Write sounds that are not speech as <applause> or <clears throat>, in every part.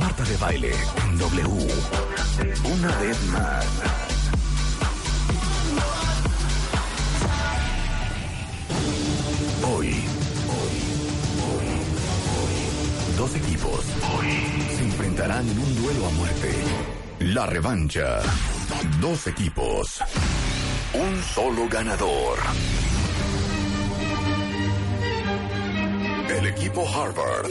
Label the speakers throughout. Speaker 1: Marta de baile en W. Una vez más. Hoy, hoy, hoy, hoy, dos equipos hoy se enfrentarán en un duelo a muerte. La revancha. Dos equipos. Un solo ganador. El equipo Harvard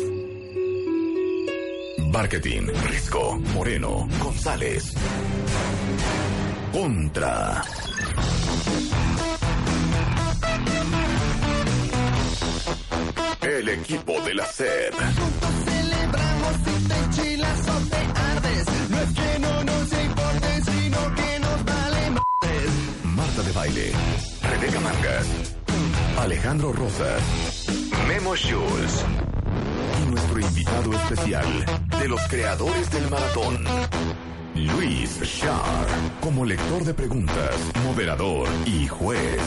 Speaker 1: Marketing, Risco, Moreno, González. Contra. El equipo de la SED.
Speaker 2: Celebramos si te enchilas o te ardes. No es que no nos importe, sino que nos vale más.
Speaker 1: Marta de Baile. Rebeca Mangas. Alejandro Rosas. Memo Schulz. Y nuestro invitado especial de los creadores del maratón. Luis Shar, como lector de preguntas, moderador y juez.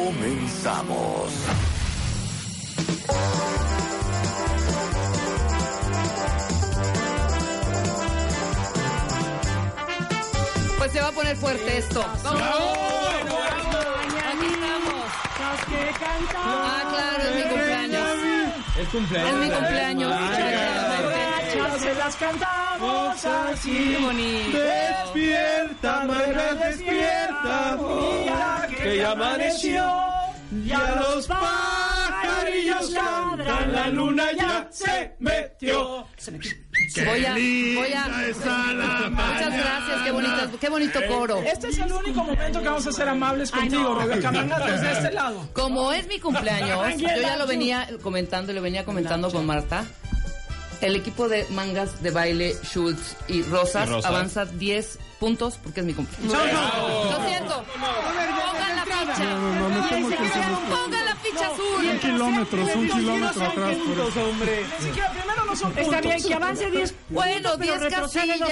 Speaker 1: Comenzamos.
Speaker 3: Pues se va a poner fuerte esto. Vamos. Aquí estamos. Ah, claro, es mi cumpleaños.
Speaker 4: Es cumpleaños.
Speaker 3: Es mi cumpleaños.
Speaker 5: Se las cantamos
Speaker 3: Qué
Speaker 5: así.
Speaker 3: bonito.
Speaker 4: Despierta, Manuel, despierta.
Speaker 5: Mira
Speaker 4: Que ya amaneció. Ya los pajarillos cantan. La luna ya se metió.
Speaker 3: Voy a, voy a. Muchas gracias, qué bonito, qué bonito coro.
Speaker 5: Este es el único momento que vamos a ser amables contigo, Roberto. Caminantes de este lado.
Speaker 3: Como es mi cumpleaños, yo ya lo venía comentando, lo venía comentando con Marta. El equipo de mangas de baile, Schultz y Rosas,
Speaker 4: Y Rosas.
Speaker 3: avanza 10 puntos porque es mi cumpleaños. Lo siento. Pongan la ficha. Pongan la ficha azul.
Speaker 6: kilómetros, un kilómetro atrás.
Speaker 5: Así que primero no son
Speaker 6: Está
Speaker 5: puntos.
Speaker 6: bien, que avance 10
Speaker 3: Bueno, 10 casillas,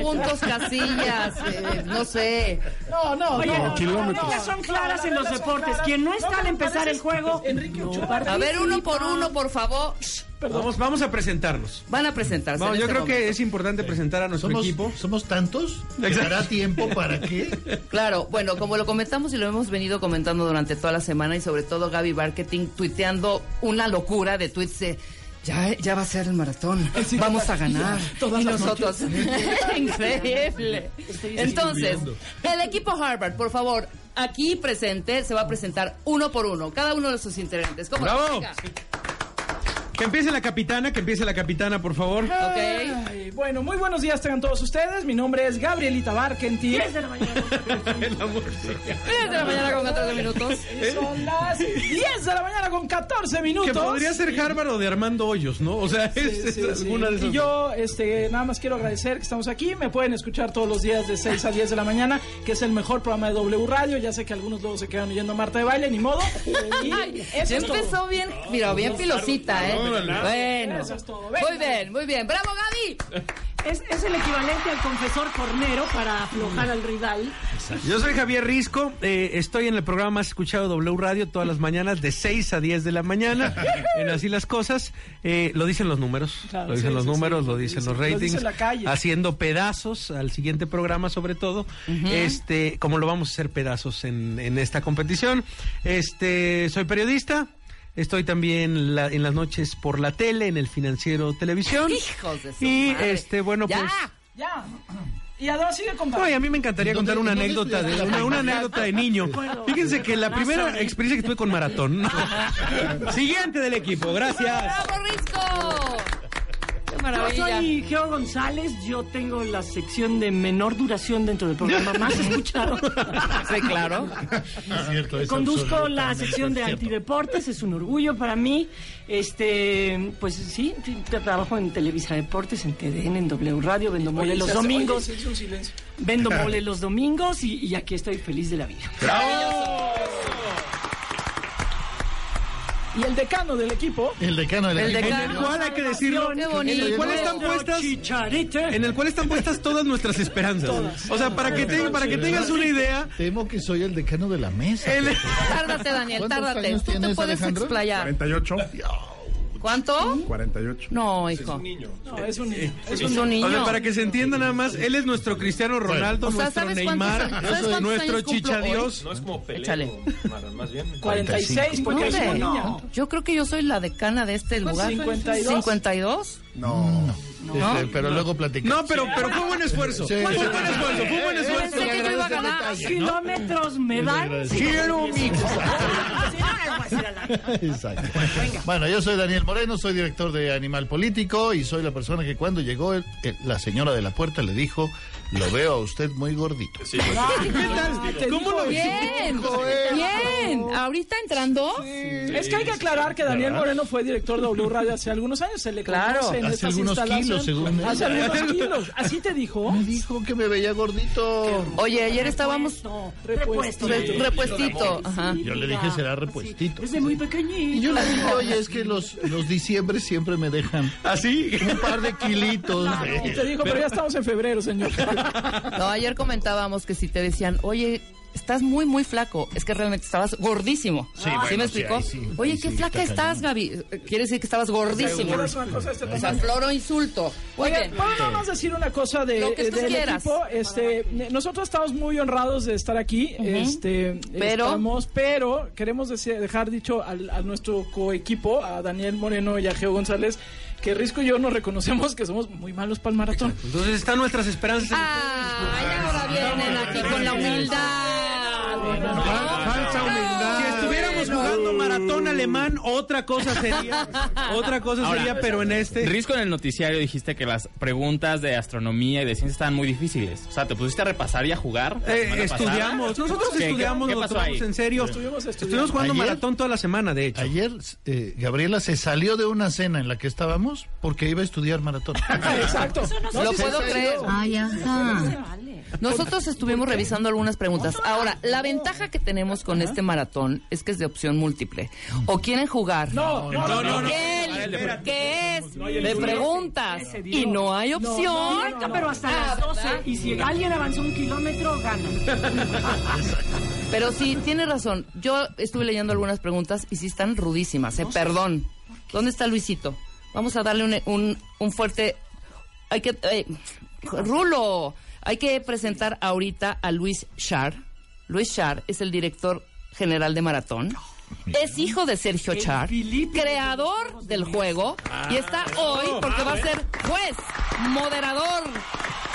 Speaker 3: puntos, casillas, eh, no sé.
Speaker 5: No, no,
Speaker 6: Oye,
Speaker 5: no.
Speaker 6: no, reglas son claras en los deportes. Quien no está al empezar el juego,
Speaker 5: Enrique Ochoa.
Speaker 3: A ver, uno por uno, por favor.
Speaker 4: Vamos, vamos a presentarnos.
Speaker 3: Van a presentarse.
Speaker 4: Vamos,
Speaker 3: en
Speaker 4: yo
Speaker 3: este
Speaker 4: creo que
Speaker 3: momento.
Speaker 4: es importante presentar a nuestro
Speaker 7: somos,
Speaker 4: equipo.
Speaker 7: somos tantos, ¿Te
Speaker 4: Exacto.
Speaker 7: dará tiempo para qué?
Speaker 3: Claro, bueno, como lo comentamos y lo hemos venido comentando durante toda la semana y sobre todo Gaby Marketing tuiteando una locura de tweets de ya, ya va a ser el maratón, <laughs> vamos a ganar. y nosotros, <laughs> increíble. Entonces, el equipo Harvard, por favor, aquí presente, se va a presentar uno por uno, cada uno de sus integrantes. ¿Cómo no?
Speaker 4: ¡Bravo!
Speaker 3: Venga.
Speaker 4: <laughs> Que empiece la capitana, que empiece la capitana, por favor.
Speaker 3: Ok.
Speaker 5: Ay, Bueno, muy buenos días tengan todos ustedes. Mi nombre es Gabrielita Barkentin.
Speaker 6: 10 de la mañana.
Speaker 4: El amor, sí.
Speaker 3: Diez de la mañana con 14 minutos.
Speaker 7: ¿Eh?
Speaker 5: Son las 10 de la mañana con 14 minutos.
Speaker 4: <laughs> Que podría ser Harvard o de Armando Hoyos, ¿no? O sea,
Speaker 5: Sí,
Speaker 4: es, es
Speaker 5: sí, sí.
Speaker 4: alguna de esas.
Speaker 5: Y yo, este, nada más quiero agradecer que estamos aquí. Me pueden escuchar todos los días de 6 a 10 de la mañana, que es el mejor programa de W Radio. Ya sé que algunos luego se quedan oyendo a Marta de baile, ni modo. Y eso
Speaker 3: Ya
Speaker 5: es todo.
Speaker 3: empezó bien, mira, bien filosita, ¿eh? Bueno,
Speaker 5: Eso es todo. Venga.
Speaker 3: muy bien, muy bien. ¡Bravo, Gaby!
Speaker 6: Es, es el equivalente al confesor cornero para aflojar al rival.
Speaker 4: Yo soy Javier Risco, eh, estoy en el programa más escuchado de W Radio todas las mañanas de 6 a 10 de la mañana, en Así las Cosas. Eh, lo dicen los números,
Speaker 5: Claro,
Speaker 4: lo dicen
Speaker 5: sí,
Speaker 4: los
Speaker 5: sí,
Speaker 4: números,
Speaker 5: sí,
Speaker 4: lo
Speaker 5: lo
Speaker 4: dicen
Speaker 5: dice-
Speaker 4: los
Speaker 5: lo dice
Speaker 4: ratings,
Speaker 5: la calle.
Speaker 4: haciendo pedazos al siguiente programa sobre todo, este como lo vamos a hacer pedazos en, en esta competición. este Soy periodista. Estoy también la- en las noches por la tele, en el financiero televisión.
Speaker 3: Hijos de su
Speaker 4: Y
Speaker 3: madre.
Speaker 4: este, bueno,
Speaker 3: Ya.
Speaker 4: pues
Speaker 5: Ya. Y ahora sigue contando.
Speaker 4: Oye, a mí me encantaría contar una anécdota de una, una anécdota de niño. Fíjense que la primera experiencia que tuve con maratón. Siguiente del equipo, gracias.
Speaker 3: ¡Bravo, Risco!
Speaker 6: Yo
Speaker 3: maravilla.
Speaker 6: soy Geo González, yo tengo la sección de menor duración dentro del programa
Speaker 3: <laughs>
Speaker 6: más escuchado. Pues
Speaker 3: Sí, claro.
Speaker 7: Es cierto, es
Speaker 6: Conduzco la
Speaker 7: absolutamente
Speaker 6: sección de
Speaker 7: cierto.
Speaker 6: antideportes, es un orgullo para mí. Este, pues sí, t- t- trabajo en Televisa Deportes, en TDN, en W Radio, vendo mole los domingos,
Speaker 5: Es un silencio.
Speaker 3: <laughs>
Speaker 6: vendo mole los domingos y, y aquí estoy feliz de la vida.
Speaker 5: Y el decano del equipo.
Speaker 7: El decano de la
Speaker 3: El
Speaker 7: equipo.
Speaker 4: el
Speaker 3: decano.
Speaker 4: cual hay que decirlo.
Speaker 3: Qué
Speaker 4: En el
Speaker 3: bonito.
Speaker 4: cual están puestas.
Speaker 6: Chicharita.
Speaker 4: En el cual están puestas todas nuestras esperanzas. O sea, para que, te- para que tengas una idea.
Speaker 7: Temo que soy el decano de la mesa.
Speaker 4: el-
Speaker 3: Tárdate, Daniel,
Speaker 7: ¿Cuántos
Speaker 3: tárdate.
Speaker 7: años
Speaker 3: Tú te
Speaker 7: tienes,
Speaker 3: puedes
Speaker 7: Alejandro?
Speaker 3: explayar.
Speaker 8: 48.
Speaker 3: ¿Cuánto?
Speaker 8: 48.
Speaker 3: No, hijo.
Speaker 5: No, es
Speaker 3: Eh,
Speaker 5: un niño.
Speaker 3: Es
Speaker 5: Es
Speaker 3: un
Speaker 4: O sea,
Speaker 3: niño.
Speaker 4: para que se entienda nada más, él es nuestro Cristiano Ronaldo,
Speaker 3: O sea,
Speaker 4: nuestro
Speaker 3: ¿sabes cuántos
Speaker 4: Neymar,
Speaker 3: años- sabes cuántos
Speaker 4: nuestro
Speaker 3: años cumplo
Speaker 4: Chicha
Speaker 3: hoy?
Speaker 4: Dios.
Speaker 9: No es como Pelé,
Speaker 3: Échale.
Speaker 9: o Maradón, más bien.
Speaker 5: 46, porque es Pues una
Speaker 3: Hombre,
Speaker 5: niña.
Speaker 3: Yo creo que yo soy la decana de este lugar.
Speaker 5: 52.
Speaker 3: 52.
Speaker 8: No.
Speaker 7: Este, pero luego platicamos.
Speaker 4: No, pero, pero fue buen esfuerzo.
Speaker 7: Sí. Eh,
Speaker 4: Fue un buen esfuerzo, fue un buen esfuerzo.
Speaker 3: Pensé que yo iba a ganar.
Speaker 6: Kilómetros me dan.
Speaker 7: agradezco.
Speaker 6: Quiero mi
Speaker 7: <laughs>
Speaker 6: cosa.
Speaker 7: Exacto. Bueno, yo soy Daniel Moreno, soy director de Animal Político y soy la persona que cuando llegó el- el- la señora de la puerta le dijo, lo veo a usted muy gordito.
Speaker 9: Sí, pues,
Speaker 4: ¿Cómo lo
Speaker 3: Bien, bien. Ahorita entrando.
Speaker 5: eh. Es que hay que aclarar que Daniel Moreno fue director de W Radio hace algunos años. Se le
Speaker 3: Claro.
Speaker 5: conoce en
Speaker 7: Hace
Speaker 5: estas
Speaker 7: algunos
Speaker 5: instalaciones.
Speaker 7: kilos, según él.
Speaker 5: Hace
Speaker 7: <laughs>
Speaker 5: algunos kilos. ¿Así te dijo?
Speaker 7: Me dijo que me veía gordito.
Speaker 3: Oye, ayer
Speaker 5: pues,
Speaker 3: estábamos
Speaker 5: Repuesto.
Speaker 3: re- repuestito. Ajá.
Speaker 7: Yo le dije, será repuestito.
Speaker 6: Desde muy pequeñito.
Speaker 7: Y yo le dije, oye, es que los, los diciembre siempre me dejan
Speaker 4: ¿Así?
Speaker 7: un par de kilitos.
Speaker 5: Y te dijo, pero ya estamos en febrero, señor.
Speaker 7: <laughs>
Speaker 3: No, ayer comentábamos que si te decían, oye, estás muy, muy flaco, es que realmente estabas gordísimo. Sí, me
Speaker 7: bueno, sí,
Speaker 3: explicó?
Speaker 7: ahí sí.
Speaker 3: oye,
Speaker 7: Ahí
Speaker 3: qué
Speaker 7: sí,
Speaker 3: flaca
Speaker 7: está
Speaker 3: estás, Gaby. Eh, Quiere decir que estabas gordísimo.
Speaker 5: Una cosa de este
Speaker 3: O
Speaker 5: tamaño.
Speaker 3: sea, floro insulto.
Speaker 5: Oigan,
Speaker 3: Oye,
Speaker 5: bueno, nada más decir una cosa de, eh,
Speaker 3: Lo que tú
Speaker 5: del
Speaker 3: quieras.
Speaker 5: equipo. Este, nosotros estamos muy honrados de estar aquí. Este,
Speaker 3: Pero-
Speaker 5: estamos, pero queremos dese- dejar dicho al- a nuestro coequipo, a Daniel Moreno y a Geo González, que Risco y yo nos reconocemos que somos muy malos para el maratón.
Speaker 4: Entonces están nuestras esperanzas.
Speaker 3: Ah, ay, ahora vienen aquí con la humildad.
Speaker 4: Falsa humildad. Si estuviéramos jugando maratón alemán, otra cosa
Speaker 3: <laughs>
Speaker 4: sería. Otra cosa sería, pero en este.
Speaker 10: Risco en el noticiario dijiste que las preguntas de astronomía y de ciencia estaban muy difíciles. O sea, te pusiste a repasar y a jugar. la
Speaker 4: eh,
Speaker 10: semana pasada?
Speaker 4: estudiamos, nosotros
Speaker 10: ¿Qué- qué-
Speaker 4: estudiamos,
Speaker 10: qué
Speaker 4: nos
Speaker 10: pasó
Speaker 4: tomamos
Speaker 10: ahí?
Speaker 4: en serio.
Speaker 5: Estuvimos estudiando.
Speaker 4: Estuvimos jugando
Speaker 7: Ayer-
Speaker 4: maratón toda la semana, de hecho.
Speaker 7: Ayer eh, Gabriela se salió de una cena en la que estábamos porque iba a estudiar maratón.
Speaker 5: <laughs> Exacto. No,
Speaker 3: Lo
Speaker 5: sí,
Speaker 3: puedo
Speaker 5: sí, sí.
Speaker 3: creer. Nosotros estuvimos revisando algunas preguntas. Ahora, la ventaja que tenemos con este maratón es que es de opción múltiple. ¿O quieren jugar?
Speaker 5: No, no, no, no.
Speaker 3: Miguel, ¿qué es? Le preguntas y no hay opción. Ah,
Speaker 6: pero hasta las 12. Y si alguien avanzó un kilómetro, gana.
Speaker 3: Pero sí, tiene razón. Yo estuve leyendo algunas preguntas y sí están rudísimas, eh, perdón. ¿Dónde está Luisito? Vamos a darle un, un, un fuerte... Hay que... eh, Rulo, hay que presentar ahorita a Luis Char. Luis Char es el director general de Maratón. Es hijo de Sergio Char, creador del juego, y está hoy porque va a ser juez, moderador.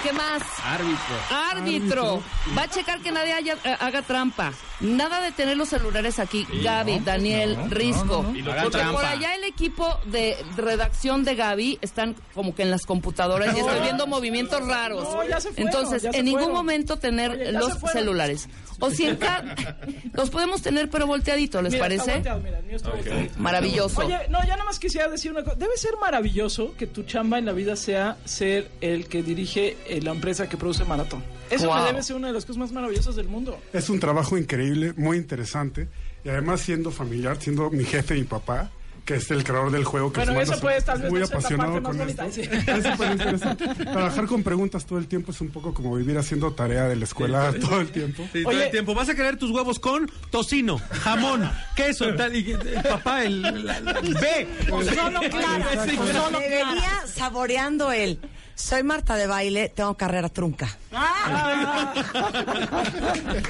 Speaker 3: ¿Qué más?
Speaker 10: Árbitro.
Speaker 3: Árbitro, va a checar que nadie haya- eh, haga trampa. Nada de tener los celulares aquí. Gaby, Daniel, Risco.
Speaker 10: Y lo hagan
Speaker 3: Porque por
Speaker 10: trampa.
Speaker 3: allá el equipo de redacción de Gaby están como que en las computadoras y estoy viendo movimientos raros.
Speaker 5: No, ya se fueron,
Speaker 3: Entonces,
Speaker 5: ya se
Speaker 3: en ningún
Speaker 5: fueron.
Speaker 3: momento tener
Speaker 5: Oye, ya
Speaker 3: los
Speaker 5: se fueron.
Speaker 3: celulares. O si en ca- <laughs> los podemos tener pero volteaditos, ¿les
Speaker 5: Mira, está
Speaker 3: parece?
Speaker 5: volteado, mira, el mío está volteadito.
Speaker 3: Maravilloso.
Speaker 5: Oye, no, ya nada más quisiera decir una cosa. Debe ser maravilloso que tu chamba en la vida sea ser el que dirige eh, la empresa que produce maratón. Eso me
Speaker 3: Wow.
Speaker 5: debe ser una de las cosas más maravillosas del mundo.
Speaker 8: Es un trabajo increíble, muy interesante. Y además siendo familiar, siendo mi jefe, mi papá, que es el creador del juego. Que
Speaker 5: Bueno,
Speaker 8: además
Speaker 5: eso
Speaker 8: es
Speaker 5: puede estar
Speaker 8: muy
Speaker 5: es la parte
Speaker 8: apasionado
Speaker 5: más
Speaker 8: con
Speaker 5: bonita.
Speaker 8: esto.
Speaker 5: sí.
Speaker 8: Es súper interesante.
Speaker 5: <laughs>
Speaker 8: Trabajar con preguntas todo el tiempo es un poco como vivir haciendo tarea de la escuela <laughs> todo el tiempo.
Speaker 4: Sí, todo
Speaker 5: Oye-
Speaker 4: el tiempo. Vas a querer tus huevos con tocino, jamón, queso, tal. Y, eh, papá, el. la- la- Ve.
Speaker 11: Solo Clara,
Speaker 4: Sí,
Speaker 11: solo Clara. saboreando él. Soy Marta de baile,
Speaker 5: Ah.
Speaker 11: tengo carrera trunca.
Speaker 3: Exacto. Exactamente.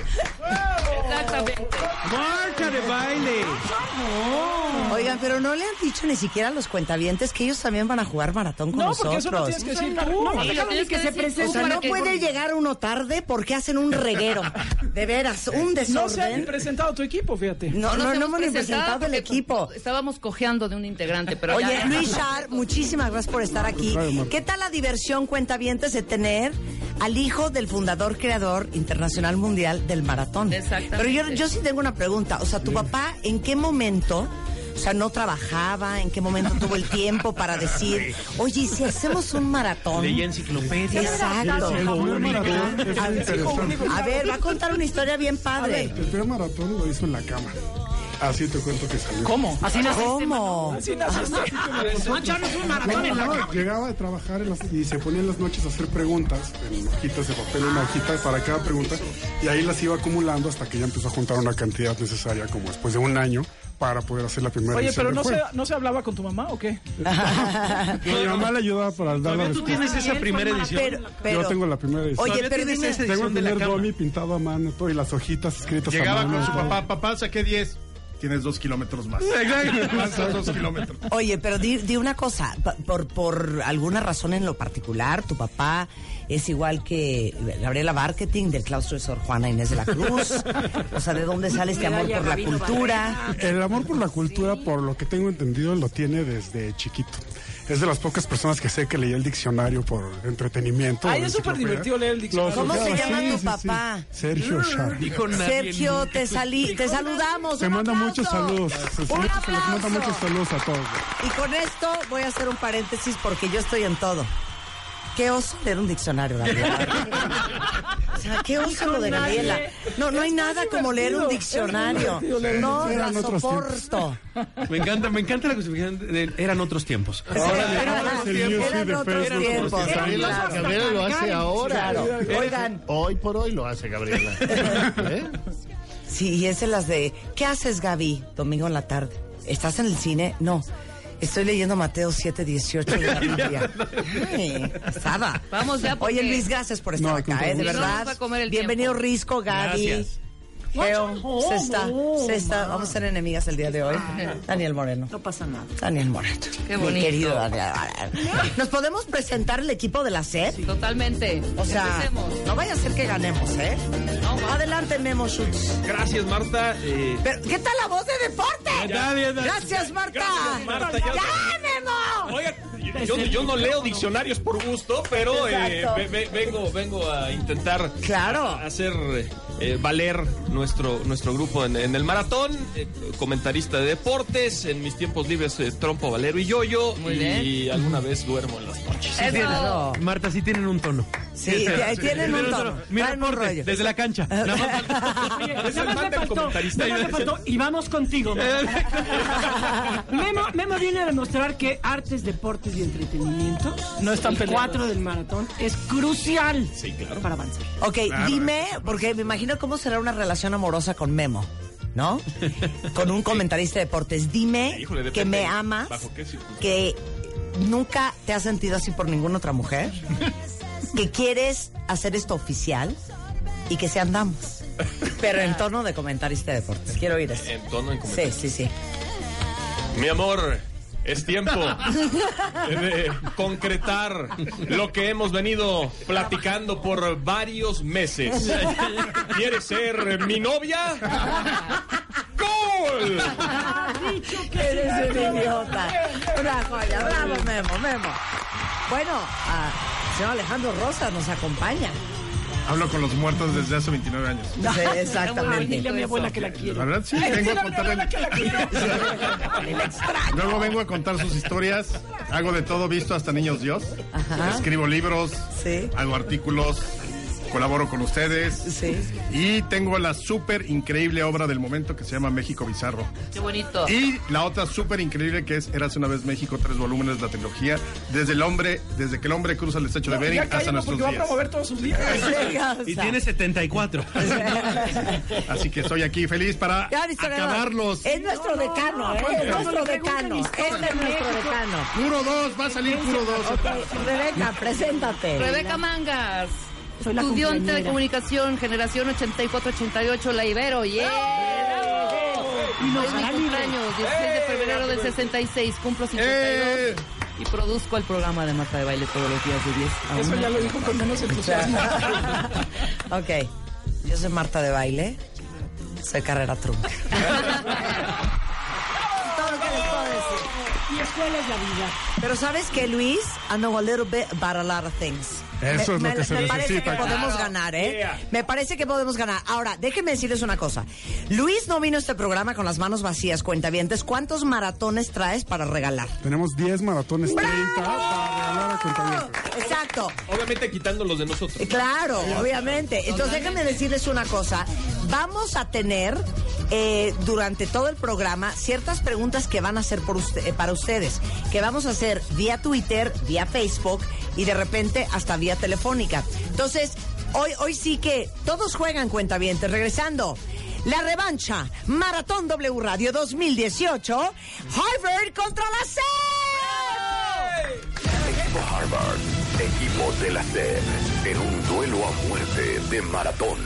Speaker 4: Marta de baile.
Speaker 11: Oigan, pero no le han dicho ni siquiera a los cuentavientes que ellos también van a jugar maratón con
Speaker 5: No,
Speaker 11: nosotros.
Speaker 5: porque eso lo tienes que decir tú.
Speaker 11: No,
Speaker 5: Sí, lo
Speaker 11: déjame
Speaker 5: tienes
Speaker 11: que
Speaker 5: que
Speaker 11: se
Speaker 5: decir tú
Speaker 11: presente. O sea,
Speaker 5: para
Speaker 11: no
Speaker 5: que-
Speaker 11: puede llegar uno tarde porque hacen un reguero. De veras, un
Speaker 5: No se ha
Speaker 11: desorden.
Speaker 5: presentado tu equipo, fíjate.
Speaker 11: No, no, no, hemos ni presentado el
Speaker 3: porque
Speaker 11: equipo.
Speaker 3: Estábamos cojeando de un integrante, pero ya-
Speaker 11: Oye, Luis
Speaker 3: <laughs>
Speaker 11: Char, muchísimas gracias por estar aquí. ¿Qué tal la diversión, cuentavientes, de tener al hijo del fundador creador internacional mundial del maratón?
Speaker 3: Exactamente.
Speaker 11: Pero yo, yo sí tengo una pregunta. O sea, ¿tu papá en qué momento, o sea, no trabajaba? ¿En qué momento tuvo el tiempo para decir, oye, ¿y si hacemos un maratón?
Speaker 4: Leía enciclopedia.
Speaker 11: Exacto.
Speaker 4: Era ciego único.
Speaker 11: A ver, A ver, va a contar una historia bien padre.
Speaker 8: El primer maratón lo hizo en la cama. Así te cuento que salió.
Speaker 5: ¿Cómo?
Speaker 11: Así naciste,
Speaker 8: ¿Cómo?
Speaker 11: Así <laughs>
Speaker 5: naciste.
Speaker 8: No,
Speaker 4: ¿eh?
Speaker 8: no, llegaba de trabajar en las- y se ponía en las noches a hacer preguntas en hojitas de papel, una hojita para cada pregunta, y ahí las iba acumulando hasta que ya empezó a juntar una cantidad necesaria, como después de un año, para poder hacer la primera
Speaker 5: Oye,
Speaker 8: edición
Speaker 5: pero
Speaker 8: del
Speaker 5: no se,
Speaker 8: juego.
Speaker 5: no se hablaba con tu mamá o qué?
Speaker 8: Mi mamá le ayudaba para dar la
Speaker 4: ¿Todavía tú
Speaker 8: respuesta.
Speaker 4: tienes esa primera edición?
Speaker 11: Pero- pero-
Speaker 8: Yo tengo la primera edición.
Speaker 11: Oye, Todavía pero tienes dime- esa
Speaker 8: Tengo
Speaker 4: edición
Speaker 8: el
Speaker 4: de la
Speaker 8: primer
Speaker 4: cama.
Speaker 8: domi pintado a mano todo, y las hojitas escritas a
Speaker 9: Llegaba
Speaker 8: mano.
Speaker 9: con su
Speaker 8: todo.
Speaker 9: papá, papá, saqué 10. Tienes dos kilómetros más.
Speaker 4: Exacto.
Speaker 9: <laughs> Más dos kilómetros.
Speaker 11: Oye, pero di, di una cosa, pa- por, por alguna razón en lo particular, tu papá es igual que Gabriela Marketing del claustro de Sor Juana Inés de la Cruz. O sea, ¿de dónde sale este amor por la cultura?
Speaker 8: El amor por la cultura, por lo que tengo entendido, lo tiene desde chiquito. Es de las pocas personas que sé que leía el diccionario por entretenimiento.
Speaker 5: Ay,
Speaker 8: la
Speaker 5: es súper
Speaker 8: enciclopedia.
Speaker 5: divertido leer el diccionario.
Speaker 8: Los
Speaker 5: ¿Cómo se
Speaker 8: ojeaba,
Speaker 11: llama
Speaker 8: sí,
Speaker 11: tu
Speaker 8: sí, sí.
Speaker 11: papá?
Speaker 8: Sergio Shah.
Speaker 11: Sergio, te salí, te saludamos.
Speaker 8: Te
Speaker 11: un
Speaker 8: manda
Speaker 11: aplauso.
Speaker 8: muchos saludos. Se- se-
Speaker 11: Un
Speaker 8: se les manda
Speaker 11: aplauso.
Speaker 8: muchos saludos a todos.
Speaker 11: Y con esto voy a hacer un paréntesis porque yo estoy en todo. Qué oso leer un diccionario, Gabriela.
Speaker 3: <laughs>
Speaker 11: O sea, qué oso lo de Gabriela. No, no hay nada como leer un diccionario. No, la soporto.
Speaker 4: Me encanta, me encanta la justificación. de- eran otros tiempos.
Speaker 11: Eran otros tiempos.
Speaker 7: Gabriela,
Speaker 11: Claro.
Speaker 7: Gabriela lo hace ahora.
Speaker 11: Claro.
Speaker 7: Gabriela,
Speaker 11: Oigan.
Speaker 7: Hoy por hoy lo hace Gabriela.
Speaker 11: <laughs>
Speaker 7: ¿Eh?
Speaker 11: Sí, y es de las de, ¿qué haces, Gaby? Domingo en la tarde. ¿Estás en el cine? No. Estoy leyendo Mateo 7, 18
Speaker 3: <laughs>
Speaker 11: de la Biblia. Ay, estaba.
Speaker 3: Vamos ya, porque-
Speaker 11: Oye, Luis, gracias por
Speaker 8: No,
Speaker 11: estar
Speaker 8: al
Speaker 11: acá, ¿eh?
Speaker 8: contrario.
Speaker 11: de
Speaker 3: Sí, no
Speaker 11: verdad.
Speaker 3: nos va a comer el
Speaker 11: Bienvenido,
Speaker 3: tiempo.
Speaker 11: Risco, Gaby.
Speaker 4: Gracias.
Speaker 11: Geo, se está,
Speaker 6: Oh,
Speaker 11: se está. Vamos a ser enemigas el día de hoy. Daniel Moreno.
Speaker 6: No pasa nada.
Speaker 11: Daniel Moreno.
Speaker 3: Qué
Speaker 11: Mi
Speaker 3: bonito.
Speaker 11: querido Daniel Moreno. ¿Nos podemos presentar el equipo de la SED?
Speaker 3: Totalmente.
Speaker 11: O sea,
Speaker 3: Empecemos.
Speaker 11: no vaya a ser que ganemos, ¿eh? Adelante, Memo Schutz.
Speaker 4: Gracias, Marta. Eh,
Speaker 11: Pero, ¿qué tal la voz de deporte?
Speaker 4: Ya, ya, ya.
Speaker 11: Gracias, Marta.
Speaker 12: Gracias, Marta, ya-
Speaker 11: ¡Ya, Memo!
Speaker 12: Oiga, yo,
Speaker 5: Pues,
Speaker 12: yo
Speaker 5: eh,
Speaker 12: no leo diccionarios por gusto, pero eh,
Speaker 11: Exacto.
Speaker 12: ve- ve- vengo, vengo a intentar
Speaker 11: Claro.
Speaker 12: hacer eh, valer nuestro, nuestro grupo en, en el maratón. eh, comentarista de deportes, en mis tiempos libres eh, trompo, valero y yoyo.
Speaker 3: Muy
Speaker 12: Y alguna vez duermo en las noches.
Speaker 3: Eso.
Speaker 11: Claro.
Speaker 4: Marta, sí tienen un tono.
Speaker 11: Sí, ahí tienen un tono.
Speaker 4: Mira,
Speaker 11: Traen un
Speaker 4: corte,
Speaker 11: rollo.
Speaker 4: desde la cancha. Nada más
Speaker 6: Oye,
Speaker 12: Es
Speaker 6: nada
Speaker 12: el
Speaker 6: más
Speaker 12: fan
Speaker 6: le
Speaker 12: del
Speaker 6: faltó,
Speaker 12: comentarista.
Speaker 6: nada más le faltó, y vamos contigo. Memo. Memo, Memo viene a demostrar que artes, deportes y entretenimiento,
Speaker 5: No están
Speaker 6: el
Speaker 5: peleados.
Speaker 6: cuatro del maratón, es crucial
Speaker 12: Sí, claro.
Speaker 6: para avanzar.
Speaker 11: Ok, dime, porque me imagino cómo será una relación amorosa con Memo,
Speaker 12: <laughs>
Speaker 11: ¿no? Con un comentarista de deportes. Dime
Speaker 12: Híjole, depende.
Speaker 11: que me amas,
Speaker 12: ¿Bajo qué circunstancias?
Speaker 11: que nunca te has sentido así por ninguna otra
Speaker 12: <laughs>
Speaker 11: mujer, que quieres hacer esto oficial y que sean damas. Pero en tono de comentarista de deportes. Quiero oír eso.
Speaker 12: En tono en
Speaker 11: Sí, sí, sí.
Speaker 12: Mi amor, es tiempo
Speaker 13: <laughs>
Speaker 12: de concretar lo que hemos venido platicando por varios meses. ¿Quieres ser mi novia? ¡Gol!
Speaker 11: Eres un idiota. Una joya. Bravo, Memo, Memo. Bueno, ah, señor Alejandro Rosa nos acompaña.
Speaker 9: Hablo con los muertos desde hace 29 años.
Speaker 11: Sí,
Speaker 3: Está muy
Speaker 11: exactamente.
Speaker 3: bonito.
Speaker 6: Dile a mi abuela que la quiero.
Speaker 9: La verdad, sí, vengo a contarle. <laughs> Luego vengo a contar sus historias. Hago de todo visto hasta niños Dios.
Speaker 11: Ajá.
Speaker 9: Escribo libros,
Speaker 11: Sí.
Speaker 9: hago artículos, colaboro con ustedes.
Speaker 11: Sí.
Speaker 9: Y tengo la súper increíble obra del momento que se llama México Bizarro.
Speaker 3: Qué bonito.
Speaker 9: Y la otra súper increíble que es Eras una vez México, tres volúmenes, la trilogía. Desde el hombre, desde que el hombre cruza el estrecho de Bering
Speaker 5: Ya
Speaker 9: hasta
Speaker 5: cállalo
Speaker 9: nuestros
Speaker 5: porque va a
Speaker 9: días.
Speaker 5: promover todos sus libros.
Speaker 11: Venga, o
Speaker 4: Y
Speaker 11: sea,
Speaker 4: tiene 74.
Speaker 9: Así que estoy aquí feliz para
Speaker 11: ya, historiador.
Speaker 9: acabarlos.
Speaker 11: Es nuestro decano, ¿eh? es nuestro decano. Este es nuestro decano.
Speaker 3: Este
Speaker 9: Puro 2, va a salir puro 2.
Speaker 11: Rebeca, preséntate.
Speaker 3: Rebeca Mangas.
Speaker 6: Soy la
Speaker 3: Estudiante de
Speaker 6: cumpleañera.
Speaker 3: comunicación, generación 84-88, la Ibero, yeah.
Speaker 6: Y nos
Speaker 3: es mi
Speaker 6: hará
Speaker 3: cumpleaños, 16 de febrero del 66, cumplo 52 y produzco el programa de Marta de Baile todos los días de 10 a
Speaker 5: Eso
Speaker 3: 1.
Speaker 5: ya lo dijo con menos entusiasmo.
Speaker 11: <laughs> ok. Yo soy Marta de Baile. Soy Carrera
Speaker 6: <laughs>
Speaker 11: Trunca.
Speaker 6: Todo lo que les puedo decir. Y escuela es la vida.
Speaker 11: Pero ¿sabes qué, Luis? I know a little bit about a lot of things.
Speaker 14: Eso es lo
Speaker 11: me,
Speaker 14: que se
Speaker 11: me parece que
Speaker 14: necesita.
Speaker 11: podemos
Speaker 14: Claro.
Speaker 11: ganar, ¿eh?
Speaker 14: Yeah.
Speaker 11: Me parece que podemos ganar. Ahora, déjenme decirles una cosa. Luis no vino a este programa con las manos vacías, cuentavientes. ¿Cuántos maratones traes para regalar?
Speaker 8: Tenemos 10 maratones, 30 para regalar a cuentavientes.
Speaker 11: Exacto.
Speaker 12: Obviamente quitando los de nosotros.
Speaker 11: Eh, Claro, obviamente. Entonces déjenme decirles una cosa. Vamos a tener eh, durante todo el programa ciertas preguntas que van a hacer por usted- eh, para ustedes, que vamos a hacer vía Twitter, vía Facebook y de repente hasta vía telefónica. Entonces, hoy, hoy sí que todos juegan cuenta Regresando. La revancha, Maratón W Radio 2018, Harvard contra la C.
Speaker 1: Equipo Harvard, equipo de la SED, en un duelo a muerte de maratón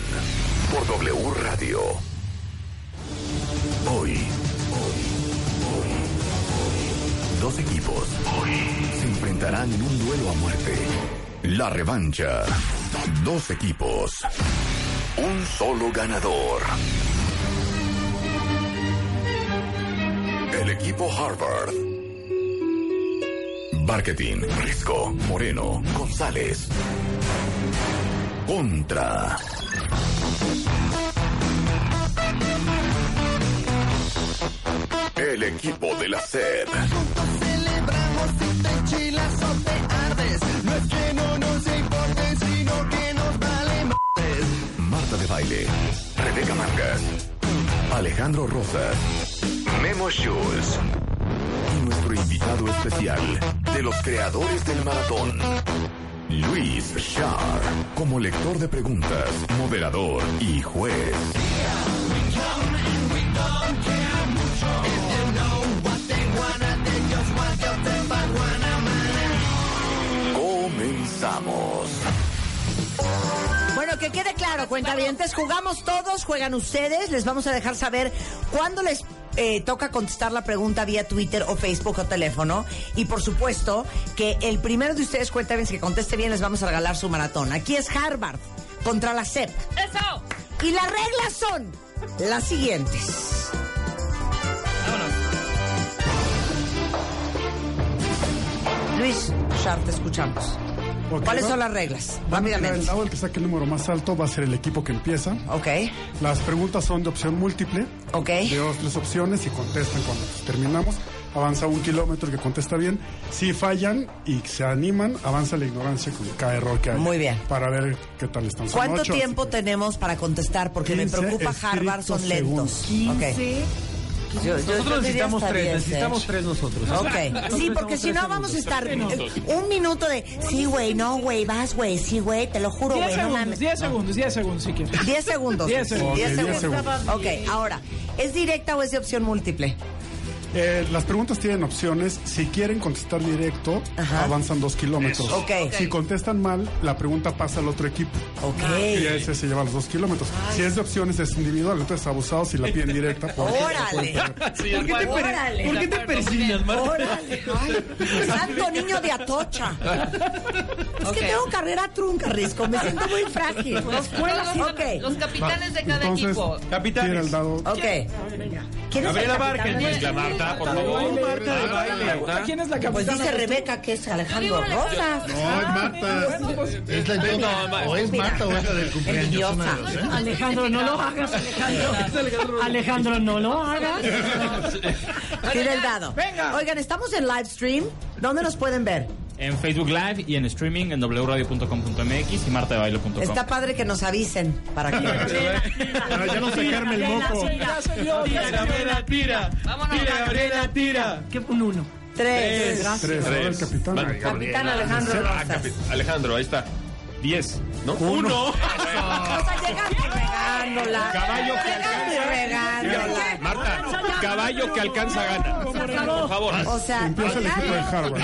Speaker 1: por W Radio. Hoy, hoy, hoy, dos equipos se enfrentarán en un duelo a muerte. La revancha, dos equipos, un solo ganador. El equipo Harvard. Marketing, Risco, Moreno, González. Contra. El equipo de la sed.
Speaker 2: Celebramos si te enchilas o te ardes. No es que no nos importe, sino que nos vale más.
Speaker 1: Marta de Baile, Rebeca Mangas, Alejandro Rosas, Memo Schulz. Y nuestro invitado especial de los creadores del maratón. Luis Shar, como lector de preguntas, moderador y juez. Comenzamos.
Speaker 11: Bueno, que quede claro, cuentavientes, jugamos todos, juegan ustedes, les vamos a dejar saber cuándo les eh, toca contestar la pregunta vía Twitter o Facebook o teléfono. Y por supuesto que el primero de ustedes, cuentavientes, que conteste bien, les vamos a regalar su maratón. Aquí es Harvard contra la CEP.
Speaker 2: ¡Eso!
Speaker 11: Y las reglas son las siguientes. Luis, Char, te escuchamos.
Speaker 8: Ok,
Speaker 11: ¿Cuáles
Speaker 8: va-
Speaker 11: son las reglas?
Speaker 8: va a tirar El
Speaker 11: Rápidamente.
Speaker 8: dado el que saque el número más alto va a ser el equipo que empieza.
Speaker 11: Ok.
Speaker 8: Las preguntas son de opción múltiple.
Speaker 11: Ok.
Speaker 8: De dos, tres opciones y contestan cuando terminamos. Avanza un kilómetro el que contesta bien. Si fallan y se animan, avanza la ignorancia con cada error que hay.
Speaker 11: Muy bien.
Speaker 8: Para ver qué tal están. Son
Speaker 11: ¿Cuánto
Speaker 8: ocho,
Speaker 11: tiempo tenemos para contestar? Porque me
Speaker 8: 15
Speaker 11: preocupa Harvard, son lentos. Ok. Yo- yo- yo diría
Speaker 4: nosotros necesitamos
Speaker 11: hasta
Speaker 4: tres,
Speaker 11: 10,
Speaker 4: necesitamos
Speaker 11: ¿eh?
Speaker 4: tres <laughs> nosotros.
Speaker 11: Ok. Sí, porque si no vamos a estar eh, un minuto de sí, güey, no, güey, vas, güey, sí, güey, te lo juro,
Speaker 5: 10
Speaker 11: güey, no
Speaker 5: segundos,
Speaker 11: mames.
Speaker 5: 10 segundos, 10 segundos si quieres.
Speaker 11: 10 segundos.
Speaker 5: 10 segundos.
Speaker 11: Diez
Speaker 5: Ok, diez segundos.
Speaker 11: Ok, ahora, ¿es directa o es de opción múltiple?
Speaker 8: Eh, las preguntas tienen opciones. Si quieren contestar directo, avanzan dos kilómetros.
Speaker 11: Eso. Ok.
Speaker 8: Si contestan mal, la pregunta pasa al otro equipo. Y ese se lleva los dos kilómetros. Si es de opciones, es individual. Entonces, abusados si la piden directa. por-
Speaker 11: <laughs> Órale.
Speaker 4: <laughs>
Speaker 2: ¿Por qué te per-
Speaker 11: Órale.
Speaker 2: por qué te persignas, Marta?
Speaker 11: Órale. Ay, santo niño de Atocha. Es que tengo carrera trunca, Risco. Me siento muy frágil.
Speaker 3: Pues,
Speaker 11: Escuela,
Speaker 3: todos,
Speaker 11: ok.
Speaker 3: Los capitanes de cada
Speaker 8: Entonces,
Speaker 3: equipo.
Speaker 8: Tira el dado.
Speaker 11: Ok. ¿Quién es el
Speaker 12: Gabriela
Speaker 11: capitán
Speaker 12: Barker,
Speaker 11: de-
Speaker 12: pues, la Marta, por favor.
Speaker 11: Marta de
Speaker 12: Marta de Baile.
Speaker 5: ¿Quién es la
Speaker 11: Pues
Speaker 5: capitana?
Speaker 11: dice Rebeca que es Alejandro
Speaker 5: Yo digo
Speaker 11: Rojas.
Speaker 7: No, es Marta. Es la
Speaker 11: Mira,
Speaker 7: idiota. O es Marta o es la del
Speaker 11: El
Speaker 7: cumpleaños.
Speaker 11: idiota.
Speaker 7: una de dos, ¿eh?
Speaker 6: Alejandro, no lo hagas, Alejandro. Alejandro, no lo hagas.
Speaker 11: Tira el dado. Venga. Oigan, estamos en live stream. ¿Dónde nos pueden ver?
Speaker 10: En Facebook Live y en streaming en wradio.com.mx y martadebaile.com.
Speaker 11: Está padre que nos avisen para que.
Speaker 10: Para
Speaker 7: ya no sacarme el moco.
Speaker 10: Gabriela, tira. Tira, Gabriela, tira.
Speaker 6: ¿Qué? Un uno.
Speaker 11: Tres.
Speaker 12: Tres.
Speaker 8: Ahora el capitán.
Speaker 12: Vale,
Speaker 11: Capitán
Speaker 12: Gabriela.
Speaker 11: Alejandro
Speaker 12: Ah,
Speaker 11: Rosas.
Speaker 12: capi- Alejandro, ahí está. Diez. ¿No?
Speaker 11: <laughs>
Speaker 12: Uno.
Speaker 11: O sea, llegaste regándola.
Speaker 12: Caballo que
Speaker 11: Llegaste regándola.
Speaker 12: Marta, caballo que alcanza gana. Por favor.
Speaker 11: O sea,
Speaker 12: Empieza el equipo de Harvard.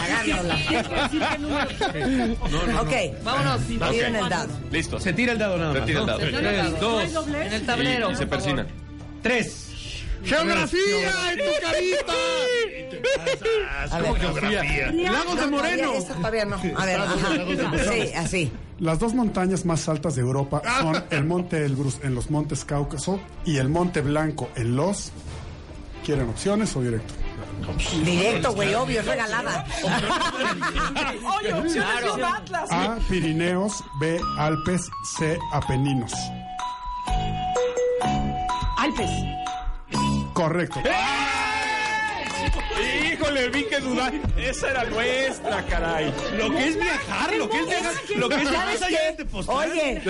Speaker 11: no, no. Ok,
Speaker 3: vámonos.
Speaker 12: Ok.
Speaker 11: Tiren el dado.
Speaker 12: Listo.
Speaker 4: Se tira el dado nada
Speaker 12: Se
Speaker 4: más,
Speaker 12: tira el
Speaker 4: ¿no?
Speaker 12: dado.
Speaker 4: Se tira
Speaker 12: Tres,
Speaker 4: el dado.
Speaker 12: dos,
Speaker 4: No hay doblez.
Speaker 3: En el tablero.
Speaker 12: Y, y se persina.
Speaker 4: Tres.
Speaker 12: ¡Geografía en tu carita!
Speaker 11: A ver.
Speaker 4: Lagos de
Speaker 11: No, todavía,
Speaker 4: Moreno.
Speaker 11: eso todavía no. A ver, ajá. Sí, así.
Speaker 8: Las dos montañas más altas de Europa son el Monte Elbrus en los Montes Cáucaso y el Monte Blanco en los. ¿Quieren opciones o directo?
Speaker 11: Directo, güey, obvio, es <laughs> regalada.
Speaker 5: Oye, opciones de un Atlas.
Speaker 8: A. Pirineos. B. Alpes. C. Apeninos.
Speaker 6: Alpes.
Speaker 8: Correcto.
Speaker 5: ¡Eh!
Speaker 12: Híjole, vi que dudar. Esa era nuestra, caray. Lo que es viajar, lo que es viajar, lo que es viajar
Speaker 11: ¿Sabes
Speaker 12: más allá de Tepoztlán.
Speaker 11: Oye,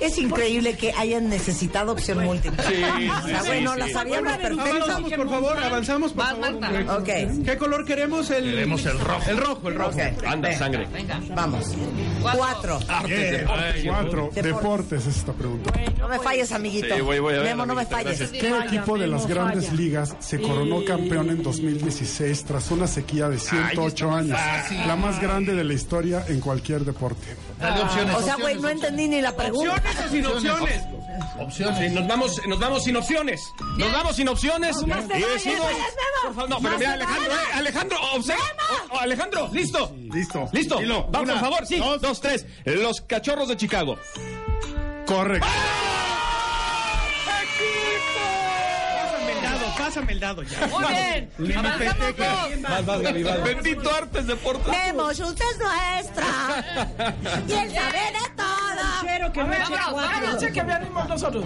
Speaker 11: es increíble que hayan necesitado opción múltiple.
Speaker 12: Sí, sí,
Speaker 11: O sea,
Speaker 12: sí,
Speaker 11: güey, no
Speaker 12: sí.
Speaker 11: la sabíamos perfecto.
Speaker 4: Avanzamos, por favor, avanzamos, por favor.
Speaker 11: Ok.
Speaker 4: ¿Qué color queremos? El...
Speaker 7: Queremos el rojo.
Speaker 4: El rojo, el rojo.
Speaker 12: Anda, sangre. Ah,
Speaker 3: Venga.
Speaker 11: Vamos. Cuatro.
Speaker 12: Artes, deportes.
Speaker 8: Cuatro. Deportes es esta pregunta.
Speaker 11: No me falles, amiguito.
Speaker 12: Sí, voy, voy, a ver,
Speaker 11: Memo, no me
Speaker 12: amiguito,
Speaker 11: falles.
Speaker 12: gracias.
Speaker 8: ¿Qué equipo de las grandes ligas se coronó
Speaker 11: Y-
Speaker 8: campeón en 2016 tras una sequía de 108
Speaker 7: Ay, está muy
Speaker 8: años?
Speaker 7: fácil.
Speaker 8: La más grande de la historia en cualquier deporte.
Speaker 7: Dale opciones.
Speaker 11: O sea, güey, no entendí ni la pregunta.
Speaker 12: ¿Opciones o sin opciones?
Speaker 7: Opciones.
Speaker 12: Sí, nos vamos, nos vamos sin opciones. Nos vamos sin opciones.
Speaker 11: Más te
Speaker 12: Y
Speaker 11: vale,
Speaker 12: decimos.
Speaker 11: más,
Speaker 12: Por favor, no, pero mira, Alejandro, eh, Alejandro, observa. O-
Speaker 4: Oh,
Speaker 12: o Alejandro, listo.
Speaker 8: Listo.
Speaker 12: Listo.
Speaker 7: Dilo.
Speaker 12: Vamos,
Speaker 7: Una,
Speaker 12: por favor, sí. Dos, tres. Los cachorros de Chicago.
Speaker 8: Correcto.
Speaker 4: Ah. Pásame el dado, pásame el dado ya.
Speaker 3: Muy bien. Avanzamos dos.
Speaker 4: Vas, vas, Gaby, vas.
Speaker 12: Bendito Artes Deportes.
Speaker 11: Memo, Schultz es nuestra. Y el saber es todo.
Speaker 6: Pero que me eche cuatro.
Speaker 5: Dice que venimos nosotros.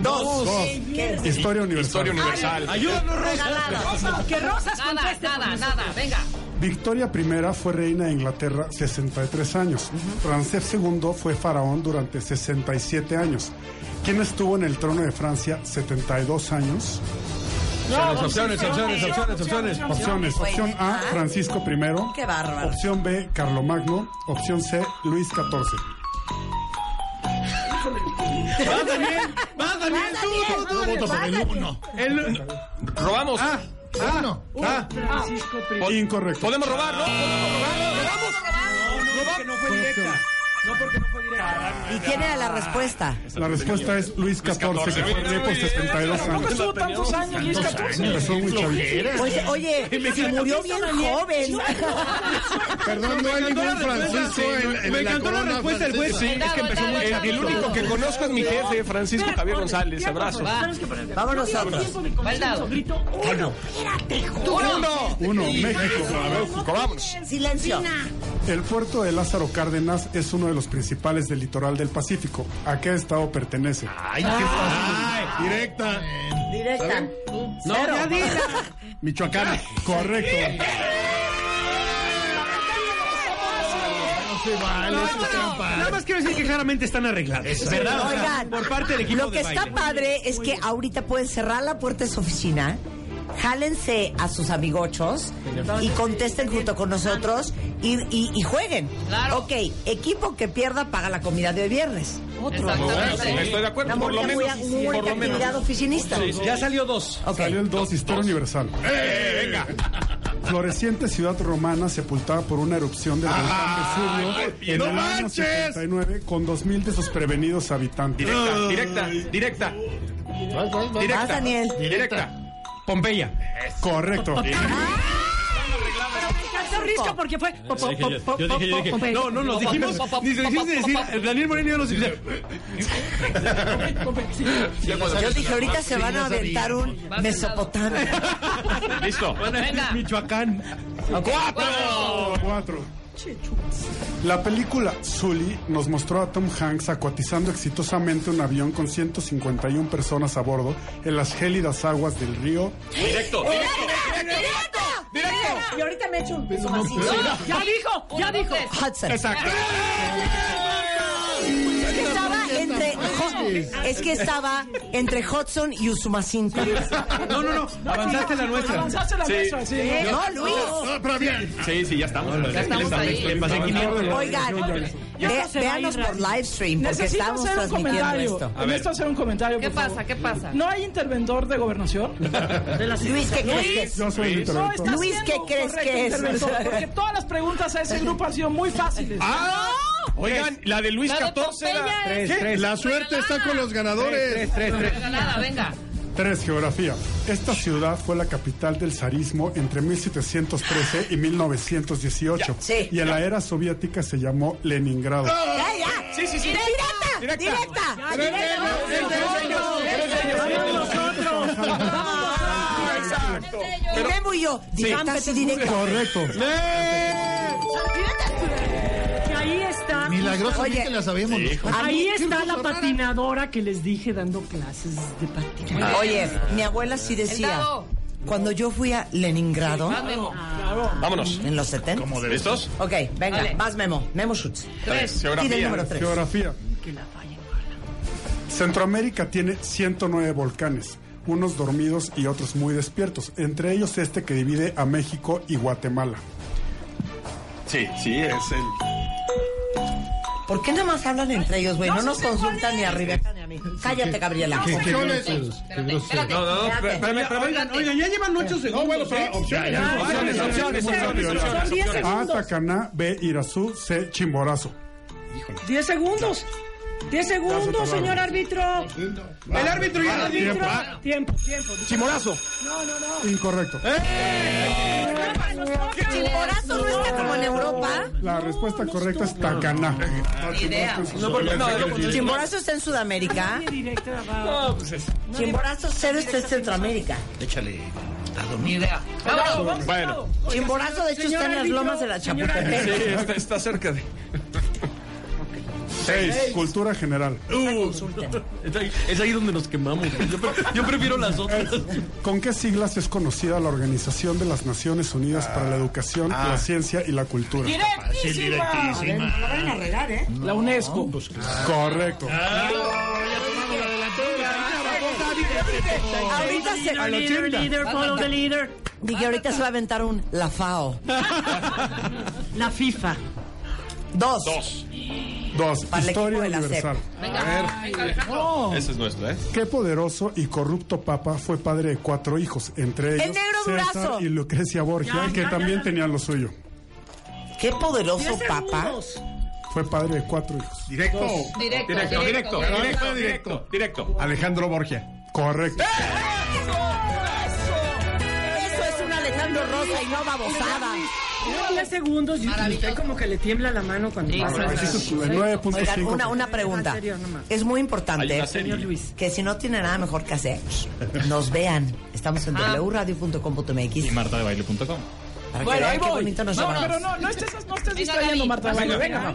Speaker 11: Dos.
Speaker 8: Dos.
Speaker 11: ¿Qué?
Speaker 8: Historia universal.
Speaker 12: Historia universal.
Speaker 4: Ayúdanos,
Speaker 11: Regalada.
Speaker 6: Que Rosas
Speaker 3: Nada,
Speaker 6: conteste.
Speaker 3: nada, nada. Venga.
Speaker 8: Victoria I fue reina de Inglaterra 63 años. Francés II fue faraón durante 67 años. ¿Quién estuvo en el trono de Francia 72 años?
Speaker 4: Opciones, opciones, opciones, opciones.
Speaker 8: Opciones. Opción A, Francisco I.
Speaker 11: Qué bárbaro.
Speaker 8: Opción B, Carlomagno. Opción C, Luis XIV.
Speaker 11: <laughs>
Speaker 4: Vas, Daniel. Vas, Daniel.
Speaker 11: Vas,
Speaker 4: Tú.
Speaker 11: Daniel,
Speaker 7: Yo voto por el
Speaker 11: vas, Daniel.
Speaker 7: uno.
Speaker 4: El...
Speaker 12: Robamos.
Speaker 4: Ah, ah,
Speaker 7: Uno.
Speaker 4: ah.
Speaker 5: Francisco I.
Speaker 8: Incorrecto.
Speaker 12: Podemos robar, ¿no? Podemos robar. ¿Robamos?
Speaker 4: No, porque no fue directa. No, porque no fue directa.
Speaker 11: ¿Y quién era la respuesta?
Speaker 8: La respuesta es Luis XIV, que fue rey por 72
Speaker 5: Tampoco
Speaker 8: años.
Speaker 5: estuvo tantos años, Luis XIV.
Speaker 8: Empezó muy chavito.
Speaker 11: Oye, oye, se murió bien joven.
Speaker 7: Perdón, no hay ningún Francisco en, en
Speaker 4: Me encantó la
Speaker 7: corona
Speaker 4: respuesta del juez.
Speaker 7: francesa.
Speaker 12: Sí, es que empezó muy El, el único que conozco es mi jefe, Francisco Javier González. Abrazo.
Speaker 11: Vámonos nosotros.
Speaker 3: Va el dado.
Speaker 12: Uno.
Speaker 8: Uno, México.
Speaker 12: Vámonos.
Speaker 11: Silencio.
Speaker 8: El puerto de Lázaro Cárdenas es uno de los principales del litoral del Pacífico. ¿A qué estado pertenece?
Speaker 7: Ay, qué fácil. Directa.
Speaker 11: Directa.
Speaker 4: No, ya dila.
Speaker 7: Michoacán.
Speaker 8: Correcto.
Speaker 7: No se vale, eso es trampa.
Speaker 4: Nada más quiero decir que claramente están arregladas. ¿Verdad? O sea,
Speaker 11: Oigan,
Speaker 4: por parte del equipo
Speaker 11: lo que
Speaker 4: de
Speaker 11: está
Speaker 4: baile.
Speaker 11: padre es que ahorita pueden cerrar la puerta de su oficina, jálense a sus amigochos y contesten junto con nosotros y, y- y jueguen.
Speaker 3: Claro.
Speaker 11: Ok, equipo que pierda paga la comida de hoy viernes.
Speaker 3: Exactamente.
Speaker 12: Estoy de
Speaker 11: Una
Speaker 12: acuerdo, por
Speaker 11: muy,
Speaker 12: lo
Speaker 11: muy,
Speaker 12: menos. Por
Speaker 11: muy buena
Speaker 12: lo menos.
Speaker 11: actividad oficinista.
Speaker 4: Ya salió dos.
Speaker 11: Ok.
Speaker 8: Salió el 2, Historia Universal. Floreciente ciudad romana sepultada por una erupción del
Speaker 4: Ah.
Speaker 8: volcán Vesubio en
Speaker 7: ¡No
Speaker 8: el año
Speaker 7: manches!
Speaker 8: 79 con 2.000 de sus prevenidos habitantes.
Speaker 12: Directa, directa, directa,
Speaker 7: Vas, vas, vas.
Speaker 11: Vas,
Speaker 12: directa.
Speaker 11: Daniel.
Speaker 12: Directa.
Speaker 4: Pompeya.
Speaker 8: Correcto.
Speaker 6: Cantó Risco porque fue.
Speaker 4: Yo dije, yo dije. No, no, nos dijimos. Ni se dijiste decir. Daniel Moreno ya nos dice.
Speaker 11: Yo dije, ahorita se van a
Speaker 7: ya sabía.
Speaker 11: aventar un Mesopotamia.
Speaker 12: <laughs> Listo.
Speaker 3: Venga.
Speaker 4: Michoacán.
Speaker 12: ¡Cuatro!
Speaker 8: 4. La película Sully nos mostró a Tom Hanks acuatizando exitosamente un avión con 151 personas a bordo en las gélidas aguas del río.
Speaker 12: Directo, directo.
Speaker 11: Y ahorita me echo un beso así. ¡Oh!
Speaker 6: Ya dijo, ya dijo.
Speaker 11: Hudson.
Speaker 4: Exacto.
Speaker 11: Estaba entre Es que estaba entre Hudson y Usumacinta.
Speaker 4: No, no, no. Avanzaste la nuestra.
Speaker 5: Avanzaste la
Speaker 4: Sí.
Speaker 5: nuestra, sí.
Speaker 11: Eh, no, Luis.
Speaker 12: Sí, sí, ya estamos.
Speaker 4: Ya estamos ahí.
Speaker 12: Le pasé 500.
Speaker 11: Oigan,
Speaker 5: Ya
Speaker 11: ve-
Speaker 5: no se va
Speaker 11: véanos
Speaker 5: a ir,
Speaker 11: por
Speaker 5: Rafa.
Speaker 11: live stream porque
Speaker 5: Necesito
Speaker 11: estamos
Speaker 5: hacer un
Speaker 11: transmitiendo
Speaker 5: comentario.
Speaker 11: esto.
Speaker 5: A ver. Necesito hacer un comentario. ¿Qué pasa?
Speaker 3: ¿Qué pasa?
Speaker 5: ¿No hay interventor de gobernación?
Speaker 11: Luis, ¿qué crees que es?
Speaker 5: Yo soy el
Speaker 11: No,
Speaker 5: interventor.
Speaker 11: estás Luis, ¿qué
Speaker 5: siendo
Speaker 11: crees que
Speaker 5: correcto,
Speaker 11: es?
Speaker 5: interventor, Porque todas las preguntas a ese grupo han sido muy fáciles.
Speaker 11: ¡Ah!
Speaker 9: Oigan, la de Luis
Speaker 5: La de
Speaker 9: 14 era-
Speaker 5: Pompeya es-
Speaker 9: ¿Qué?
Speaker 5: Tres, tres.
Speaker 9: La suerte está con los ganadores.
Speaker 3: Regalada, venga.
Speaker 8: Tres, geografía. Esta ciudad fue la capital del zarismo entre 1713 y 1918. Y en la era soviética se llamó Leningrado.
Speaker 9: Ah.
Speaker 11: Ya, ya.
Speaker 2: Sí, sí, sí.
Speaker 11: Directa, directa.
Speaker 2: Ya, directa.
Speaker 11: Directa. Y Memo y yo, directas y directas.
Speaker 7: Correcto.
Speaker 6: Que ahí está.
Speaker 7: Milagrosamente la sabíamos.
Speaker 6: Ahí
Speaker 11: Pues Qué
Speaker 6: está
Speaker 11: cosa
Speaker 6: la
Speaker 11: rara.
Speaker 6: patinadora que les dije dando clases de patinaje.
Speaker 11: Oye, mi abuela sí
Speaker 6: El
Speaker 11: decía,
Speaker 6: dado.
Speaker 11: cuando yo fui a Leningrado,
Speaker 6: Sí, vas, Memo.
Speaker 12: Vámonos.
Speaker 11: En los 70.
Speaker 12: ¿Listos?
Speaker 11: Ok, venga,
Speaker 12: Dale.
Speaker 11: vas Memo, Memo Schutz.
Speaker 12: Tres.
Speaker 11: Tira el número tres.
Speaker 8: Geografía. Centroamérica tiene 109 volcanes, unos dormidos y otros muy despiertos, entre ellos este que divide a México y Guatemala.
Speaker 9: Sí, sí, es el.
Speaker 11: ¿Por qué nada más hablan entre ellos, güey? No, nos consultan ni a Rebeca ni a mí. Cállate, Gabriela.
Speaker 4: ¿Qué- qué groseros, qué groseros. No, no, no, espérame, espérame, oigan, oigan, ya llevan ocho segundos. ¿eh? No, bueno, pero
Speaker 8: opciones,
Speaker 4: opciones, opciones, opciones, opciones, opciones.
Speaker 8: A, Tacaná, B, Irazú, C, Chimborazo.
Speaker 6: 10 segundos. 10 segundos, señor árbitro.
Speaker 8: El árbitro ya lo dijo.
Speaker 6: Tiempo, tiempo, tiempo.
Speaker 8: Chimborazo. ¿Eh?
Speaker 6: No, no, no.
Speaker 8: Incorrecto.
Speaker 11: Chimborazo no está como en Europa.
Speaker 8: La respuesta correcta es Tacaná.
Speaker 11: idea.
Speaker 8: No, porque- no, no,
Speaker 11: Chimborazo está en Sudamérica.
Speaker 6: No,
Speaker 11: pues es. Chimborazo cero está en Centroamérica.
Speaker 7: Échale.
Speaker 11: Ni idea.
Speaker 12: Vamos, vamos, Bueno.
Speaker 11: Chimborazo, de hecho,
Speaker 6: Señor
Speaker 11: está en las
Speaker 6: árbitro,
Speaker 11: lomas de la
Speaker 6: señor
Speaker 11: Chapultepec.
Speaker 12: Sí, está, está cerca de.
Speaker 8: Seis. Cultura general.
Speaker 4: Uh. Es ahí, es ahí donde nos quemamos. Yo, pre- yo prefiero las otras.
Speaker 8: ¿Con qué siglas es conocida la Organización de las Naciones Unidas para la Educación, la Ciencia y la Cultura?
Speaker 7: directísima.
Speaker 11: lo van a regar, ¿eh? Ah,
Speaker 5: La UNESCO.
Speaker 8: Correcto.
Speaker 11: Ahorita se...
Speaker 2: Al 80.
Speaker 6: Leader, follow
Speaker 11: <laughs>
Speaker 6: the leader.
Speaker 11: Dije, ahorita se va a aventar un la FAO.
Speaker 6: La FIFA.
Speaker 11: Dos.
Speaker 12: Dos.
Speaker 8: Dos.
Speaker 11: Para el
Speaker 8: Historia
Speaker 11: equipo de la
Speaker 8: universal.
Speaker 12: Esa es nuestra, ¿eh?
Speaker 8: ¿Qué poderoso y corrupto papa fue padre de cuatro hijos, entre
Speaker 11: El
Speaker 8: ellos
Speaker 11: negro
Speaker 8: César
Speaker 11: Durazo.
Speaker 8: y Lucrecia Borgia,
Speaker 11: Ya,
Speaker 8: que
Speaker 11: ya,
Speaker 8: también
Speaker 11: ya, ya.
Speaker 8: tenían lo suyo?
Speaker 11: Qué poderoso
Speaker 8: Diez
Speaker 11: papá.
Speaker 8: Fue padre de cuatro hijos.
Speaker 9: Directo.
Speaker 8: Dos.
Speaker 9: Directo, directo, directo, directo, directo, Alejandro Borgia.
Speaker 8: Correcto.
Speaker 11: Eso es un Alejandro Rosa y no babosada.
Speaker 6: Lleva 10 segundos y usted como que le tiembla la mano cuando pasa.
Speaker 11: Oigan, una, una pregunta. Es muy
Speaker 6: Hay
Speaker 11: importante
Speaker 6: una serie. Señor Luis.
Speaker 11: que si no tiene nada mejor que hacer, nos vean. Estamos en
Speaker 6: Ah.
Speaker 11: wradio.com.mx.
Speaker 10: Y martadebaile.com.
Speaker 11: Para que
Speaker 5: Bueno, ahí
Speaker 11: vean qué
Speaker 5: voy.
Speaker 11: bonito nos
Speaker 5: No,
Speaker 11: llevamos.
Speaker 5: pero no, no estés, no estés
Speaker 6: Venga,
Speaker 5: distrayendo,
Speaker 6: Gaby.
Speaker 5: Marta. Venga,
Speaker 6: Venga,
Speaker 5: venga.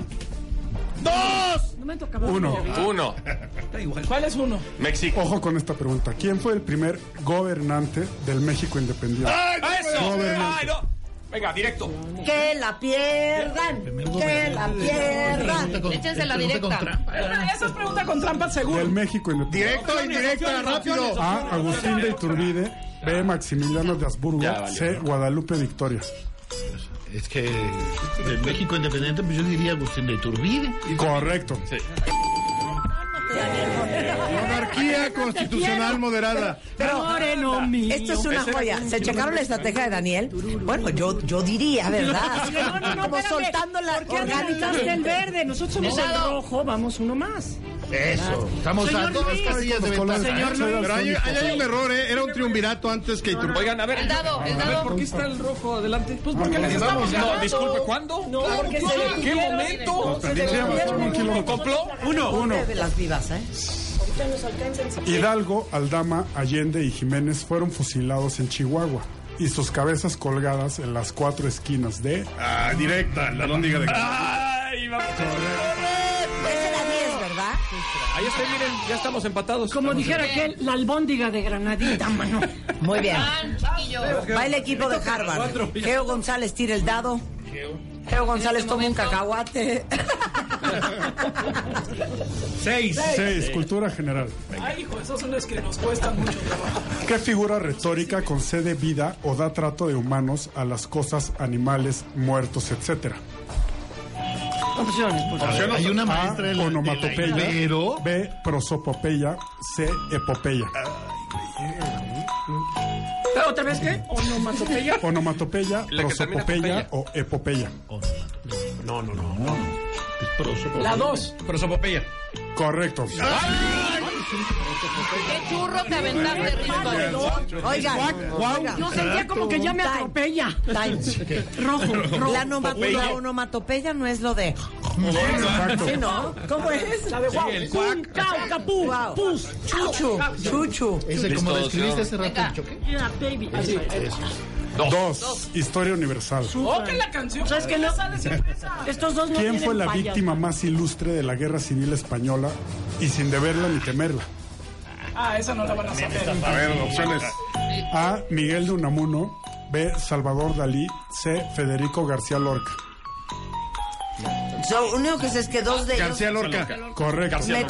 Speaker 6: ¡Dos! No me tocaba.
Speaker 12: Uno.
Speaker 5: ¿Cuál es uno?
Speaker 12: México.
Speaker 8: Ojo con esta pregunta. ¿Quién fue el primer gobernante del México independiente?
Speaker 12: ¡Eso!
Speaker 8: Gobernante.
Speaker 12: ¡Ay, no! Venga, directo.
Speaker 11: Que la pierdan. Que la pierdan.
Speaker 3: Échense la directa.
Speaker 5: Esa es pregunta con trampa, seguro.
Speaker 8: Del México independiente.
Speaker 5: Directo, indirecta, rápido.
Speaker 8: A. Agustín de Iturbide. B. Maximiliano de Habsburgo.
Speaker 7: Ya valió,
Speaker 8: C. Guadalupe Victoria.
Speaker 7: Es que del México independiente, pues yo diría Agustín de Iturbide.
Speaker 8: Correcto.
Speaker 9: Monarquía constitucional moderada.
Speaker 11: Pero
Speaker 6: Moreno mío.
Speaker 11: esto es una
Speaker 6: Ese-
Speaker 11: joya. Se checaron la estrategia de Daniel. Bueno, yo, yo diría, ¿verdad?
Speaker 6: No, no, no,
Speaker 11: Como
Speaker 6: espérame.
Speaker 11: soltando la
Speaker 6: ¿Por qué analizaste el verde? Nosotros somos el rojo, vamos uno más.
Speaker 7: Eso. Estamos
Speaker 6: Señor
Speaker 7: a dos
Speaker 6: Luis.
Speaker 7: casillas de
Speaker 6: Señor
Speaker 7: ventaja.
Speaker 6: Luis.
Speaker 9: Pero ahí ahí hay un error, ¿eh? Era un triunvirato antes que Iturbide.
Speaker 12: Oigan, a ver.
Speaker 3: El dado, el
Speaker 9: A ver,
Speaker 3: dado.
Speaker 9: ¿por qué está el rojo adelante? Pues porque
Speaker 12: les estamos ganando.
Speaker 6: No, porque se
Speaker 12: ¿En qué
Speaker 6: detuvieron.
Speaker 12: momento?
Speaker 6: Se detuvieron.
Speaker 12: ¿Compló?
Speaker 8: Uno, uno.
Speaker 11: De las vivas, ¿eh?
Speaker 6: Ahorita nos alcanzan.
Speaker 8: Hidalgo, Aldama, Allende y Jiménez fueron fusilados en Chihuahua y sus cabezas colgadas en las cuatro esquinas de...
Speaker 9: Ah, directa, la lóndiga de.
Speaker 5: Ah.
Speaker 12: ¡Ay, vamos!
Speaker 11: Esa era 10, ¿verdad?
Speaker 12: Ahí está, miren, ya estamos empatados.
Speaker 6: Como
Speaker 12: Estamos
Speaker 6: dijera
Speaker 12: empatados.
Speaker 6: aquel, la albóndiga de granadita, mano.
Speaker 11: Muy bien.
Speaker 3: chiquillos.
Speaker 11: Va el equipo de
Speaker 12: este
Speaker 11: <laughs> Harvard. Geo González tira el dado. Geo González toma un cacahuate.
Speaker 8: Seis. Seis,
Speaker 5: Sí.
Speaker 8: cultura general.
Speaker 5: Ay, hijo, esas son las que nos cuestan mucho trabajo.
Speaker 8: ¿Qué figura retórica concede vida o da trato de humanos a las cosas, animales, muertos, etcétera?
Speaker 6: Opciones, por favor.
Speaker 8: Opciones.
Speaker 7: Hay una
Speaker 8: A,
Speaker 7: maestra de la- de la
Speaker 8: onomatopeya,
Speaker 7: Ibero.
Speaker 8: B, prosopopeya, C, epopeya.
Speaker 6: ¿Otra vez qué? ¿Onomatopeya?
Speaker 8: Onomatopeya,
Speaker 6: La que termina
Speaker 8: prosopopeya o epopeya.
Speaker 14: No, no, no. no.
Speaker 5: La dos.
Speaker 14: Prosopopeya.
Speaker 8: Correcto.
Speaker 3: ¡Qué churro te aventaste, Risto!
Speaker 11: Oigan,
Speaker 6: Yo sentía como que ya me
Speaker 11: Time,
Speaker 6: atropella.
Speaker 11: time.
Speaker 6: Rojo, rojo.
Speaker 11: La, onoma-
Speaker 6: Popeya.
Speaker 11: la onomatopeya no es lo de.
Speaker 6: Exacto.
Speaker 11: Sí, ¿no?
Speaker 6: ¿Cómo es?
Speaker 11: La de guau.
Speaker 6: el cuac. Pum, cau, capú,
Speaker 11: Guau.
Speaker 6: pus,
Speaker 11: Chuchu, chuchu.
Speaker 7: Ese como
Speaker 8: Listo,
Speaker 7: describiste
Speaker 8: señor.
Speaker 7: hace rato el choque.
Speaker 6: Yeah, baby.
Speaker 8: Así. Dos. Historia universal.
Speaker 5: Oh, que la canción.
Speaker 6: ¿Sabes qué no? Estos dos no
Speaker 8: ¿Quién fue
Speaker 6: tienen
Speaker 8: la
Speaker 6: fallas.
Speaker 8: víctima más ilustre de la guerra civil española y sin deberla ni temerla?
Speaker 5: Ah, esa no la van a saber.
Speaker 8: A ver, opciones. A. Miguel de Unamuno. B. Salvador Dalí. C. Federico García Lorca.
Speaker 11: So, único que sé es que dos de ellos.
Speaker 8: García Lorca. Correcto.
Speaker 11: Me-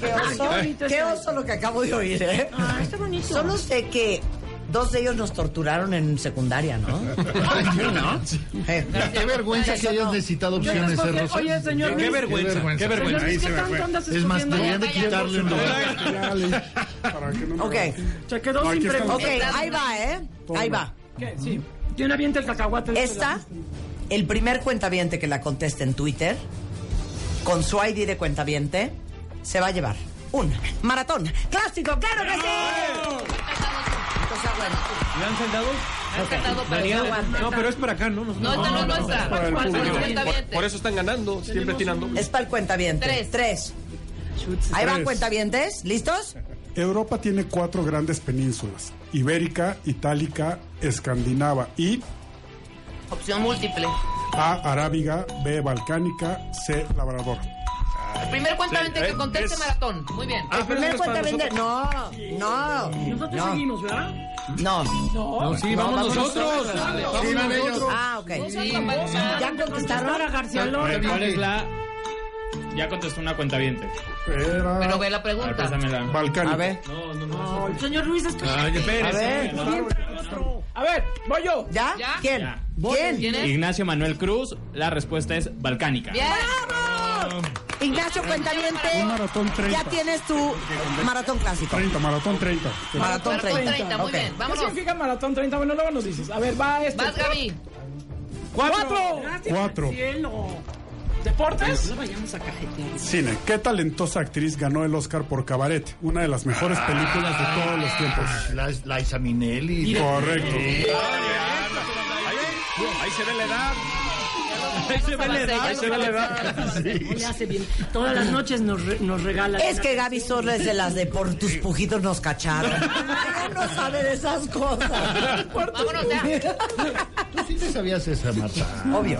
Speaker 11: Qué oso,
Speaker 6: Ay, qué
Speaker 11: qué oso lo que acabo de oír, ¿eh?
Speaker 6: Ah, está bonito.
Speaker 11: Solo sé que dos de ellos nos torturaron en secundaria, ¿no? Eh,
Speaker 7: Qué vergüenza que hayas necesitado
Speaker 11: Yo
Speaker 7: opciones,
Speaker 11: les
Speaker 7: ¿eh,
Speaker 11: conté-
Speaker 7: Rosa?
Speaker 11: oye, señor Luis.
Speaker 7: Qué vergüenza.
Speaker 11: Señor Luis, ¿qué tanto andas
Speaker 7: Es más,
Speaker 11: escogiendo?
Speaker 7: deberían de
Speaker 11: Ya, ya,
Speaker 7: quitarle un
Speaker 11: ya,
Speaker 7: lugar.
Speaker 11: Ok.
Speaker 6: Se quedó sin preguntas.
Speaker 11: Ok, ahí va, ¿eh? Ahí va.
Speaker 5: ¿Qué? Sí.
Speaker 6: Tiene avienta el cacahuate.
Speaker 11: Esta, el primer cuentaviente que la conteste en Twitter, con su ID de cuentaviente, se va a llevar un maratón clásico. ¡Claro que sí! Entonces, ah, bueno.
Speaker 4: ¿Le han sentado?
Speaker 3: Han sentado, pero
Speaker 4: Daniel,
Speaker 3: no aguanta.
Speaker 4: No, pero es para acá, ¿no? Nos-
Speaker 3: No, esta no es nuestra.
Speaker 4: Para el
Speaker 3: Por-
Speaker 4: público.
Speaker 3: por-
Speaker 12: Por eso están ganando, siempre tirando.
Speaker 11: Es para el cuentaviente. Tres. Ahí van
Speaker 8: Tres.
Speaker 11: cuentavientes. ¿Listos?
Speaker 8: Europa tiene cuatro grandes penínsulas: ibérica, itálica, escandinava y
Speaker 3: Opción múltiple.
Speaker 8: A. Arábiga, B. Balcánica, C. Labrador.
Speaker 3: El primer cuentamente
Speaker 9: eh,
Speaker 3: que conteste maratón. Muy bien.
Speaker 9: Ah,
Speaker 11: el primer cuentaviente. No, no.
Speaker 6: Nosotros
Speaker 11: no.
Speaker 6: seguimos, ¿verdad?
Speaker 11: No.
Speaker 6: No.
Speaker 11: No, sí, vamos nosotros.
Speaker 6: Sí, van ellos.
Speaker 11: Ah, ok.
Speaker 6: Sí, vamos a-
Speaker 11: ¿Ya contestaron?
Speaker 6: Contestar a García Lorca.
Speaker 10: ¿Cuál es la...? Ya contestó una cuenta viente.
Speaker 5: Eh,
Speaker 3: Pero ve la
Speaker 10: A ver,
Speaker 3: pregunta.
Speaker 10: pásamela.
Speaker 8: Balcánica.
Speaker 10: A ver.
Speaker 6: No, Señor Luis, es que...
Speaker 10: Ay, espérese.
Speaker 6: A ver.
Speaker 5: A ver, voy yo.
Speaker 11: ¿Ya?
Speaker 3: ¿Ya?
Speaker 11: ¿Quién?
Speaker 10: Ya.
Speaker 11: ¿Quién?
Speaker 10: Ignacio Manuel Cruz, la respuesta es balcánica.
Speaker 3: Bien.
Speaker 11: ¡Vamos! Ignacio Cuentaviente,
Speaker 8: Un maratón 30.
Speaker 11: ya tienes tu maratón clásico.
Speaker 8: 30, maratón 30.
Speaker 11: Maratón 30.
Speaker 3: muy
Speaker 11: Ok.
Speaker 3: bien.
Speaker 5: ¿Qué
Speaker 3: Vámonos.
Speaker 5: significa maratón 30? Bueno, luego nos dices. A ver, va este.
Speaker 3: Vas, Gaby.
Speaker 5: ¡Cuatro!
Speaker 8: Cuatro.
Speaker 6: Cielo.
Speaker 5: ¿Deportes?
Speaker 6: No vayamos a cajetear.
Speaker 8: Cine. ¿Qué talentosa actriz ganó el Oscar por Cabaret? Una de las mejores películas de todos los tiempos.
Speaker 7: Ah, La, Liza Minnelli. Ah,
Speaker 8: Correcto.
Speaker 12: Ahí se ve la edad.
Speaker 10: Ahí se ve la edad,
Speaker 3: Ahí se ve la edad. <laughs>
Speaker 6: No le hace bien. Todas las noches nos, re- nos regala.
Speaker 11: Es que Gaby Sordo es de las de por tus pujitos nos cacharon. Ella
Speaker 5: Ah,
Speaker 11: no sabe de esas cosas.
Speaker 3: Vámonos ya.
Speaker 7: Tú sí te sabías esa, Marta.
Speaker 11: Obvio.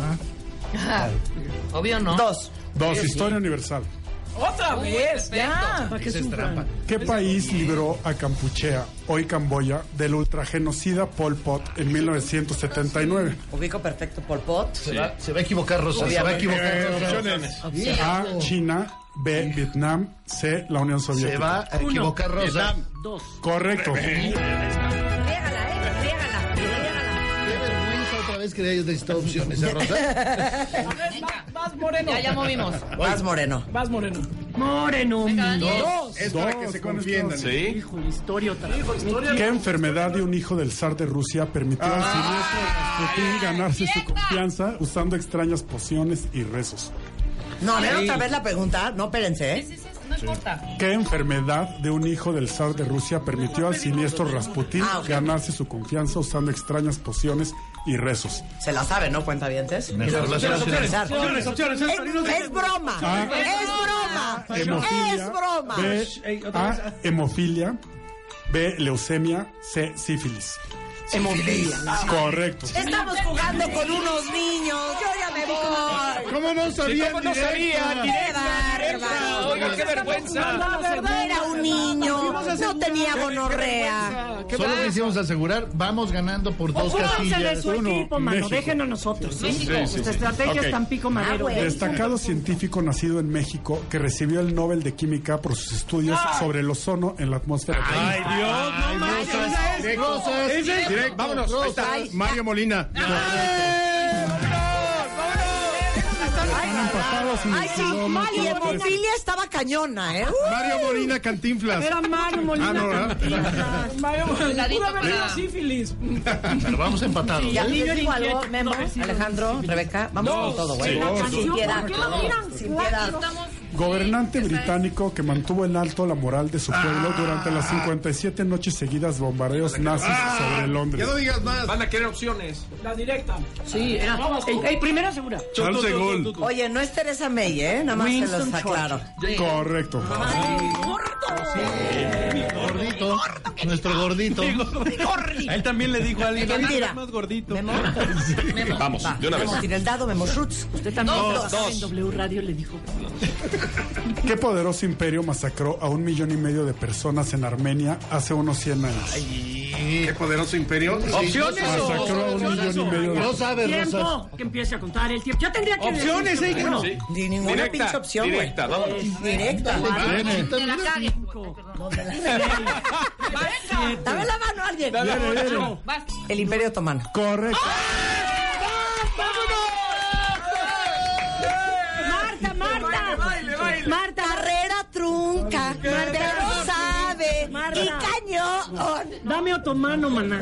Speaker 3: Obvio no.
Speaker 11: Dos.
Speaker 8: Dos. Historia universal.
Speaker 5: ¡Otra
Speaker 3: Uy,
Speaker 5: vez! ¡Ya!
Speaker 7: Ah,
Speaker 6: Para que sufran.
Speaker 8: ¿Qué país libró a Campuchea, hoy Camboya, del ultragenocida Pol Pot en 1979?
Speaker 11: Ubico perfecto Pol Pot.
Speaker 7: Se va, se va a equivocar, Rosa. Se va a
Speaker 6: Eh,
Speaker 7: equivocar.
Speaker 8: Eh,
Speaker 7: Rosa.
Speaker 8: A. China. B. Vietnam. C. La Unión
Speaker 7: Se va
Speaker 8: Soviética.
Speaker 7: a equivocar, Rosa.
Speaker 6: Dos.
Speaker 8: Correcto.
Speaker 11: Riégala, eh, riégala, riégala.
Speaker 7: Qué vergüenza otra vez que le hayas necesitado opciones, ¿eh, Rosa?
Speaker 11: <laughs>
Speaker 5: A ver, va- vas, Moreno.
Speaker 3: Ya, ya movimos.
Speaker 11: Vas, Moreno.
Speaker 5: Vas, Moreno.
Speaker 6: Moreno.
Speaker 3: Venga, Daniel.
Speaker 9: Es para que se confiendan.
Speaker 12: Sí.
Speaker 6: Hijo, la historia otra vez.
Speaker 8: ¿Qué enfermedad de un hijo del zar de Rusia permitió al siniestro Rasputín ganarse su confianza usando extrañas pociones y rezos?
Speaker 11: No, a ver otra vez la pregunta. No, espérense,
Speaker 3: Sí, sí,
Speaker 11: ¿eh?
Speaker 3: sí, No importa.
Speaker 8: ¿Qué enfermedad de un hijo del zar de Rusia permitió al siniestro Rasputín
Speaker 11: Ah, ok.
Speaker 8: ganarse su confianza usando extrañas pociones y rezos?
Speaker 11: Se la sabe, ¿no? Cuenta dientes.
Speaker 7: Mejor las opciones.
Speaker 4: Opciones, opciones,
Speaker 11: Es,
Speaker 4: opciones.
Speaker 11: es broma.
Speaker 8: Ah.
Speaker 11: Es broma. Es broma.
Speaker 8: B,
Speaker 4: Ey, otra vez.
Speaker 5: ah,
Speaker 8: A, hemofilia. B, leucemia. C, sífilis. Hemofilia. Correcto.
Speaker 11: Estamos jugando con unos niños. Yo ya me voy.
Speaker 7: ¿Cómo no sabían?
Speaker 11: Qué bárbaro. verdad.
Speaker 12: Oiga, qué vergüenza.
Speaker 11: Era un niño, no tenía gonorrea.
Speaker 7: Solo quisimos asegurar, vamos ganando por dos
Speaker 6: Ocúpense
Speaker 7: casillas.
Speaker 6: de su equipo, mano. Déjenos nosotros. ¿sí?
Speaker 7: México.
Speaker 6: Nuestra estrategia
Speaker 7: Ok.
Speaker 6: es
Speaker 11: Ah,
Speaker 6: Tampico Madero.
Speaker 8: Destacado científico nacido en México que recibió el Nobel de Química por sus estudios sobre el ozono en la atmósfera.
Speaker 9: Ay, Dios, no manches. Ese es.
Speaker 7: Rosas.
Speaker 9: Ese es. Direct- Vámonos. Ahí está.
Speaker 7: Rosas.
Speaker 9: Mario Molina.
Speaker 8: empatados y-
Speaker 11: Ay, sí,
Speaker 8: no, no,
Speaker 11: Mali,
Speaker 8: no, no,
Speaker 11: hemofilia estaba cañona, ¿eh?
Speaker 9: Mario Molina Cantinflas.
Speaker 6: Era Mario Molina
Speaker 9: Ah, no, ¿verdad?
Speaker 6: Mario Molina.
Speaker 5: Pudo haber
Speaker 6: para-
Speaker 5: sido sífilis.
Speaker 7: Pero vamos empatados. ¿eh?
Speaker 11: Y a mí yo
Speaker 6: Sí,
Speaker 11: digo
Speaker 6: sí,
Speaker 11: algo,
Speaker 6: sí,
Speaker 11: Memo,
Speaker 6: sí, sí,
Speaker 11: Alejandro, Rebeca, vamos
Speaker 8: No,
Speaker 11: con todo,
Speaker 8: sí,
Speaker 11: güey.
Speaker 8: no,
Speaker 11: Sin
Speaker 8: no,
Speaker 11: piedad,
Speaker 8: ¿por qué no
Speaker 11: sin piedad.
Speaker 8: Gobernante británico que mantuvo en alto la moral de su
Speaker 11: Ah.
Speaker 8: pueblo durante las 57 noches seguidas bombardeos nazis
Speaker 11: Ah,
Speaker 8: sobre Londres.
Speaker 12: más. Van a querer opciones.
Speaker 6: La directa.
Speaker 11: Sí, era-
Speaker 6: Ey, ey, primera segura.
Speaker 8: Charles de Gaulle.
Speaker 11: Oye, no es Teresa May, ¿eh? Nada más se
Speaker 6: Winston
Speaker 11: los aclaro.
Speaker 8: Correcto.
Speaker 11: Eh,
Speaker 7: Gordito. Nuestro gordito.
Speaker 4: A él también le dijo a alguien.
Speaker 11: Mentira.
Speaker 4: "Ah, estás más gordito.
Speaker 12: Vamos, de una vez.
Speaker 11: Memo, tira el dado, Memo Schutz.
Speaker 6: Usted también
Speaker 12: Dos,
Speaker 6: trabajaba
Speaker 12: dos.
Speaker 6: en W Radio le dijo.
Speaker 8: ¿Qué poderoso imperio masacró a un millón y medio de personas en Armenia hace unos 100 años?
Speaker 9: Qué poderoso imperio.
Speaker 8: ¿Opciones o- Masacró a un millón y medio de-
Speaker 7: Rosa, a ver, Rosa.
Speaker 6: Tiempo, que empiece a contar el tiempo. Yo tendría que
Speaker 4: Opciones,
Speaker 6: decir,
Speaker 4: ¿eh?
Speaker 6: bueno,
Speaker 4: Sí.
Speaker 11: Ni ninguna
Speaker 12: Directa,
Speaker 11: pinche opción, güey.
Speaker 12: directa, vámonos.
Speaker 11: Es Directa.
Speaker 7: Viene.
Speaker 11: Dame la mano a alguien.
Speaker 8: Viene, viene.
Speaker 11: El Imperio Otomano.
Speaker 8: Correcto.
Speaker 11: Marta, Marta.
Speaker 6: Marta,
Speaker 11: Carrera trunca. Marta no sabe.
Speaker 6: Marta.
Speaker 11: Y cañón.
Speaker 6: dame otomano, maná.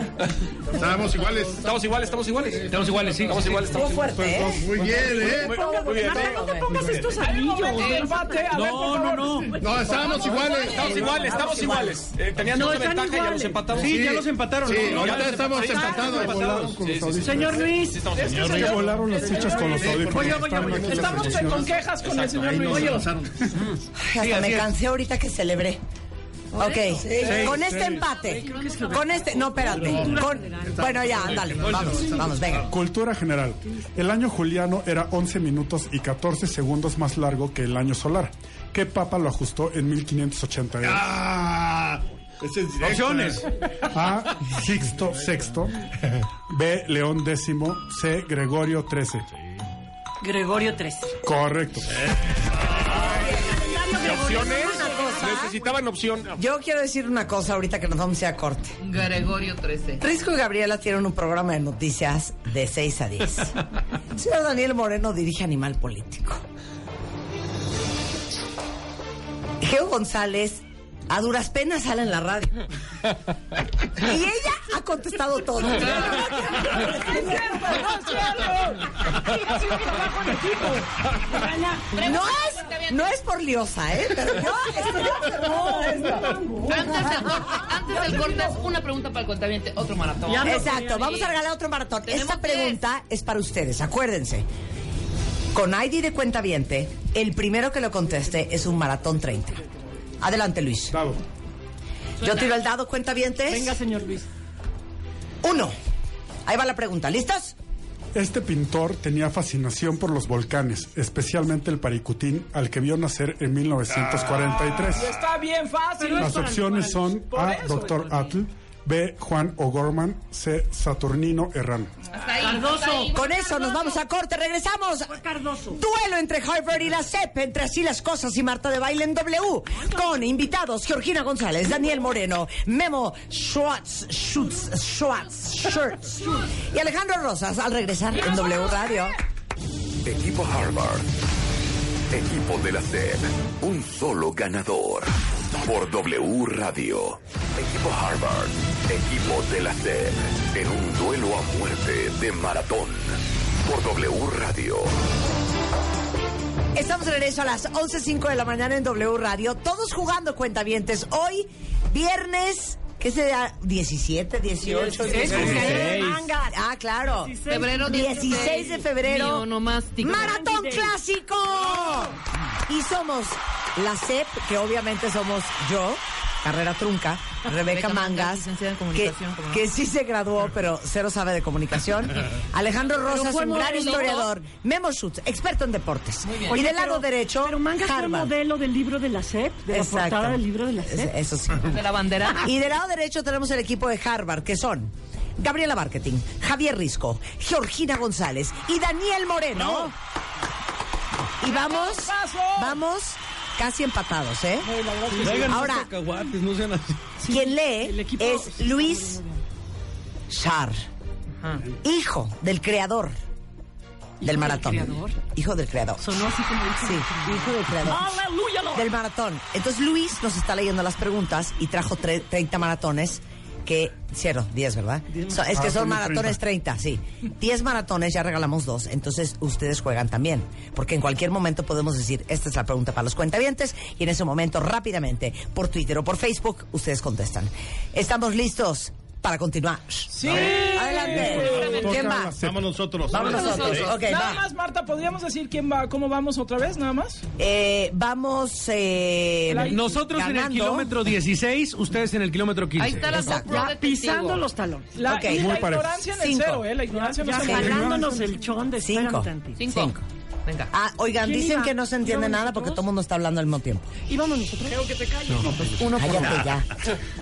Speaker 9: Estamos iguales.
Speaker 12: Estamos iguales, estamos iguales.
Speaker 4: Estamos iguales, sí.
Speaker 12: Estamos iguales,
Speaker 11: Estuvo
Speaker 12: estamos iguales.
Speaker 11: fuerte, ¿eh?
Speaker 9: Muy bien, ¿eh?
Speaker 12: Muy bien.
Speaker 6: Marta, no te pongas estos anillos.
Speaker 4: No, no, no.
Speaker 9: No, estábamos iguales.
Speaker 12: Estamos iguales, estamos iguales. Eh, tenían
Speaker 6: No,
Speaker 12: dos de
Speaker 6: están
Speaker 12: ventaja y ya los
Speaker 6: iguales.
Speaker 12: empatamos.
Speaker 4: Sí, ya los empataron.
Speaker 9: Sí,
Speaker 4: ¿no?
Speaker 9: ahorita
Speaker 12: Ya los
Speaker 9: estamos
Speaker 12: empataron.
Speaker 9: empatados.
Speaker 8: Volaron con los audífonos.
Speaker 6: Señor Luis,
Speaker 12: Sí, estamos empatados.
Speaker 8: Que volaron las fichas con los audífonos.
Speaker 6: oye, oye,
Speaker 8: Estaban
Speaker 6: oye,
Speaker 8: aquí las
Speaker 6: estamos
Speaker 8: elecciones.
Speaker 6: con quejas con el señor Luis. Oye,
Speaker 11: Ay, hasta me cansé ahorita que celebré. Ok, con este empate. Con este, no, espérate. Con- bueno, ya, ándale. Vamos, vamos, venga.
Speaker 8: Cultura general. El año juliano era 11 minutos y 14 segundos más largo que el año solar. ¿Qué papa lo ajustó en 1582?
Speaker 9: Ah, ese es directo.
Speaker 4: Opciones.
Speaker 8: A. Sixto VI. B. León X. C. Gregorio XIII.
Speaker 6: Gregorio 3.
Speaker 8: Correcto.
Speaker 12: Opciones. Necesitaban opción.
Speaker 11: Yo quiero decir una cosa ahorita que nos vamos a ir a corte.
Speaker 3: Gregorio 13.
Speaker 11: Risco y Gabriela tienen un programa de noticias de 6 a 10. El señor Daniel Moreno dirige Animal Político. Geo González a duras penas sale en la radio. Y ella ha contestado todo. No es, no es por liosa,
Speaker 3: <laughs>
Speaker 11: ¿eh? Pero yo estoy observando esto.
Speaker 3: Antes del, cor- antes del corte, es una pregunta para el contabiente, otro maratón.
Speaker 6: Ya.
Speaker 11: Exacto, vamos a regalar otro maratón.
Speaker 3: Tenemos
Speaker 11: Esta pregunta es para ustedes, acuérdense. Con ID de cuenta viente, el primero que lo conteste es un maratón 30. Adelante, Luis.
Speaker 8: Dado.
Speaker 11: Yo tiro el dado cuenta
Speaker 6: Venga,
Speaker 11: vientes.
Speaker 6: señor Luis.
Speaker 11: Uno. Ahí va la pregunta, ¿listos?
Speaker 8: Este pintor tenía fascinación por los volcanes, especialmente el Paricutín, al que vio nacer en 1943.
Speaker 5: Está bien fácil.
Speaker 8: Las opciones son A. Doctor Atl. B. Juan O'Gorman. C. Saturnino Herrán.
Speaker 3: Hasta ahí, hasta
Speaker 6: Cardoso.
Speaker 3: ahí.
Speaker 11: Con eso nos vamos a corte, regresamos.
Speaker 6: Fue Cardoso.
Speaker 11: Duelo entre Harvard y la CEP, entre así las cosas y Marta de Baile en W, con invitados Georgina González, Daniel Moreno, Memo Schwartz, Schutz, Schwartz, Schurz y Alejandro Rosas al regresar en W Radio.
Speaker 1: Equipo Harvard. Equipo de la SED. Un solo ganador. Por W Radio. Equipo Harvard. Equipo de la SED. En un duelo a muerte de maratón. Por W Radio.
Speaker 11: Estamos de regreso a las 11.05 de la mañana en W Radio, todos jugando cuentavientes. Hoy, viernes, ¿qué será? 17, 18, 16. Manga. Ah, claro.
Speaker 3: Febrero
Speaker 11: 16 de febrero.
Speaker 3: Neonomástico.
Speaker 11: Maratón clásico. Y somos la CEP, que obviamente somos yo, carrera trunca, Rebeca
Speaker 3: Ah, Rebeca Mangas,
Speaker 11: Mangas,
Speaker 3: licenciada en
Speaker 11: que,
Speaker 3: comunicación, ¿cómo no?
Speaker 11: que sí se graduó, pero cero sabe de
Speaker 6: <laughs>
Speaker 11: comunicación. Alejandro
Speaker 6: Pero
Speaker 11: Rosas,
Speaker 6: fue
Speaker 11: un gran
Speaker 6: modelo.
Speaker 11: historiador. Memo Schutz, experto en deportes.
Speaker 6: bien.
Speaker 11: Y
Speaker 6: Oye,
Speaker 11: del lado
Speaker 6: pero-
Speaker 11: derecho,
Speaker 6: pero Mangas fue
Speaker 11: Harvard.
Speaker 6: modelo del libro de la SEP, de la
Speaker 11: Exacto.
Speaker 6: portada del libro <laughs> de la SEP.
Speaker 11: Eso sí.
Speaker 3: De la bandera.
Speaker 11: Y del lado derecho tenemos el equipo de Harvard, que son Gabriela Marketing, Javier Risco, Georgina González y Daniel Moreno. Y vamos, vamos casi empatados, ¿eh?
Speaker 4: Traigan más
Speaker 11: Ahora,
Speaker 4: cacahuates, no sean así.
Speaker 11: quien lee es Luis Char, hijo del creador del maratón. Hijo del creador. Sonó así como Sí, hijo del creador.
Speaker 6: Aleluya, Lord.
Speaker 11: Del maratón. Entonces Luis nos está leyendo las preguntas y trajo tre- 30 maratones que hicieron 10, ¿verdad? So- es que son maratones
Speaker 6: Maratones
Speaker 11: 30, sí. 10 maratones, ya regalamos dos, entonces ustedes juegan también, porque en cualquier momento podemos decir, esta es la pregunta para los cuentavientes, y en ese momento rápidamente, por Twitter o por Facebook, ustedes contestan. ¿Estamos listos para continuar? Sí. Adelante.
Speaker 5: Toca
Speaker 11: ¿Quién va?
Speaker 5: la
Speaker 7: Vamos nosotros.
Speaker 11: Vamos nosotros. Ok,
Speaker 5: nada
Speaker 11: va.
Speaker 5: más, Marta, ¿podríamos decir quién va? ¿Cómo vamos otra vez? Nada más.
Speaker 11: Eh, vamos. eh,
Speaker 4: Nosotros en el
Speaker 11: ganando.
Speaker 4: kilómetro 16, ustedes en el kilómetro 15.
Speaker 11: Exacto.
Speaker 6: pisando los talones.
Speaker 5: La,
Speaker 4: Ok.
Speaker 5: y la
Speaker 4: Muy parecido.
Speaker 5: ignorancia en el
Speaker 4: Cinco.
Speaker 5: cero, ¿eh? La ignorancia no
Speaker 6: Ya
Speaker 5: se
Speaker 6: jalándonos el chon de
Speaker 11: Cinco.
Speaker 6: Cinco.
Speaker 3: Venga.
Speaker 11: Ah, oigan,
Speaker 6: ¿Quién
Speaker 11: dicen
Speaker 6: iba?
Speaker 11: que no se entiende
Speaker 6: ¿Íbamos
Speaker 11: nada porque todo el mundo está hablando al mismo tiempo.
Speaker 6: Íbamos nosotros. Creo que te calles.
Speaker 11: Uno por uno. pues, ya.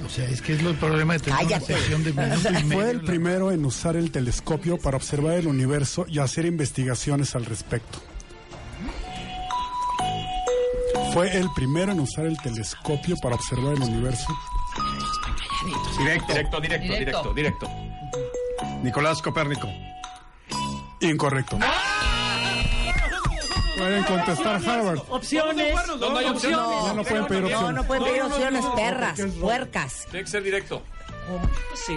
Speaker 7: O sea, es que es lo- el problema de tener
Speaker 11: Cállate.
Speaker 7: una sesión de minuto y medio.
Speaker 8: Fue el primero en usar el telescopio para observar el universo y hacer investigaciones al respecto. Fue el primero en usar el telescopio para observar el universo.
Speaker 9: Directo, directo, directo, directo, directo. Nicolás Copérnico.
Speaker 8: Incorrecto.
Speaker 11: Ah.
Speaker 8: Pueden contestar Harvard.
Speaker 6: Opciones.
Speaker 12: No hay opciones.
Speaker 8: No, no pueden pedir
Speaker 11: No,
Speaker 8: opciones.
Speaker 11: no pueden pedir
Speaker 12: No, no,
Speaker 11: opciones,
Speaker 12: no, no,
Speaker 11: perras,
Speaker 12: porque es robo.
Speaker 11: puercas.
Speaker 12: Tiene que ser directo.
Speaker 6: Sí.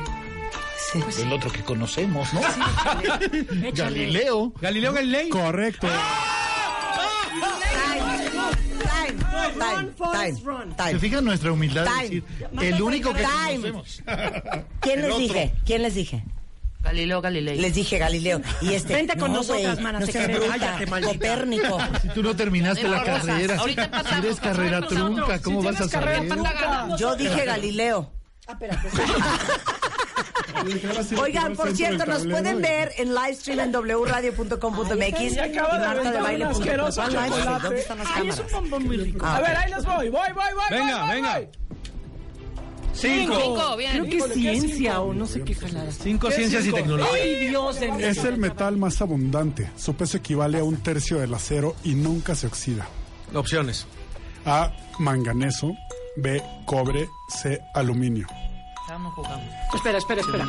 Speaker 11: Pues
Speaker 7: El otro que conocemos, ¿no?
Speaker 4: Galileo. Galileo Galilei.
Speaker 8: Correcto.
Speaker 4: Ah.
Speaker 11: Time, time, time, time.
Speaker 7: ¿Se fijan nuestra humildad? de
Speaker 11: Time.
Speaker 7: decir,
Speaker 11: No
Speaker 7: el
Speaker 11: te
Speaker 7: único que
Speaker 11: Time.
Speaker 7: conocemos.
Speaker 11: <laughs> ¿Quién
Speaker 7: El
Speaker 11: les
Speaker 7: otro.
Speaker 11: dije? ¿Quién les dije?
Speaker 3: Galileo Galilei.
Speaker 11: Les dije Galileo. Y este.
Speaker 6: Vente con nosotras,
Speaker 11: güey,
Speaker 6: mana,
Speaker 11: No
Speaker 6: te
Speaker 11: seas
Speaker 6: queremos.
Speaker 11: bruta,
Speaker 6: Cállate, maldita.
Speaker 11: Copérnico.
Speaker 7: <laughs> Si tú no terminaste la
Speaker 11: Ahorita
Speaker 7: carrera, si
Speaker 11: pasamos,
Speaker 7: eres carrera
Speaker 11: ahorita pasamos.
Speaker 7: trunca, ¿cómo
Speaker 11: Si
Speaker 7: vas a
Speaker 11: tienes carrera
Speaker 7: saber?
Speaker 11: trunca. Yo dije Galileo. Oigan, por cierto, nos pueden ver en livestream en wradio.com.mx y
Speaker 5: Y acaba de
Speaker 11: marta de
Speaker 5: aventar un
Speaker 11: baile.
Speaker 5: asqueroso
Speaker 11: ¿Dónde
Speaker 5: chocolate.
Speaker 11: están las
Speaker 5: Ay, es
Speaker 11: cámaras?
Speaker 5: un bombón muy rico.
Speaker 11: Ah,
Speaker 5: A
Speaker 11: ok.
Speaker 5: ver, ahí les voy. Voy, voy, voy.
Speaker 11: Venga,
Speaker 5: voy,
Speaker 11: venga.
Speaker 5: voy.
Speaker 4: Cinco.
Speaker 5: Cinco, bien.
Speaker 6: Creo que
Speaker 5: Híjole, ¿qué es
Speaker 6: ciencia
Speaker 5: cinco?
Speaker 6: o no sé qué jalada.
Speaker 4: Cinco ciencias y tecnología.
Speaker 6: Ay, Dios de mí.
Speaker 8: Es el metal más abundante. Su peso equivale a un tercio del acero y nunca se oxida.
Speaker 4: Opciones.
Speaker 8: A. Manganeso. B. Cobre. C. Aluminio.
Speaker 3: Jugamos, jugamos.
Speaker 6: Espera, espera, espera.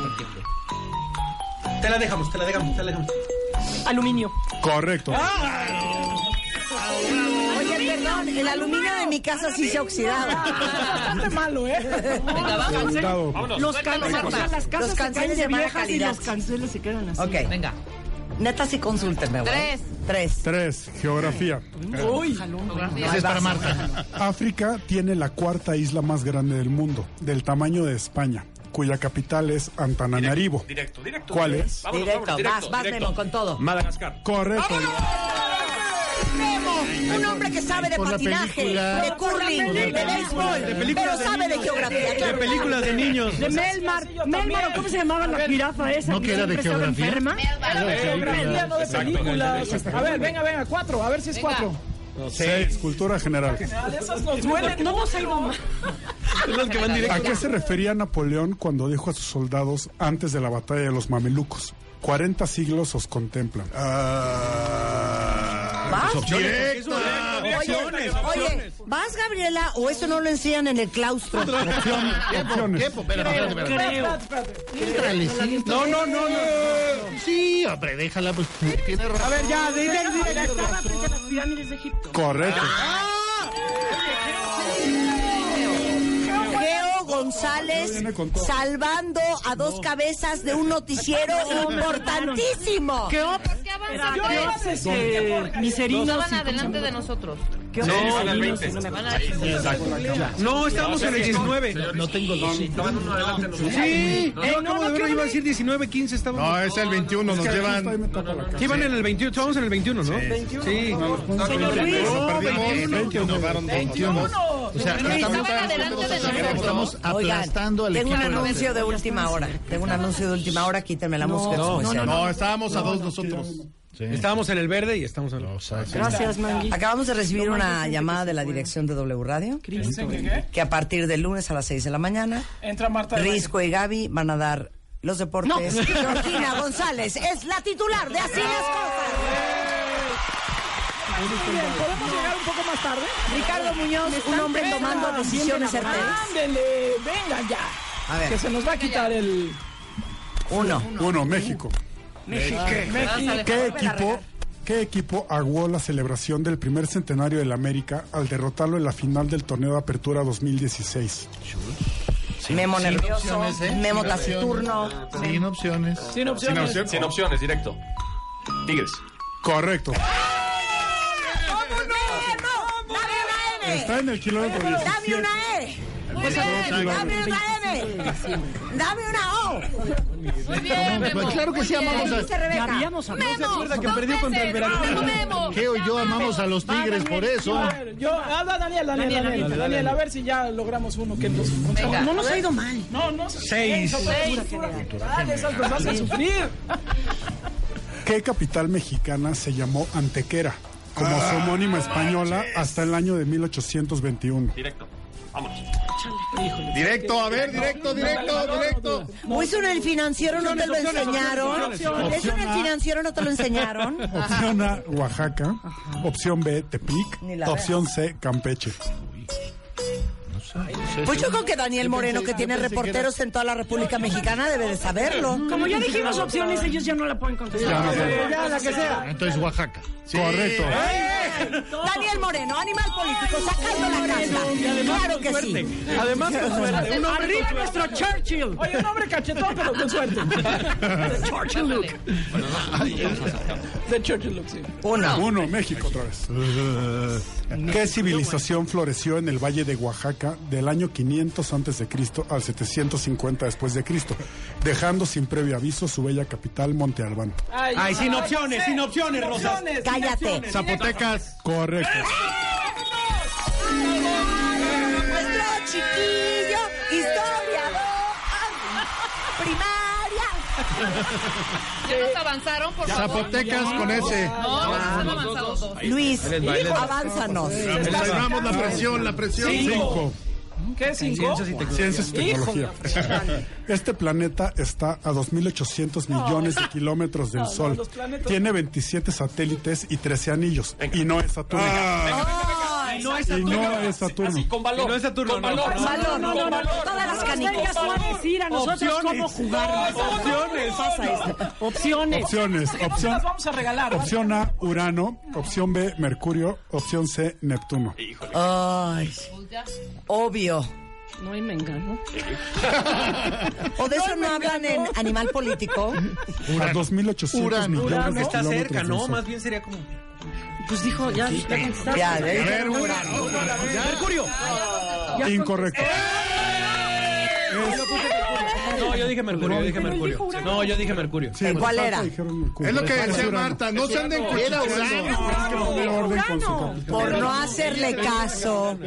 Speaker 4: Te la dejamos, te la dejamos, te la dejamos. Ah.
Speaker 6: Aluminio.
Speaker 8: Correcto.
Speaker 11: Oye, perdón, el aluminio de mi casa sí se
Speaker 5: <laughs>
Speaker 11: oxidaba.
Speaker 5: Bastante malo, ¿eh?
Speaker 8: Soldado.
Speaker 6: Los
Speaker 11: Venga,
Speaker 6: canceles, o sea,
Speaker 11: pues.
Speaker 6: las casas
Speaker 11: Los
Speaker 6: se caen
Speaker 11: canceles
Speaker 6: de
Speaker 11: de mala
Speaker 6: viejas y
Speaker 11: calidad.
Speaker 6: los canceles se quedan así.
Speaker 11: Ok.
Speaker 3: Venga.
Speaker 11: Neta, sí consúltenme, güey.
Speaker 3: Tres.
Speaker 11: Tres.
Speaker 8: Tres. Geografía.
Speaker 6: Uy, jalón.
Speaker 7: Ese es para Marta.
Speaker 8: África tiene la cuarta isla más grande del mundo, del tamaño de España, cuya capital es Antananarivo.
Speaker 12: Directo, directo.
Speaker 8: ¿Cuál es?
Speaker 12: Vámonos,
Speaker 11: Directo,
Speaker 12: vámonos,
Speaker 11: vas, vas, Memo, con todo.
Speaker 12: Madagascar.
Speaker 8: Correcto.
Speaker 11: Memo, un hombre que sabe de
Speaker 7: Por la
Speaker 11: patinaje,
Speaker 7: película.
Speaker 11: de curling, de
Speaker 4: De
Speaker 11: béisbol, pero
Speaker 4: películas de
Speaker 11: sabe de
Speaker 4: niños.
Speaker 11: geografía.
Speaker 4: De
Speaker 11: claro.
Speaker 4: películas de niños.
Speaker 6: De Melmar, Melmar, ¿cómo se llamaba la jirafa esa?
Speaker 7: ¿No que era de
Speaker 6: siempre estaba
Speaker 7: geografía?
Speaker 6: enferma?
Speaker 5: Geografía, no de
Speaker 12: Exacto.
Speaker 5: películas. A ver, venga, venga, cuatro. A ver si es cuatro.
Speaker 8: Seis. Cultura general.
Speaker 5: Dale, Esas nos duelen.
Speaker 6: No nos ha ido mal.
Speaker 4: Los que van
Speaker 8: ¿A
Speaker 4: directo.
Speaker 8: qué se refería Napoleón cuando dijo a sus soldados antes de la batalla de los mamelucos? 40 siglos os contemplan.
Speaker 11: ¿Vas?
Speaker 7: Directo.
Speaker 11: Oye, oye, ¿vas, Gabriela, o eso no lo enseñan en el claustro?
Speaker 8: Opción- opciones.
Speaker 7: Tiempo, espera, espera, espera.
Speaker 6: Creo.
Speaker 7: Entrale, sí.
Speaker 4: No, no, no, no.
Speaker 7: Sí, hombre, déjala, pues tiene razón.
Speaker 4: A ver, ya, de, de- de- de-
Speaker 6: Estaba frente a las pirámides de Egipto.
Speaker 8: Correcto.
Speaker 11: Geo González
Speaker 8: Viene con todo.
Speaker 11: salvando a dos cabezas de un noticiero importantísimo.
Speaker 6: ¿Qué op?
Speaker 3: ¿Por qué
Speaker 6: Era
Speaker 3: avanzan?
Speaker 6: que-
Speaker 3: ¿Qué?
Speaker 6: eh, miserinos
Speaker 3: Estaban
Speaker 6: y-
Speaker 3: adelante de nosotros.
Speaker 11: ¿Qué
Speaker 12: Sí,
Speaker 11: horror?
Speaker 12: van al 20.
Speaker 11: No me van a-
Speaker 12: Exacto.
Speaker 4: No, estábamos
Speaker 12: No,
Speaker 4: en el
Speaker 12: señores,
Speaker 4: 19.
Speaker 12: señores. No tengo los-
Speaker 4: Sí,
Speaker 12: No, no, no, adelante, los-
Speaker 4: Sí, Eh,
Speaker 12: No,
Speaker 11: Eh,
Speaker 4: yo
Speaker 12: no,
Speaker 4: acabo de ver, iba a decir 19, 15, estábamos.
Speaker 7: No, es el 21, nos llevan-
Speaker 4: ¿Qué iban en el 21? Estábamos en el 21, ¿no? Sí.
Speaker 7: Señor Luis.
Speaker 11: O sea,
Speaker 7: Pero
Speaker 11: estamos-
Speaker 7: estaban adelante de nosotros.
Speaker 11: estamos
Speaker 7: Oigan,
Speaker 11: aplastando al
Speaker 7: tengo
Speaker 11: equipo
Speaker 7: un
Speaker 11: de los-
Speaker 7: anuncio de última hora.
Speaker 11: Tengo un anuncio de última hora, quítenme la música. después,
Speaker 7: no,
Speaker 11: ya.
Speaker 7: no, estábamos a dos nosotros.
Speaker 4: Estábamos en el verde y estamos en el.
Speaker 11: Gracias, Mangui. Acabamos de recibir una llamada de la dirección de W Radio que a partir del lunes a las 6 de la mañana
Speaker 5: Entra Marta. de
Speaker 11: Risco y Gaby van a dar los deportes.
Speaker 5: No.
Speaker 11: <laughs>
Speaker 6: <laughs>
Speaker 11: Georgina González es la titular de Así las
Speaker 5: Baile. Muy bien, ¿podemos llegar un poco más tarde?
Speaker 11: Ricardo Muñoz,
Speaker 5: Me están
Speaker 11: un hombre
Speaker 5: pegando,
Speaker 11: tomando decisiones
Speaker 5: siempre
Speaker 11: certeras.
Speaker 5: Ándele, vengan ya.
Speaker 11: A ver.
Speaker 5: Que se nos va a quitar el...
Speaker 11: Uno.
Speaker 8: Uno, México.
Speaker 5: México. México.
Speaker 8: ¿Qué equipo, ¿Qué equipo aguó la celebración del primer centenario del América al derrotarlo en la final del torneo de apertura 2016?
Speaker 11: Memo nervioso, Memo taciturno.
Speaker 7: ¿eh? Sin opciones.
Speaker 5: Sin
Speaker 12: Sin opciones, sin opciones, directo. Tigres.
Speaker 8: Correcto.
Speaker 11: ¡Memo! ¡Dame una
Speaker 8: Está en el kilómetro 17.
Speaker 11: ¡Dame una E! Muy bien, ¡Dame una M! ¡Dame una O!
Speaker 15: Muy bien, Memo.
Speaker 7: Claro que sí,
Speaker 15: Muy bien.
Speaker 7: amamos
Speaker 15: Dice
Speaker 7: a...
Speaker 15: Rebeca.
Speaker 7: amamos a-
Speaker 15: Memo,
Speaker 7: ¿No se acuerda que
Speaker 15: dos
Speaker 7: perdió contra el
Speaker 15: veces.
Speaker 7: Veracruz?
Speaker 15: Memo.
Speaker 7: ¿Qué o yo amamos a los Tigres por eso?
Speaker 5: Yo, ah, da- Daniel, Daniel, Daniel,
Speaker 7: Daniel,
Speaker 5: Daniel,
Speaker 7: Daniel.
Speaker 5: a ver si ya logramos uno que nos
Speaker 7: Venga. No nos ha ido
Speaker 5: mal. No, no.
Speaker 8: Seis.
Speaker 5: Esa
Speaker 8: Seis.
Speaker 5: cultura general, Esas nos hacen sufrir.
Speaker 8: ¿Qué capital mexicana se llamó Antequera? Como
Speaker 7: Ah,
Speaker 8: su homónima española hasta el año de 1821.
Speaker 12: Directo. Vámonos.
Speaker 7: Directo, a ver, directo, directo, directo.
Speaker 11: ¿O eso en el financiero no te lo
Speaker 7: Opciones,
Speaker 11: enseñaron?
Speaker 7: opciones, opciones.
Speaker 11: ¿Eso en el
Speaker 7: Opción A.
Speaker 11: financiero no te lo enseñaron?
Speaker 8: <laughs> Opción A, Oaxaca. Opción B, Tepic.
Speaker 11: Ni la
Speaker 8: Opción C, Campeche.
Speaker 11: Pues yo creo que Daniel Moreno, que tiene reporteros en toda la República Mexicana, debe de saberlo.
Speaker 6: Como ya dijimos opciones, ellos ya no la pueden contestar.
Speaker 7: Ya no sé.
Speaker 6: Ya, la que sea.
Speaker 7: Entonces Oaxaca.
Speaker 8: Correcto.
Speaker 11: ¡Eh! Daniel Moreno, animal político, sacando la casta. Claro que sí.
Speaker 4: Además, con suerte. Un hombre
Speaker 6: Arriba nuestro Churchill.
Speaker 5: Oye, un hombre cachetón, pero con suerte.
Speaker 6: Churchill look.
Speaker 5: De Churchill look, sí.
Speaker 8: Uno. México otra vez. ¿Qué civilización floreció en el Valle de Oaxaca del año 500 antes de Cristo al 750 después de Cristo, dejando sin previo aviso su bella capital Monte Albán?
Speaker 4: Ay, sin opciones, sin opciones, Rosas.
Speaker 11: Cállate.
Speaker 4: Zapotecas.
Speaker 8: Correcto.
Speaker 11: Nuestro chiquillo, historiador, primaria.
Speaker 15: <laughs> Ya nos avanzaron, por favor.
Speaker 7: Zapotecas con ese.
Speaker 15: No, no, nos han avanzado dos.
Speaker 11: Luis,
Speaker 7: Ahí les va, ahí les va.
Speaker 11: avánzanos.
Speaker 7: Estamos la presión, la presión.
Speaker 8: Cinco.
Speaker 5: ¿Qué? ¿Cinco?
Speaker 8: Ciencias y tecnología. <laughs> Este planeta está a 2.800 millones de kilómetros del
Speaker 5: No, no,
Speaker 8: Sol.
Speaker 5: los planetas-
Speaker 8: Tiene 27 satélites y 13 anillos. Y no es Saturno.
Speaker 4: Y no
Speaker 8: Y
Speaker 4: es Saturno.
Speaker 8: no es Saturno.
Speaker 12: Ah. Con valor.
Speaker 4: No es Saturno.
Speaker 12: Con
Speaker 4: no.
Speaker 12: valor.
Speaker 4: No, no, no, no, no.
Speaker 11: Todas las
Speaker 6: Vengas
Speaker 11: canicas.
Speaker 6: tú a decir a nosotros cómo jugar.
Speaker 4: Opciones.
Speaker 6: Opciones.
Speaker 8: Opciones.
Speaker 5: ¿Por qué no se
Speaker 8: Opción,
Speaker 5: las vamos a regalar?
Speaker 8: opción A, Urano. Opción B, Mercurio. Opción C, Neptuno.
Speaker 11: Ay, obvio.
Speaker 6: No, y me engano.
Speaker 11: <laughs> ¿O de eso no hablan en Animal Político?
Speaker 8: A 2.800
Speaker 4: Urano.
Speaker 8: millones
Speaker 4: Urano
Speaker 8: de
Speaker 4: está
Speaker 8: kilómetros
Speaker 4: cerca,
Speaker 8: del
Speaker 4: ¿no?
Speaker 8: Sol.
Speaker 4: Más bien sería como.
Speaker 6: Pues dijo, ya, ya contestaste.
Speaker 11: Ya, ya. A ver,
Speaker 4: Urano. Mercurio.
Speaker 8: Incorrecto.
Speaker 4: No, yo dije Mercurio, yo dije Mercurio. No, yo dije Mercurio.
Speaker 8: Sí,
Speaker 11: ¿Cuál
Speaker 8: Marta
Speaker 11: era?
Speaker 8: dijeron Mercurio.
Speaker 7: Es lo que
Speaker 8: Era
Speaker 7: decía
Speaker 8: Urano.
Speaker 7: Marta, no se anden cuchillando.
Speaker 8: Tienes que poner orden con su capital.
Speaker 11: Por no hacerle caso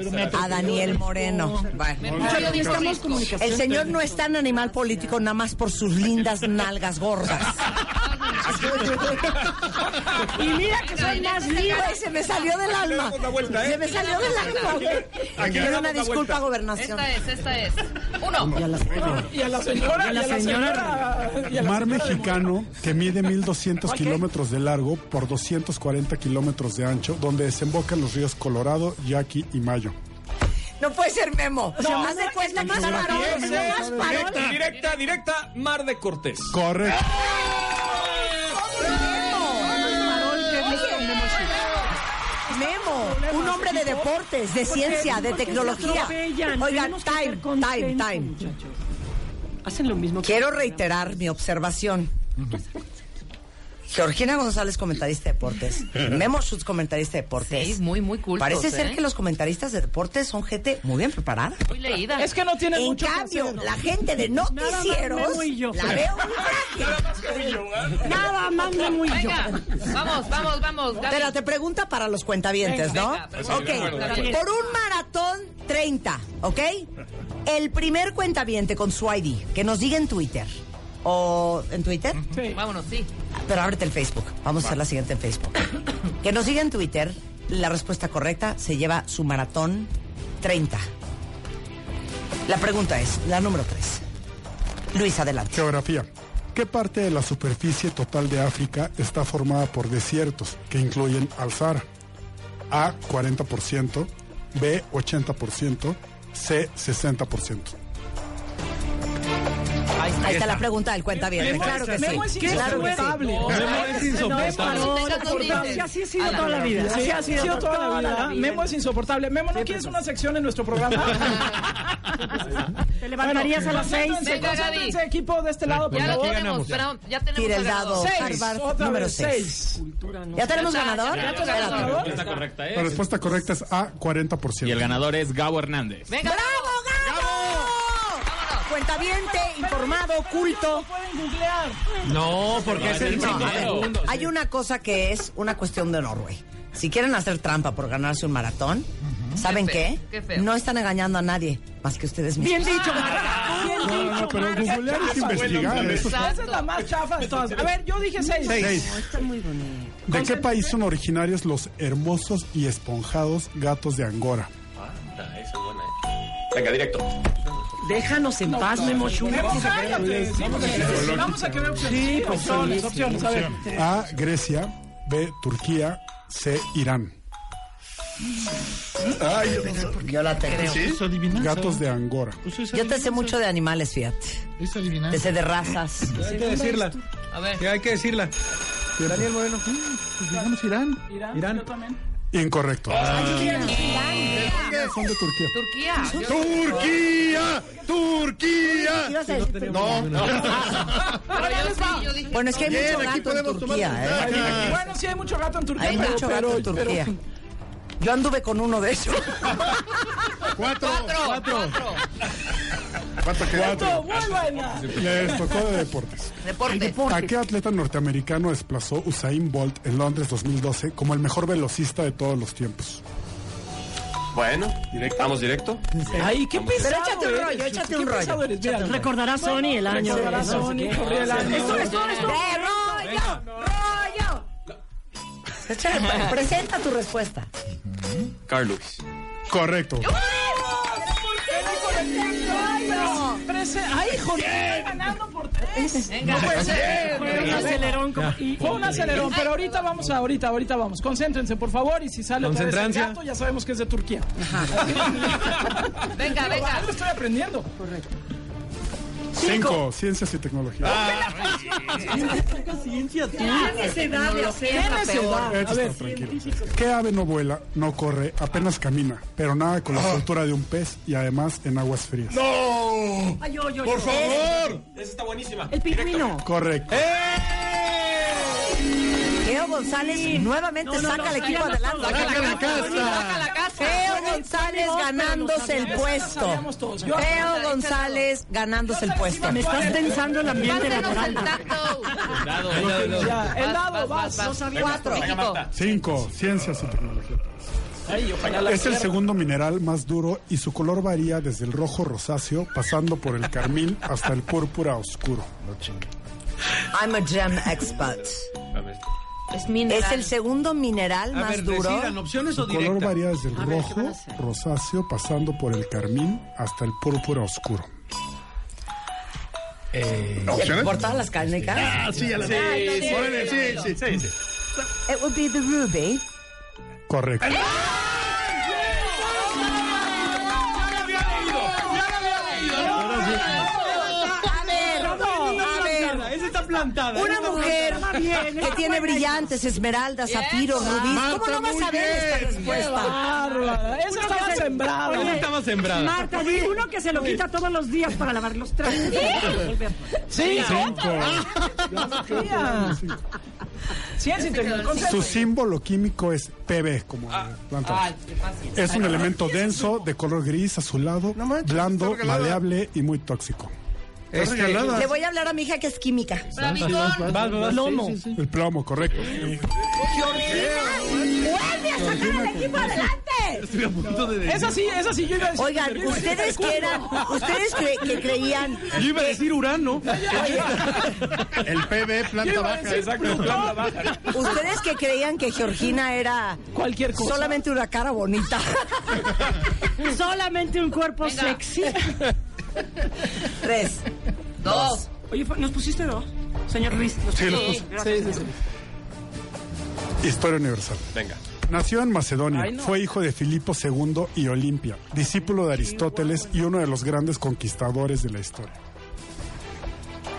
Speaker 11: a Daniel Moreno. Bueno.
Speaker 15: Mercurio dice
Speaker 6: Necesitamos
Speaker 15: cinco.
Speaker 6: comunicación.
Speaker 11: El señor no está en animal político nada más por sus lindas nalgas gordas.
Speaker 6: Y mira que soy más libre.
Speaker 11: Ay, se me salió del alma. Se me salió del alma. güey.
Speaker 12: ¿eh? Aquí le
Speaker 11: Pido
Speaker 12: damos
Speaker 11: una
Speaker 12: la
Speaker 11: disculpa,
Speaker 12: vuelta.
Speaker 11: gobernación.
Speaker 15: Esta es, esta es. Uno.
Speaker 5: Y a la señora, y a la señora. y a la
Speaker 8: Mar
Speaker 5: señora de-
Speaker 8: mexicano que mide 1.200 kilómetros de largo por 240 kilómetros de ancho, donde desembocan los ríos Colorado, Yaqui y Mayo.
Speaker 11: No puede ser Memo.
Speaker 6: No,
Speaker 11: Haz de
Speaker 6: no,
Speaker 11: cuenta
Speaker 6: es
Speaker 11: que
Speaker 6: la
Speaker 11: es
Speaker 6: más
Speaker 11: varón,
Speaker 6: bien,
Speaker 11: es
Speaker 6: ¿eh?
Speaker 11: la más varón.
Speaker 12: Directa, directa, directa, Mar de Cortés.
Speaker 8: Correcto.
Speaker 11: Memo, un hombre de deportes, de ciencia, de
Speaker 6: porque
Speaker 11: tecnología.
Speaker 6: nos atropellan,
Speaker 11: Oigan,
Speaker 6: tenemos que
Speaker 11: time,
Speaker 6: ser
Speaker 11: time,
Speaker 6: contentos,
Speaker 11: time.
Speaker 6: muchachos. Hacen lo mismo que
Speaker 11: Quiero reiterar mi observación. Georgina González, comentarista
Speaker 3: <laughs>
Speaker 11: de deportes. Memo Schutz, comentarista de deportes.
Speaker 3: Sí, muy, muy cool.
Speaker 11: Parece ser
Speaker 3: ¿eh?
Speaker 11: que los comentaristas de deportes son gente muy bien preparada.
Speaker 3: Muy leída.
Speaker 5: Es que no tiene
Speaker 11: En
Speaker 5: mucho que
Speaker 11: cambio,
Speaker 5: hacer.
Speaker 11: la gente de
Speaker 5: Nada más
Speaker 11: noticieros
Speaker 5: Memo y yo.
Speaker 11: la veo nada más Memo y yo.
Speaker 15: Venga, vamos, vamos, vamos. Gaby.
Speaker 11: Espérate, pregunta para los cuentavientes,
Speaker 15: Venga,
Speaker 11: ¿no?
Speaker 15: venga, pues, pregunta.
Speaker 11: ok,
Speaker 15: Sí, de acuerdo, de acuerdo.
Speaker 11: por un maratón 30, ¿ok? El primer cuentaviente con su ID, que nos diga en Twitter. ¿O en Twitter?
Speaker 3: Vámonos, sí.
Speaker 11: Pero ábrete el Facebook. Vamos a hacer la siguiente
Speaker 6: Este
Speaker 11: en Facebook. que nos diga en Twitter. La respuesta correcta se lleva su maratón 30. La pregunta es, la número 3. Luis, adelante.
Speaker 8: Geografía. ¿Qué parte de la superficie total de África está formada por desiertos que incluyen al Sahara? A, 40%, B, 80%, C, 60%.
Speaker 11: Ahí está,
Speaker 8: está.
Speaker 11: la pregunta del cuenta Ah, bien.
Speaker 8: Memo
Speaker 11: Claro que
Speaker 8: es-
Speaker 11: sí.
Speaker 8: Memo es
Speaker 11: claro que sí.
Speaker 8: insoportable.
Speaker 11: No,
Speaker 8: Memo es insoportable.
Speaker 11: no, no,
Speaker 5: Así
Speaker 11: no, no, no, no.
Speaker 5: Así ha sido toda la vida. Así ha sido toda la vida. Memo es insoportable. Memo, ¿no quieres una sección en nuestro
Speaker 11: <laughs>
Speaker 5: programa?
Speaker 6: Te levantarías a las seis.
Speaker 5: Concéntrense, concéntrense, equipo de este lado, por
Speaker 6: Ya lo
Speaker 5: favor.
Speaker 6: tenemos, Ya. pero
Speaker 3: ya
Speaker 6: tenemos
Speaker 11: Tira el dado,
Speaker 5: Seis,
Speaker 11: Harvard,
Speaker 5: otra
Speaker 11: número
Speaker 5: vez,
Speaker 11: seis.
Speaker 5: seis.
Speaker 11: ¿Ya tenemos ganador?
Speaker 10: Ya, ya, ya, La
Speaker 11: Espérate.
Speaker 10: respuesta correcta
Speaker 8: La
Speaker 10: es.
Speaker 8: respuesta correcta ¿eh? es A, 40%.
Speaker 10: Y el ganador es Gabo Hernández.
Speaker 3: Venga,
Speaker 11: Cuentaviente, informado, culto.
Speaker 4: No, porque es el
Speaker 11: No, a ver,
Speaker 4: primero.
Speaker 11: hay una cosa que es una cuestión de honor, güey. Si quieren hacer trampa por ganarse un maratón, ¿saben
Speaker 3: Qué
Speaker 11: qué?
Speaker 3: feo, qué feo.
Speaker 11: No están engañando a nadie, más que ustedes mismos.
Speaker 5: Bien
Speaker 8: No, no,
Speaker 5: dicho,
Speaker 8: pero
Speaker 5: Marta,
Speaker 8: googlear es
Speaker 5: chafa.
Speaker 8: investigar, eso está-
Speaker 5: Esa es la más chafa de todas. A ver, yo dije seis.
Speaker 8: Seis.
Speaker 11: No, está muy bonito.
Speaker 8: ¿De qué país son originarios los hermosos y esponjados gatos de Angora?
Speaker 12: ¿eh? Venga, directo.
Speaker 6: Déjanos en paz, Memo Schultz.
Speaker 5: Vamos a ver, vamos a querer
Speaker 6: Sí, pues sí,
Speaker 5: opciones,
Speaker 6: sí,
Speaker 5: opciones, a ver.
Speaker 8: A, Grecia, B, Turquía, C, Irán. Ay,
Speaker 11: yo la tengo.
Speaker 5: Pues
Speaker 8: Gatos de Angora.
Speaker 11: Yo te sé mucho de animales, fíjate. Te sé de razas.
Speaker 4: Hay que decirla.
Speaker 3: A ver.
Speaker 4: Hay que decirla. Daniel Moreno.
Speaker 14: pues
Speaker 8: Digamos Irán.
Speaker 5: Irán, yo también.
Speaker 8: Incorrecto.
Speaker 5: Ah.
Speaker 8: Son de Turquía.
Speaker 3: Turquía. Yo-
Speaker 8: Turquía, Turquía.
Speaker 11: No,
Speaker 3: Pero yo sí, yo dije.
Speaker 11: Bueno, es que hay
Speaker 3: Bien,
Speaker 11: mucho
Speaker 3: aquí
Speaker 11: gato en
Speaker 3: podemos tomar
Speaker 11: Turquía, ¿eh?
Speaker 5: Ay, Bueno, sí hay mucho gato en Turquía.
Speaker 11: Hay
Speaker 5: pero-
Speaker 11: mucho gato en
Speaker 5: pero-
Speaker 11: Turquía. Yo anduve con uno de esos.
Speaker 8: Cuatro.
Speaker 3: Cuatro.
Speaker 8: Cuatro.
Speaker 5: Cuatro, muy buena.
Speaker 8: Les tocó de deportes.
Speaker 3: Deporte.
Speaker 8: ¿A qué atleta norteamericano desplazó Usain Bolt en Londres 2012 como el mejor velocista de todos los tiempos?
Speaker 12: Bueno, directo. Vamos directo.
Speaker 5: Ay, qué
Speaker 12: Vamos.
Speaker 5: pesado
Speaker 11: Pero échate un
Speaker 14: ¿eh?
Speaker 5: eres,
Speaker 11: rollo,
Speaker 5: Chucho,
Speaker 11: échate
Speaker 5: qué
Speaker 11: un rollo.
Speaker 5: pesado eres, mira.
Speaker 6: Recordará Sony el año.
Speaker 5: Recordará
Speaker 6: ¿no?
Speaker 5: Sony,
Speaker 6: Sí.
Speaker 5: corrió el año.
Speaker 6: Esto, esto, esto.
Speaker 11: ¡De rollo! ¡Rollo! Échale, Presenta tu respuesta.
Speaker 12: Carl Lewis.
Speaker 8: Correcto.
Speaker 5: Trece- Ay, joder, ganando por tres. pues, eh,
Speaker 3: Venga.
Speaker 6: Fue un acelerón. como- y-
Speaker 5: Fue un acelerón, pero ahorita vamos, ahorita, ahorita vamos. Concéntrense, por favor, y si sale otra vez el
Speaker 4: Concentrancia.
Speaker 5: gato, ya sabemos que es de Turquía. <laughs>
Speaker 3: Venga, venga.
Speaker 5: Algo estoy aprendiendo. <laughs>
Speaker 8: Cinco. Ciencias y tecnología.
Speaker 5: Ah.
Speaker 8: Esto está tranquilo. ¿Qué ave no vuela, no corre, apenas camina, pero nada con la
Speaker 4: Ah.
Speaker 8: soltura de un pez y además en aguas frías?
Speaker 1: ¡No!
Speaker 6: Ay, yo, yo,
Speaker 1: ¡Por
Speaker 6: yo.
Speaker 1: favor!
Speaker 12: Esa está buenísima.
Speaker 6: El pingüino.
Speaker 8: Correcto.
Speaker 1: ¡Eh!
Speaker 11: Leo González nuevamente
Speaker 6: No, no,
Speaker 11: saca
Speaker 6: no,
Speaker 11: al equipo
Speaker 6: saca la-
Speaker 11: adelante.
Speaker 6: saca
Speaker 1: la casa.
Speaker 3: la casa.
Speaker 11: Leo González ganándose el
Speaker 5: sabíamos
Speaker 11: puesto.
Speaker 5: todos. Yo-
Speaker 11: Leo González ganándose el puesto.
Speaker 6: Me estás pensando el ambiente
Speaker 3: Pásenos
Speaker 6: laboral.
Speaker 3: el tacto.
Speaker 12: Dado, dado, dado.
Speaker 5: Ya, el dado, vas.
Speaker 3: vas.
Speaker 11: Cuatro.
Speaker 12: Venga, Marta.
Speaker 8: Cinco. Ciencias y tecnología.
Speaker 5: Ay, ojalá la
Speaker 8: Es el
Speaker 5: pierda.
Speaker 8: segundo mineral más duro y su color varía desde el rojo rosáceo, pasando por el carmín hasta el púrpura oscuro.
Speaker 11: I'm a gem expert.
Speaker 15: Es mineral.
Speaker 11: Es el segundo mineral
Speaker 4: A ver,
Speaker 11: más duro.
Speaker 4: decidan, opciones o
Speaker 8: Su color
Speaker 4: directa.
Speaker 8: varía desde el rojo rosáceo, pasando por el carmín hasta el púrpura oscuro.
Speaker 4: Eh,
Speaker 9: ¿Opciones?
Speaker 11: Por todas las canicas.
Speaker 9: Ah, sí, ya la sí, Órale, sí, sí, sí, sí.
Speaker 11: It would be the ruby.
Speaker 8: Correcto.
Speaker 11: A ver, a ver.
Speaker 4: Esa está plantada.
Speaker 11: Una mujer
Speaker 6: bien,
Speaker 11: que tiene brillantes, esmeraldas, zafiros, rubíes. ¿Cómo no vas a ver esta respuesta?
Speaker 5: Bárbara, Esa estaba sembrada.
Speaker 4: Esa estaba sembrada.
Speaker 6: Marta, di uno que se lo quita todos los días para lavar los trastes.
Speaker 5: Sí,
Speaker 8: Cinco.
Speaker 5: Sofía. Ciencia y tecnología.
Speaker 8: Este Su símbolo químico es PB, como
Speaker 5: Ah.
Speaker 8: eh, planta. Es un elemento denso de color gris, azulado, blando,
Speaker 11: regalada.
Speaker 8: maleable y muy tóxico.
Speaker 11: Este, le voy a hablar a mi hija que es química.
Speaker 8: Plomo. El plomo, correcto.
Speaker 11: ¡Vuelve a sacar al equipo adelante!
Speaker 8: Estoy a punto de
Speaker 5: Esa sí, esa sí, yo iba a decir.
Speaker 11: Oigan,
Speaker 5: yo iba a decir
Speaker 11: ustedes que eran-
Speaker 5: Mercurio.
Speaker 11: ustedes cre- que creían
Speaker 4: Yo iba a decir Urano.
Speaker 7: El PB, planta baja.
Speaker 5: Exacto, planta baja.
Speaker 11: Ustedes que creían que Georgina era
Speaker 5: cualquier
Speaker 11: cosa. Solamente una cara bonita.
Speaker 6: Solamente un cuerpo
Speaker 11: Venga.
Speaker 6: sexy.
Speaker 11: <laughs> Tres.
Speaker 6: Dos. Oye, fue- ¿nos pusiste dos? Señor Ruiz, nos
Speaker 8: Sí,
Speaker 6: pusiste
Speaker 8: los
Speaker 6: dos.
Speaker 8: puse.
Speaker 6: Gracias.
Speaker 8: Historia universal.
Speaker 12: Venga.
Speaker 8: Nació en Macedonia,
Speaker 12: Ay, no.
Speaker 8: fue hijo de Filipo II y Olimpia, discípulo de Aristóteles y uno de los grandes conquistadores de la historia.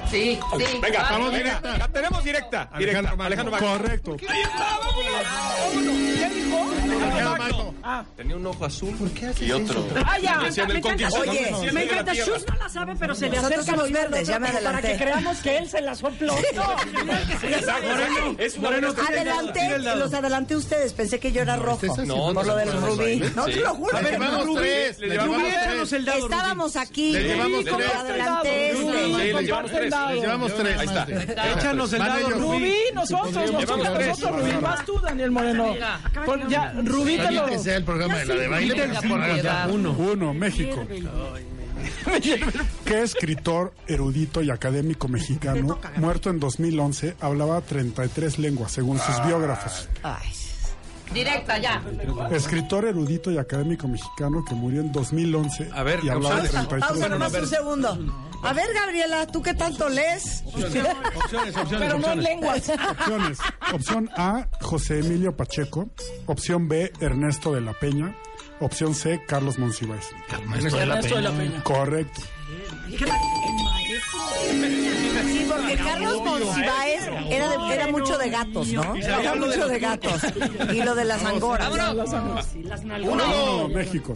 Speaker 12: Sí,
Speaker 8: sí.
Speaker 12: Venga,
Speaker 8: Vale.
Speaker 12: vamos directa. La tenemos directa.
Speaker 8: Alejandro
Speaker 12: directa. Alejandro
Speaker 8: Magno.
Speaker 12: Magno.
Speaker 8: Correcto.
Speaker 5: ¿Qué dijo?
Speaker 12: Alejandro Magno. Tenía un ojo azul y otro.
Speaker 6: Ah, ya.
Speaker 12: Le decían
Speaker 6: me
Speaker 12: el
Speaker 6: encanta.
Speaker 12: conquistador.
Speaker 6: Oye,
Speaker 12: Sí,
Speaker 6: me
Speaker 12: de la
Speaker 6: encanta.
Speaker 12: tierra.
Speaker 6: Shus no la sabe, pero se le
Speaker 11: Nosotros
Speaker 6: acerca
Speaker 11: somos
Speaker 6: los verdes,
Speaker 11: verdes, ya me
Speaker 6: Para
Speaker 11: adelanté.
Speaker 6: que creamos que él se la sopló.
Speaker 12: Exacto, exacto. Es una buena estrategia.
Speaker 11: Adelante, los adelanté ustedes. Pensé que yo era rojo.
Speaker 12: estás haciendo
Speaker 11: No, por lo
Speaker 12: cosas
Speaker 11: del
Speaker 12: buenas,
Speaker 11: rubí.
Speaker 12: Maylene.
Speaker 11: No, te
Speaker 12: Sí.
Speaker 11: lo juro.
Speaker 12: A ver, llevamos
Speaker 11: Rubí.
Speaker 12: tres, le
Speaker 11: Rubí,
Speaker 12: llevamos
Speaker 11: Rubí,
Speaker 12: tres.
Speaker 11: échanos el dado, Estábamos
Speaker 12: Rubí.
Speaker 11: aquí.
Speaker 12: Le llevamos
Speaker 11: como
Speaker 12: tres. Sí,
Speaker 11: adelanté este.
Speaker 12: le llevamos tres.
Speaker 5: Le
Speaker 12: llevamos tres. Ahí está.
Speaker 4: Échanos el dado,
Speaker 5: Rubí, nosotros, nosotros, nosotros, Rubí. Vas tú, Daniel Moreno. Pon- Ya, Rubí te lo.
Speaker 7: que sea el programa de la de baile.
Speaker 8: Quiten
Speaker 7: por favor.
Speaker 8: piedad. Uno. Uno, México.
Speaker 7: <laughs>
Speaker 8: ¿Qué escritor, erudito y académico mexicano, muerto en 2011, hablaba 33 lenguas, según sus
Speaker 7: Ah.
Speaker 8: biógrafos?
Speaker 15: Directa, ya.
Speaker 8: Escritor, erudito y académico mexicano que murió en 2011
Speaker 12: A ver,
Speaker 8: y hablaba
Speaker 12: González.
Speaker 8: 33
Speaker 11: Pausa
Speaker 8: lenguas.
Speaker 11: nomás un segundo. A ver, Gabriela, ¿tú qué tanto lees?
Speaker 8: opciones, opciones,
Speaker 11: Pero no
Speaker 8: opciones.
Speaker 11: lenguas.
Speaker 8: Opciones. Opción A, José Emilio Pacheco. Opción B, Ernesto de la Peña. Opción C, Carlos Monsiváis.
Speaker 7: Ernesto de la Ernesto de la Peña. Peña.
Speaker 8: Correcto.
Speaker 11: Sí, porque Carlos Monsiváis era, de- era mucho de gatos, ¿no? Era mucho de gatos. Y lo de las angoras.
Speaker 8: Uno, México.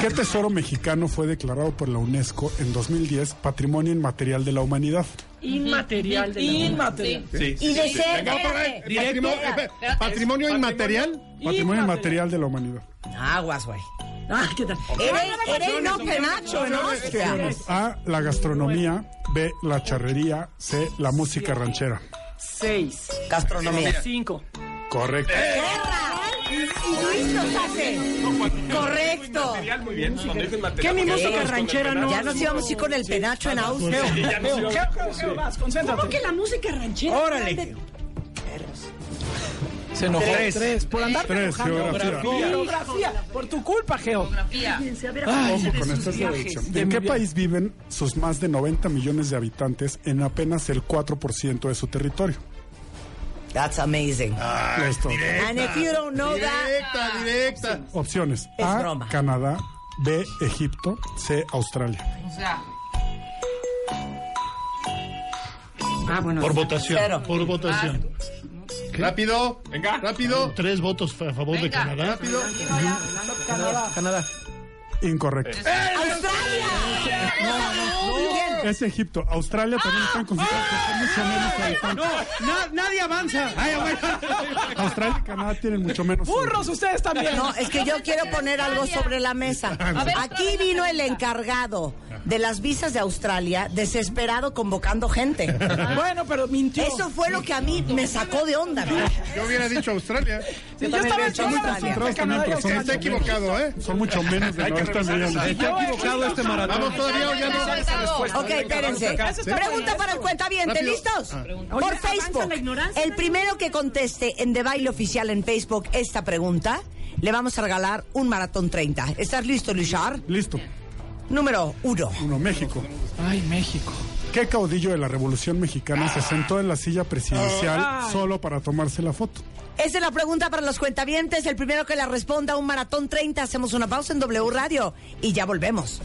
Speaker 8: ¿Qué tesoro mexicano fue declarado por la UNESCO en 2010 Patrimonio Inmaterial de la Humanidad?
Speaker 6: Inmaterial de la
Speaker 5: Inmaterial.
Speaker 8: Sí, sí,
Speaker 11: Y de
Speaker 8: sí.
Speaker 11: ser
Speaker 8: Venga, otra
Speaker 11: verde.
Speaker 8: eh,
Speaker 7: Patrimonio-
Speaker 11: Espérate.
Speaker 7: patrimonio inmaterial.
Speaker 8: Patrimonio Inmaterial de la Humanidad.
Speaker 11: Aguas, güey. Ah, <laughs> ¿qué tal? Eres, eres no penacho, ¿no?
Speaker 8: Opciones. A, la gastronomía. B, la charrería. C, la música ranchera.
Speaker 6: Seis.
Speaker 8: Gastronomía.
Speaker 6: Cinco.
Speaker 8: Correcto.
Speaker 11: Y Luis los hace. Correcto.
Speaker 12: Muy bien. Cuando dicen material,
Speaker 11: ¿Qué mi
Speaker 12: porque
Speaker 11: música
Speaker 12: estamos con el
Speaker 11: ranchera no?
Speaker 12: penal.
Speaker 11: Ya nos íbamos a ir con el penacho en
Speaker 12: Sí,
Speaker 11: Austria.
Speaker 12: ya nos íbamos.
Speaker 6: ¿Cómo que la música ranchera?
Speaker 11: Órale.
Speaker 5: Se enojó.
Speaker 11: Tres.
Speaker 5: Tres, por andar
Speaker 8: Tres,
Speaker 5: Geografía.
Speaker 8: geografía.
Speaker 5: Geografía. Por tu culpa, Geo.
Speaker 6: Fíjense, a ver,
Speaker 8: Ay,
Speaker 6: acuérdense
Speaker 8: ojo
Speaker 6: de
Speaker 8: con
Speaker 6: sus
Speaker 8: esta
Speaker 6: viajes.
Speaker 8: selección. ¿En qué país viven sus más de 90 millones de habitantes en apenas el 4% de su territorio?
Speaker 11: That's amazing.
Speaker 8: Listo.
Speaker 11: And if you don't know that.
Speaker 7: Directa.
Speaker 8: Opciones.
Speaker 11: Es
Speaker 8: A,
Speaker 11: broma.
Speaker 8: Canadá. B, Egipto. C, Australia.
Speaker 15: O sea,
Speaker 6: Ah, bueno.
Speaker 7: Por votación. Por votación.
Speaker 11: Ah,
Speaker 7: Rápido.
Speaker 12: Venga.
Speaker 7: Rápido. Tres votos a favor de Canadá. Rápido.
Speaker 8: Canadá. Incorrecto. Es Egipto. Australia también están considerados que
Speaker 11: Ah.
Speaker 8: son mucho menos habitantes.
Speaker 4: nadie avanza.
Speaker 8: Australia y Canadá tienen mucho menos.
Speaker 5: Burros ustedes también.
Speaker 11: No, es que yo quiero poner algo sobre la mesa.
Speaker 8: A ver,
Speaker 11: Aquí vino el encargado de las visas de Australia, desesperado convocando gente.
Speaker 5: Bueno, pero mintió.
Speaker 11: Eso fue lo que a mí me sacó de onda.
Speaker 7: Yo hubiera dicho Australia.
Speaker 5: yo estaba echando la razón de Canadá y Australia.
Speaker 7: Está equivocado, ¿eh?
Speaker 8: Son mucho menos de
Speaker 7: Hay que
Speaker 8: 90
Speaker 7: revisar
Speaker 8: millones.
Speaker 7: eso. Está equivocado este maratón. Vamos todavía, ya no.
Speaker 11: Ok, espérense. Pregunta para el cuentaviente, ¿listos?
Speaker 7: Ah.
Speaker 11: Por Facebook. El primero que conteste en De Baile Oficial en Facebook esta pregunta, le vamos a regalar un maratón 30. ¿Estás listo, Luchar?
Speaker 8: Listo.
Speaker 11: Número uno.
Speaker 8: Uno, México.
Speaker 5: Ay, México.
Speaker 8: ¿Qué caudillo de la Revolución Mexicana se sentó en la silla
Speaker 11: Ah.
Speaker 8: presidencial solo para tomarse la foto?
Speaker 11: Esa es la pregunta para los cuentavientes. El primero que la responda, un maratón 30. Hacemos una pausa en W Radio y ya volvemos.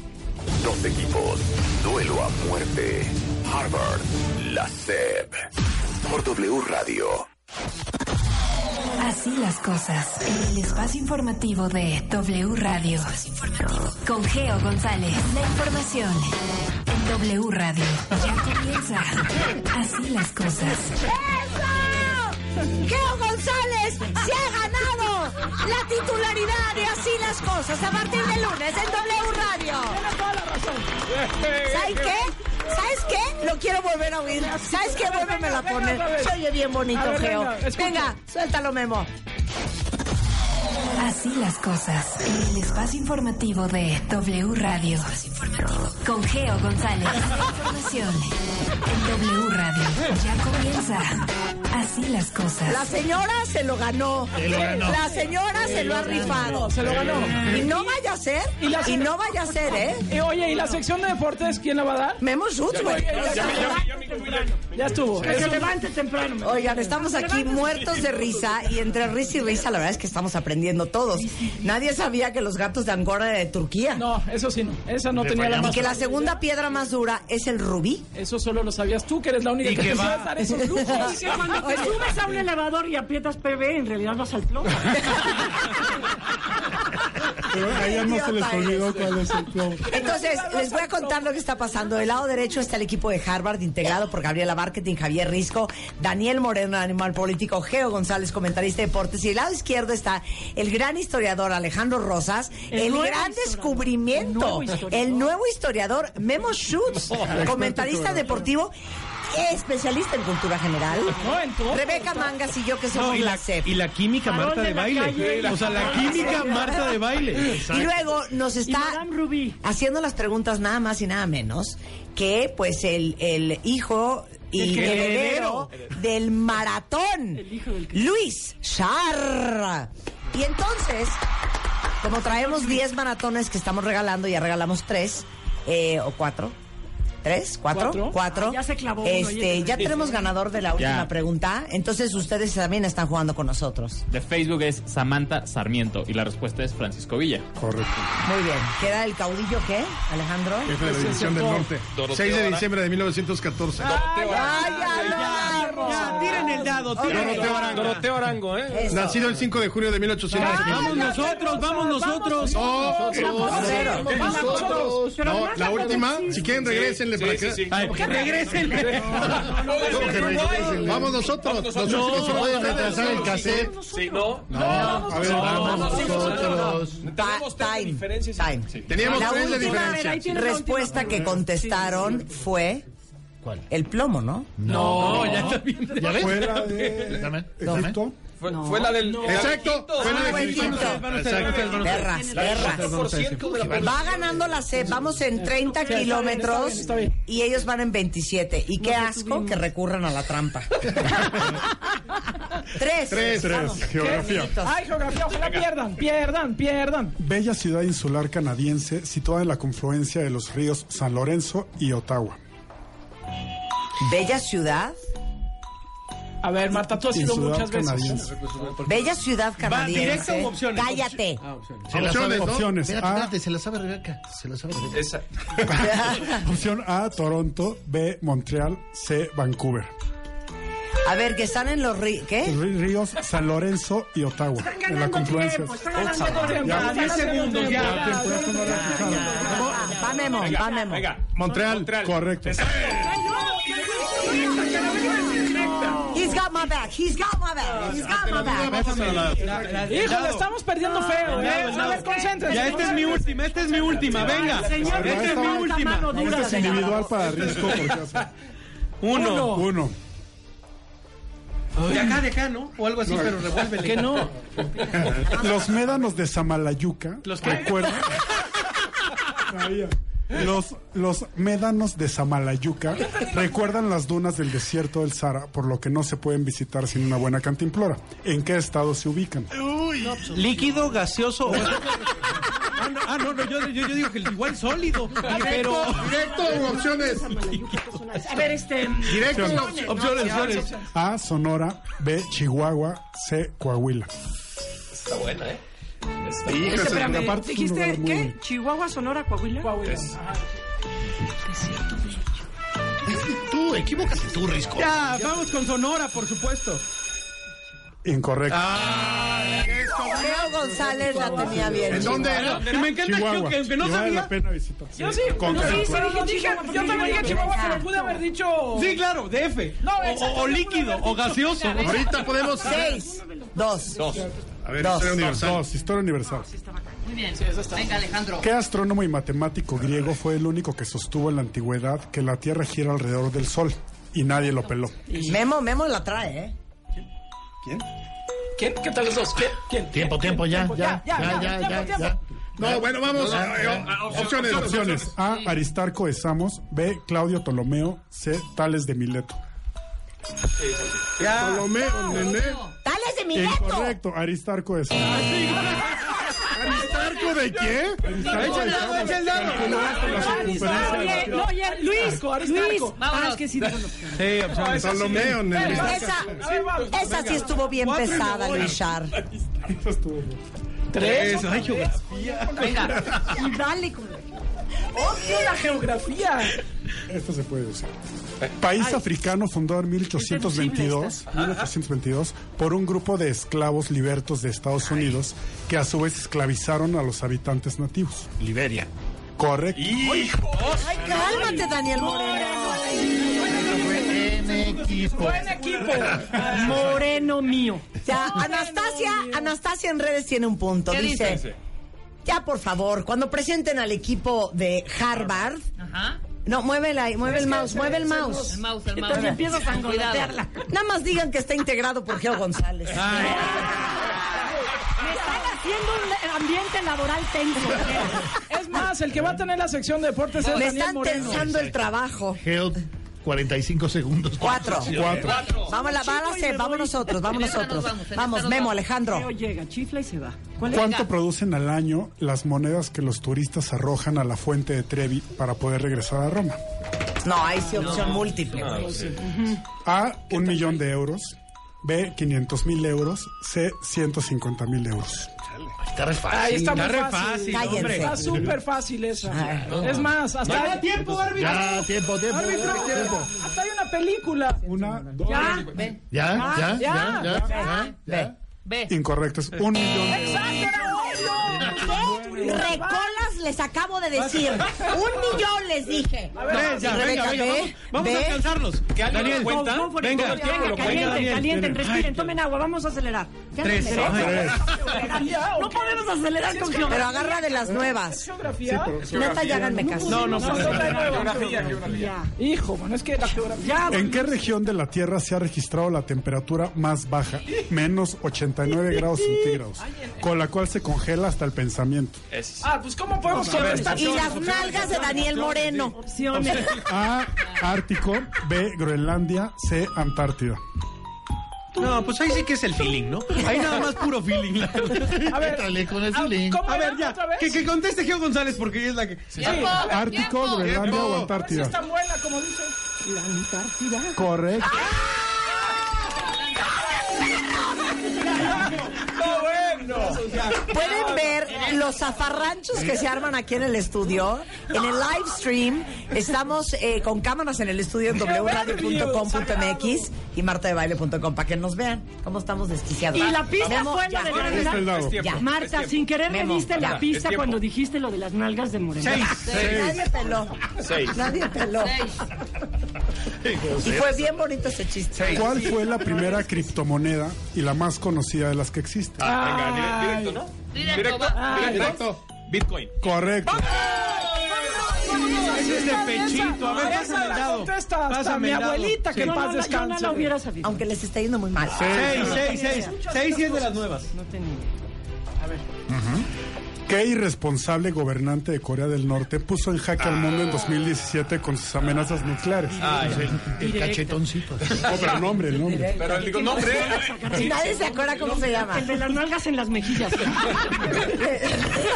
Speaker 1: Dos equipos. Duelo a muerte. Harvard. La SEP. Por W Radio.
Speaker 13: Así las cosas. En el espacio informativo de W Radio. Con Geo González. La información en W Radio. Ya comienza. Así las cosas.
Speaker 11: Geo González se ha ganado la titularidad de Así las Cosas a partir de lunes en W Radio. ¿Sabes qué? ¿Sabes qué? Lo quiero volver a oír. ¿Sabes qué? Vuélvemela a poner. Se oye bien
Speaker 13: A
Speaker 11: bonito,
Speaker 13: ver,
Speaker 11: Geo.
Speaker 13: venga, escucha.
Speaker 11: Venga, suéltalo, Memo.
Speaker 13: Así las cosas. El espacio informativo de W Radio. Con Geo González. La Información en W Radio. Ya comienza. Así las cosas.
Speaker 11: La señora se lo ganó.
Speaker 13: Se lo ganó.
Speaker 11: La señora se,
Speaker 13: Se
Speaker 11: lo ha
Speaker 13: lo
Speaker 11: rifado.
Speaker 5: ganó, se lo ganó.
Speaker 11: Y no vaya a ser. Y,
Speaker 5: la-
Speaker 11: no vaya a ser, ¿eh?
Speaker 5: Eh, oye, ¿y la sección de deportes quién la va a dar?
Speaker 11: Memo Schutz, güey.
Speaker 5: Ya estuvo.
Speaker 11: Que se
Speaker 5: levante temprano.
Speaker 11: Oigan, estamos aquí muertos de risa y entre risa y risa la verdad es que estamos aprendiendo todos. Nadie sabía que los gatos de Angora eran de Turquía.
Speaker 5: No, eso sí no. Esa no
Speaker 11: Le
Speaker 5: tenía la
Speaker 11: fallamos.
Speaker 5: más.
Speaker 11: Y que la segunda piedra más dura es el rubí.
Speaker 5: Eso solo lo sabías tú, que eres la única
Speaker 6: Y
Speaker 5: que,
Speaker 6: que
Speaker 5: te
Speaker 6: va.
Speaker 5: sabes dar
Speaker 11: <laughs>
Speaker 5: esos lujos.
Speaker 6: Oye, cuando te subes a un elevador y aprietas PB, en realidad vas al plomo.
Speaker 8: Pero a ellas no se les olvidó cuál es
Speaker 11: <laughs>
Speaker 8: el club.
Speaker 11: Entonces, les voy a contar lo que está pasando. Del lado derecho está el equipo de Harvard, integrado por Gabriela Barketing, Javier Risco, Daniel Moreno, animal político, Geo González, comentarista de deportes. Y del lado izquierdo está el gran historiador Alejandro Rosas,
Speaker 6: El
Speaker 11: el,
Speaker 6: nuevo
Speaker 11: gran
Speaker 6: historiador.
Speaker 11: descubrimiento,
Speaker 6: El nuevo historiador.
Speaker 11: el nuevo historiador
Speaker 14: <laughs>
Speaker 11: Memo Schutz, comentarista deportivo. Especialista en cultura general.
Speaker 5: No, en todo.
Speaker 11: Rebeca Mangas y yo que somos
Speaker 14: No, y,
Speaker 11: la
Speaker 14: la, y la química
Speaker 11: Farol
Speaker 14: Marta
Speaker 11: de
Speaker 14: de
Speaker 11: la
Speaker 14: baile.
Speaker 11: calle.
Speaker 14: o sea, la química Marta de baile.
Speaker 11: Y luego nos está haciendo las preguntas nada más y nada menos que pues el, el hijo y
Speaker 6: El que-
Speaker 11: heredero del maratón, Luis Char. Y entonces, como traemos 10 maratones que estamos regalando, ya regalamos 3 o 4. ¿Tres? ¿Cuatro?
Speaker 6: ¿Cuatro?
Speaker 11: ¿Cuatro?
Speaker 6: Ah, ya se clavó uno,
Speaker 11: Este,
Speaker 6: oye.
Speaker 11: ya tenemos ganador de la última
Speaker 10: Ya.
Speaker 11: pregunta. Entonces ustedes también están jugando con nosotros.
Speaker 10: De Facebook es Samantha Sarmiento y la respuesta es Francisco Villa.
Speaker 8: Correcto.
Speaker 11: Muy bien. ¿Queda el caudillo qué, Alejandro?
Speaker 9: Jefe de
Speaker 6: Pues
Speaker 9: la División del Norte. 6 de diciembre de 1914.
Speaker 14: Ah, Ya, tiren el dado, tiren el
Speaker 9: Doroteo
Speaker 14: dado.
Speaker 9: Arango.
Speaker 12: Doroteo Arango, ¿eh?
Speaker 9: Nacido el 5 de junio de 1800.
Speaker 14: Vamos nosotros, vamos nosotros.
Speaker 9: No, eh,
Speaker 14: Vamos
Speaker 9: nosotros.
Speaker 14: Pero
Speaker 9: No,
Speaker 14: vamos
Speaker 9: la
Speaker 14: a
Speaker 9: última,
Speaker 14: producir.
Speaker 9: si quieren,
Speaker 14: Sí,
Speaker 9: regrésenle
Speaker 14: sí,
Speaker 9: para
Speaker 14: sí,
Speaker 9: acá.
Speaker 14: sí. Ay, que regrésenle.
Speaker 9: No, que regrésenle. Vamos nosotros. Nosotros no se puede retrasar el cassette.
Speaker 12: Sí, no.
Speaker 9: No, a ver, vamos nosotros.
Speaker 11: Tenemos tres de diferencia.
Speaker 9: Teníamos
Speaker 11: la
Speaker 9: tres de
Speaker 11: última
Speaker 9: diferencia. Ahí tiene la
Speaker 11: respuesta
Speaker 9: última.
Speaker 11: que contestaron fue el plomo, ¿no?
Speaker 14: No, ya está bien.
Speaker 9: ¿Ya ves?
Speaker 14: Fuera
Speaker 8: ¿Egipto?
Speaker 12: Fue, fue la del.
Speaker 9: Exacto, fue
Speaker 11: Ah,
Speaker 9: la del Egipto. Exacto.
Speaker 11: Perras, perras. Va ganando la C, vamos en 30
Speaker 5: Sí, está bien,
Speaker 11: kilómetros
Speaker 5: está bien, está bien.
Speaker 11: y ellos van en 27. Y qué asco que recurran a la trampa. Tres.
Speaker 8: Tres, tres.
Speaker 11: Vamos.
Speaker 8: Geografía.
Speaker 5: Ay, geografía, ojalá pierdan, pierdan, pierdan.
Speaker 8: Bella ciudad insular canadiense situada en la confluencia de los ríos San Lorenzo y Ottawa.
Speaker 11: Bella ciudad.
Speaker 5: A ver, Marta, tú has ido
Speaker 8: Insular
Speaker 5: muchas veces.
Speaker 8: canadiense.
Speaker 11: Bella ciudad canadiense.
Speaker 14: directa u opciones?
Speaker 11: Cállate.
Speaker 7: Ah, Se la sabe,
Speaker 8: Opciones,
Speaker 7: ¿no?
Speaker 8: opciones.
Speaker 7: Espérate,
Speaker 8: A.
Speaker 7: espérate, se la sabe Rebeca. Se la sabe Rebeca.
Speaker 8: <laughs>
Speaker 7: <laughs>
Speaker 8: Opción A, Toronto. B, Montreal. C, Vancouver.
Speaker 11: A ver, que están en los ríos. ¿Qué?
Speaker 8: Rí- Ríos San Lorenzo y Ottawa. En la confluencia.
Speaker 14: Ya, 10 segundos, ya.
Speaker 11: Va Memo, va Memo.
Speaker 8: Montreal, correcto.
Speaker 11: He's got my back, he's got my back, he's got my back.
Speaker 5: Híjole, estamos perdiendo feo, ¿eh? A ver, concéntrense.
Speaker 14: Ya, esta es mi última, esta es mi última, venga.
Speaker 8: Señor,
Speaker 14: Esta es mi
Speaker 8: esta-
Speaker 14: última.
Speaker 8: Este es individual para Risco.
Speaker 14: Uno.
Speaker 8: Uno.
Speaker 14: De acá, de acá, ¿no? O algo así, pero revuélvele.
Speaker 5: Que no.
Speaker 8: Los médanos de Samalayuca.
Speaker 14: ¿Los qué?
Speaker 8: ¿Recuerdan? Los, los médanos de Samalayuca recuerdan las dunas del desierto del Sahara, por lo que no se pueden visitar sin una buena cantimplora. ¿En qué estado se ubican?
Speaker 14: pues, Líquido, gaseoso. o- Ah, no, ah, no, no, yo, yo, yo digo que igual sólido. Pero.
Speaker 9: Directo u opciones.
Speaker 6: A ver, este...
Speaker 9: Directo u opciones.
Speaker 14: Opciones, opciones.
Speaker 8: A, Sonora, B, Chihuahua, C, Coahuila.
Speaker 12: Está buena, ¿eh? Está
Speaker 8: Hijo,
Speaker 12: buena.
Speaker 8: esa
Speaker 6: Espérame,
Speaker 8: segunda parte es un
Speaker 6: ¿dijiste
Speaker 8: lugar muy
Speaker 6: qué?
Speaker 8: bonito.
Speaker 6: ¿Chihuahua, Sonora, Coahuila?
Speaker 5: Coahuila.
Speaker 7: Tú, equivócate tú, Risco.
Speaker 14: Ya, vamos con Sonora, por supuesto.
Speaker 8: Incorrecto.
Speaker 14: Ah.
Speaker 11: Leo González la tenía bien.
Speaker 8: ¿En dónde
Speaker 11: chihuahua.
Speaker 8: era? Y me encanta que- Chihuahua. que aunque no Y vale sabía- la pena visitar.
Speaker 14: Eh,
Speaker 5: Yo sí,
Speaker 8: Con
Speaker 5: yo sí,
Speaker 8: Cancún.
Speaker 5: sí, dije Chihuahua, yo también dije Chihuahua, pero pude haber dicho...
Speaker 14: Sí, claro, DF.
Speaker 5: No,
Speaker 14: O-
Speaker 5: exacto,
Speaker 14: o, o
Speaker 5: yo pude
Speaker 14: líquido,
Speaker 5: haber
Speaker 14: o
Speaker 5: dicho, ¿eh?
Speaker 14: gaseoso.
Speaker 5: mira,
Speaker 8: Ahorita podemos-
Speaker 11: Seis. Dos.
Speaker 8: Dos.
Speaker 9: A ver,
Speaker 8: dos,
Speaker 9: historia universal.
Speaker 8: Dos, historia universal.
Speaker 3: Muy bien.
Speaker 5: está.
Speaker 3: Venga, Alejandro.
Speaker 8: ¿Qué astrónomo y matemático griego fue el único que sostuvo en la antigüedad que la Tierra gira alrededor del Sol? Y nadie lo peló.
Speaker 11: Memo, Memo la trae, ¿eh?
Speaker 5: ¿Quién? ¿Qué tal los dos? ¿Quién? ¿Quién?
Speaker 7: Tiempo, tiempo, ya, ya, ya, ya, ya, ya.
Speaker 9: No, bueno, vamos. eh, eh, Opciones, opciones.
Speaker 8: Opciones. A. Aristarco de Samos. B. Claudio Ptolomeo. C. Tales de Mileto.
Speaker 9: Ya. Ptolomeo, nené.
Speaker 11: ¡Tales de
Speaker 14: Eh,
Speaker 8: Incorrecto. Aristarco de Samos.
Speaker 9: ¿Aristarco de qué?
Speaker 8: Echa el dado, echa el dado.
Speaker 6: Oye, no, ya, Luis, Luis, ah, es que sí, no, no.
Speaker 14: Sí, opciones.
Speaker 9: Ptolomeo, nené.
Speaker 11: Pero esa, esa sí estuvo bien pesada, Luis Char.
Speaker 5: Tres.
Speaker 14: Ay,
Speaker 5: geografía. Venga.
Speaker 11: Y dale, con-
Speaker 5: Odio la geografía.
Speaker 8: Esto se puede usar. País africano fundado en 1822, 1822 por un grupo de esclavos libertos de Estados Unidos que a su vez esclavizaron a los habitantes nativos.
Speaker 7: Liberia.
Speaker 8: Correcto.
Speaker 11: Ay, cálmate, Daniel Moreno.
Speaker 5: Buen equipo.
Speaker 6: Moreno mío.
Speaker 11: Ya, Anastasia, Anastasia en redes tiene un punto.
Speaker 15: ¿Qué
Speaker 11: dice,
Speaker 15: dice?
Speaker 11: ya por favor, cuando presenten al equipo de Harvard,
Speaker 15: Ajá.
Speaker 11: no, muévela, ahí, mueve el
Speaker 15: Es que
Speaker 11: mouse,
Speaker 15: ese
Speaker 11: mueve el
Speaker 15: es el
Speaker 11: mouse.
Speaker 15: mouse, el mouse, el
Speaker 11: Que
Speaker 15: mouse.
Speaker 11: también
Speaker 15: Empiezas a
Speaker 11: Cuidado.
Speaker 15: angolotearla.
Speaker 11: Nada más digan que está integrado por Geo González.
Speaker 6: Me están haciendo un ambiente laboral tenso.
Speaker 5: Es más, el que va a tener la sección de deportes es
Speaker 11: Me
Speaker 5: Daniel
Speaker 11: están
Speaker 5: Moreno.
Speaker 11: tensando el trabajo.
Speaker 7: Geo, 45 segundos.
Speaker 11: Cuatro.
Speaker 7: Cuatro.
Speaker 11: Vamos a la
Speaker 6: Chico, y me
Speaker 11: bala, vamos
Speaker 6: voy.
Speaker 11: nosotros, vamos
Speaker 6: En esta nos
Speaker 11: nosotros.
Speaker 6: vamos, en
Speaker 11: Vamos,
Speaker 6: esta nos
Speaker 11: Memo,
Speaker 6: vamos.
Speaker 11: Alejandro.
Speaker 6: Leo llega, chifla y se va. ¿Cuál es?
Speaker 8: ¿Cuánto producen al año las monedas que los turistas arrojan a la fuente de Trevi para poder regresar a Roma?
Speaker 11: No, ahí sí opción múltiple. güey.
Speaker 8: A, un millón de euros. B, 500 mil euros. C, 150 mil euros.
Speaker 7: Está re fácil.
Speaker 5: Ay, está muy
Speaker 7: Está re
Speaker 5: fácil.
Speaker 7: fácil, hombre. Cállense.
Speaker 5: Está súper fácil esa. Es más, hasta...
Speaker 7: Ya, tiempo, árbitro. Ya, tiempo, tiempo,
Speaker 5: Árbitro,
Speaker 7: tiempo.
Speaker 5: Hasta hay una película.
Speaker 8: Una, dos...
Speaker 5: Ya, Ah, ve.
Speaker 7: Ya, ya, ya, ya, ya.
Speaker 8: B.
Speaker 15: Ve.
Speaker 8: Incorrecto, es un millón de euros.
Speaker 5: Ah, ¡Exacto, era obvio!
Speaker 11: ¿Qué? Recolas les acabo de decir. Un millón les dije.
Speaker 14: Tres, ya, venga,
Speaker 11: Rebeca,
Speaker 14: venga,
Speaker 11: ve,
Speaker 14: vamos, vamos a
Speaker 11: ve.
Speaker 14: alcanzarlos.
Speaker 12: Que alguien
Speaker 14: Daniel,
Speaker 12: lo cuenta.
Speaker 14: go, go for it,
Speaker 12: Venga,
Speaker 14: go for it.
Speaker 12: Daniel,
Speaker 14: Venga,
Speaker 12: lo cuenta.
Speaker 14: calienten,
Speaker 12: Daniel.
Speaker 14: calienten,
Speaker 6: respiren, tomen agua, vamos a acelerar. Ya
Speaker 14: Tres.
Speaker 6: no aceleran,
Speaker 14: Ajá.
Speaker 6: ya no aceleran. No podemos acelerar con geografía.
Speaker 11: Pero agarra de las nuevas.
Speaker 5: ¿Geografía?
Speaker 11: Neta, ya háganme caso.
Speaker 14: No, no,
Speaker 5: No, no,
Speaker 14: no.
Speaker 5: no, no, geografía, Hijo, bueno, es que la geografía...
Speaker 8: ¿En qué región de la Tierra se ha registrado la temperatura más baja, menos 89
Speaker 5: <laughs>
Speaker 8: grados centígrados, con la cual se congela hasta el pensamiento?
Speaker 12: Es-
Speaker 5: Ah, pues ¿cómo podemos contestar?
Speaker 11: Y las nalgas de Daniel Moreno.
Speaker 6: Opciones.
Speaker 8: A, Ártico, B, Groenlandia, C, Antártida.
Speaker 14: No, pues ahí sí que es el feeling, ¿no? Ahí nada más puro feeling. la verdad.
Speaker 5: A ver,
Speaker 7: Dale con ese
Speaker 5: ah,
Speaker 7: link.
Speaker 5: ¿cómo
Speaker 14: A ver,
Speaker 5: era
Speaker 14: ya.
Speaker 5: otra vez?
Speaker 14: Que, que conteste Geo González porque ella es la que.
Speaker 15: Tiempo.
Speaker 8: Ártico,
Speaker 15: tiempo.
Speaker 8: Groenlandia o
Speaker 5: A ver si es
Speaker 8: Antártida.
Speaker 5: tan buena como dice.
Speaker 11: <laughs>
Speaker 6: La Antártida.
Speaker 8: Correcto.
Speaker 11: ¿Pueden ver los zafarranchos que se arman aquí en el estudio? En el live stream estamos eh, con cámaras en el estudio en wradio.com.mx y martadebaile.com para que nos vean cómo estamos desquiciados.
Speaker 6: Y la pista
Speaker 11: Memo,
Speaker 6: fue lo
Speaker 11: ya.
Speaker 6: de
Speaker 8: Este es el
Speaker 6: Moreno.
Speaker 8: dado.
Speaker 6: Ya. Marta, sin querer me
Speaker 11: Memo,
Speaker 6: diste
Speaker 11: ya.
Speaker 6: la
Speaker 11: Es
Speaker 6: pista
Speaker 12: tiempo.
Speaker 6: cuando dijiste lo de las nalgas de Moreno.
Speaker 11: Nadie peló.
Speaker 12: Seis.
Speaker 11: Nadie peló. Y fue bien bonito ese chiste.
Speaker 8: ¿Cuál fue la primera criptomoneda y la más conocida de las que existen?
Speaker 12: Venga, dire- directo, ¿no?
Speaker 15: Directo,
Speaker 12: Directo,
Speaker 15: va.
Speaker 12: directo. directo. Bitcoin.
Speaker 8: Correcto.
Speaker 14: Ese es de pechito. A ver,
Speaker 5: Esa
Speaker 14: pásame el
Speaker 5: la
Speaker 14: dado.
Speaker 5: contesta hasta
Speaker 14: Pásame
Speaker 5: mi
Speaker 14: el dado.
Speaker 5: abuelita, que
Speaker 14: Sí.
Speaker 5: en
Speaker 6: Yo
Speaker 5: paz
Speaker 6: no, la- yo no
Speaker 5: descanse.
Speaker 6: la hubiera sabido.
Speaker 11: Aunque les está yendo muy mal.
Speaker 14: Seis, seis, seis. Seis y es de las nuevas.
Speaker 6: No tenía.
Speaker 8: ¿Qué irresponsable gobernante de Corea del Norte puso en jaque al mundo en 2017 con sus amenazas nucleares?
Speaker 12: Ay,
Speaker 7: Ah, El cachetoncito.
Speaker 8: No, pero el nombre, el nombre.
Speaker 12: pero él digo, no, hombre.
Speaker 11: Y nadie se acuerda cómo se llama.
Speaker 6: El de las nalgas en las <laughs> mejillas.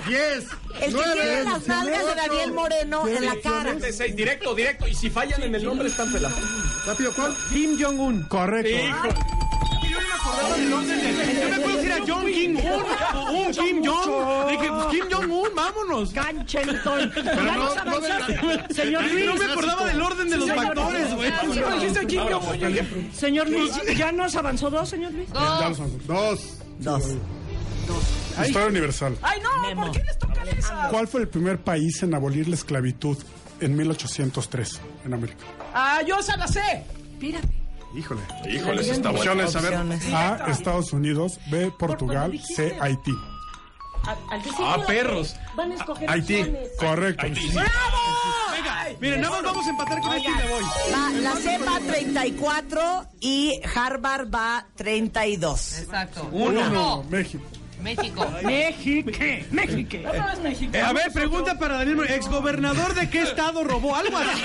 Speaker 7: Diez.
Speaker 11: El que tiene las nalgas de Daniel Moreno en la cara.
Speaker 12: Seis, directo, directo. Y si fallan en el nombre, están pelados.
Speaker 8: Rápido, ¿cuál? Kim Jong-un. Correcto.
Speaker 12: Hijo. Yo no me acordaba
Speaker 14: Yo me acuerdo si era John Kim Un o un Kim Jong. Dije, pues Kim Jong-un, vámonos.
Speaker 6: Ganchenton.
Speaker 14: Pero no,
Speaker 6: Vamos a
Speaker 14: no,
Speaker 6: avanzar.
Speaker 14: de-
Speaker 6: Señor Luis.
Speaker 14: No me acordaba del orden de los
Speaker 6: Señor-
Speaker 14: factores, güey.
Speaker 6: Ah, sí, pero dijiste Kim Jong-un, yo- Señor Luis, ¿ya nos avanzó dos, señor Luis?
Speaker 8: Dos. Dos. Dos. Historia universal.
Speaker 6: Ay, no, ¿por qué les toca esa?
Speaker 8: ¿Cuál fue el primer país en abolir la esclavitud en 1803 en América?
Speaker 5: Ah, yo esa la sé.
Speaker 6: Mira.
Speaker 8: Híjole.
Speaker 9: Híjole, eso está bueno.
Speaker 8: Opciones, a ver.
Speaker 9: Opciones.
Speaker 8: A, Estados Unidos. B, Portugal. C, Haití.
Speaker 6: Al decir
Speaker 8: Ah,
Speaker 6: que-
Speaker 8: perros.
Speaker 6: Van a escoger
Speaker 8: Haití.
Speaker 6: opciones. Ah,
Speaker 8: Correcto.
Speaker 14: Venga, miren, nada más vamos a empatar con esto y me voy.
Speaker 11: Va, la C va 34 y Harvard va 32.
Speaker 15: Exacto.
Speaker 14: Uno.
Speaker 8: México.
Speaker 15: México.
Speaker 14: Ah. México. México.
Speaker 15: Otra vez México.
Speaker 14: Eh, a ver, pregunta para Daniel Moreno. ¿Exgobernador de qué estado robó? Algo así.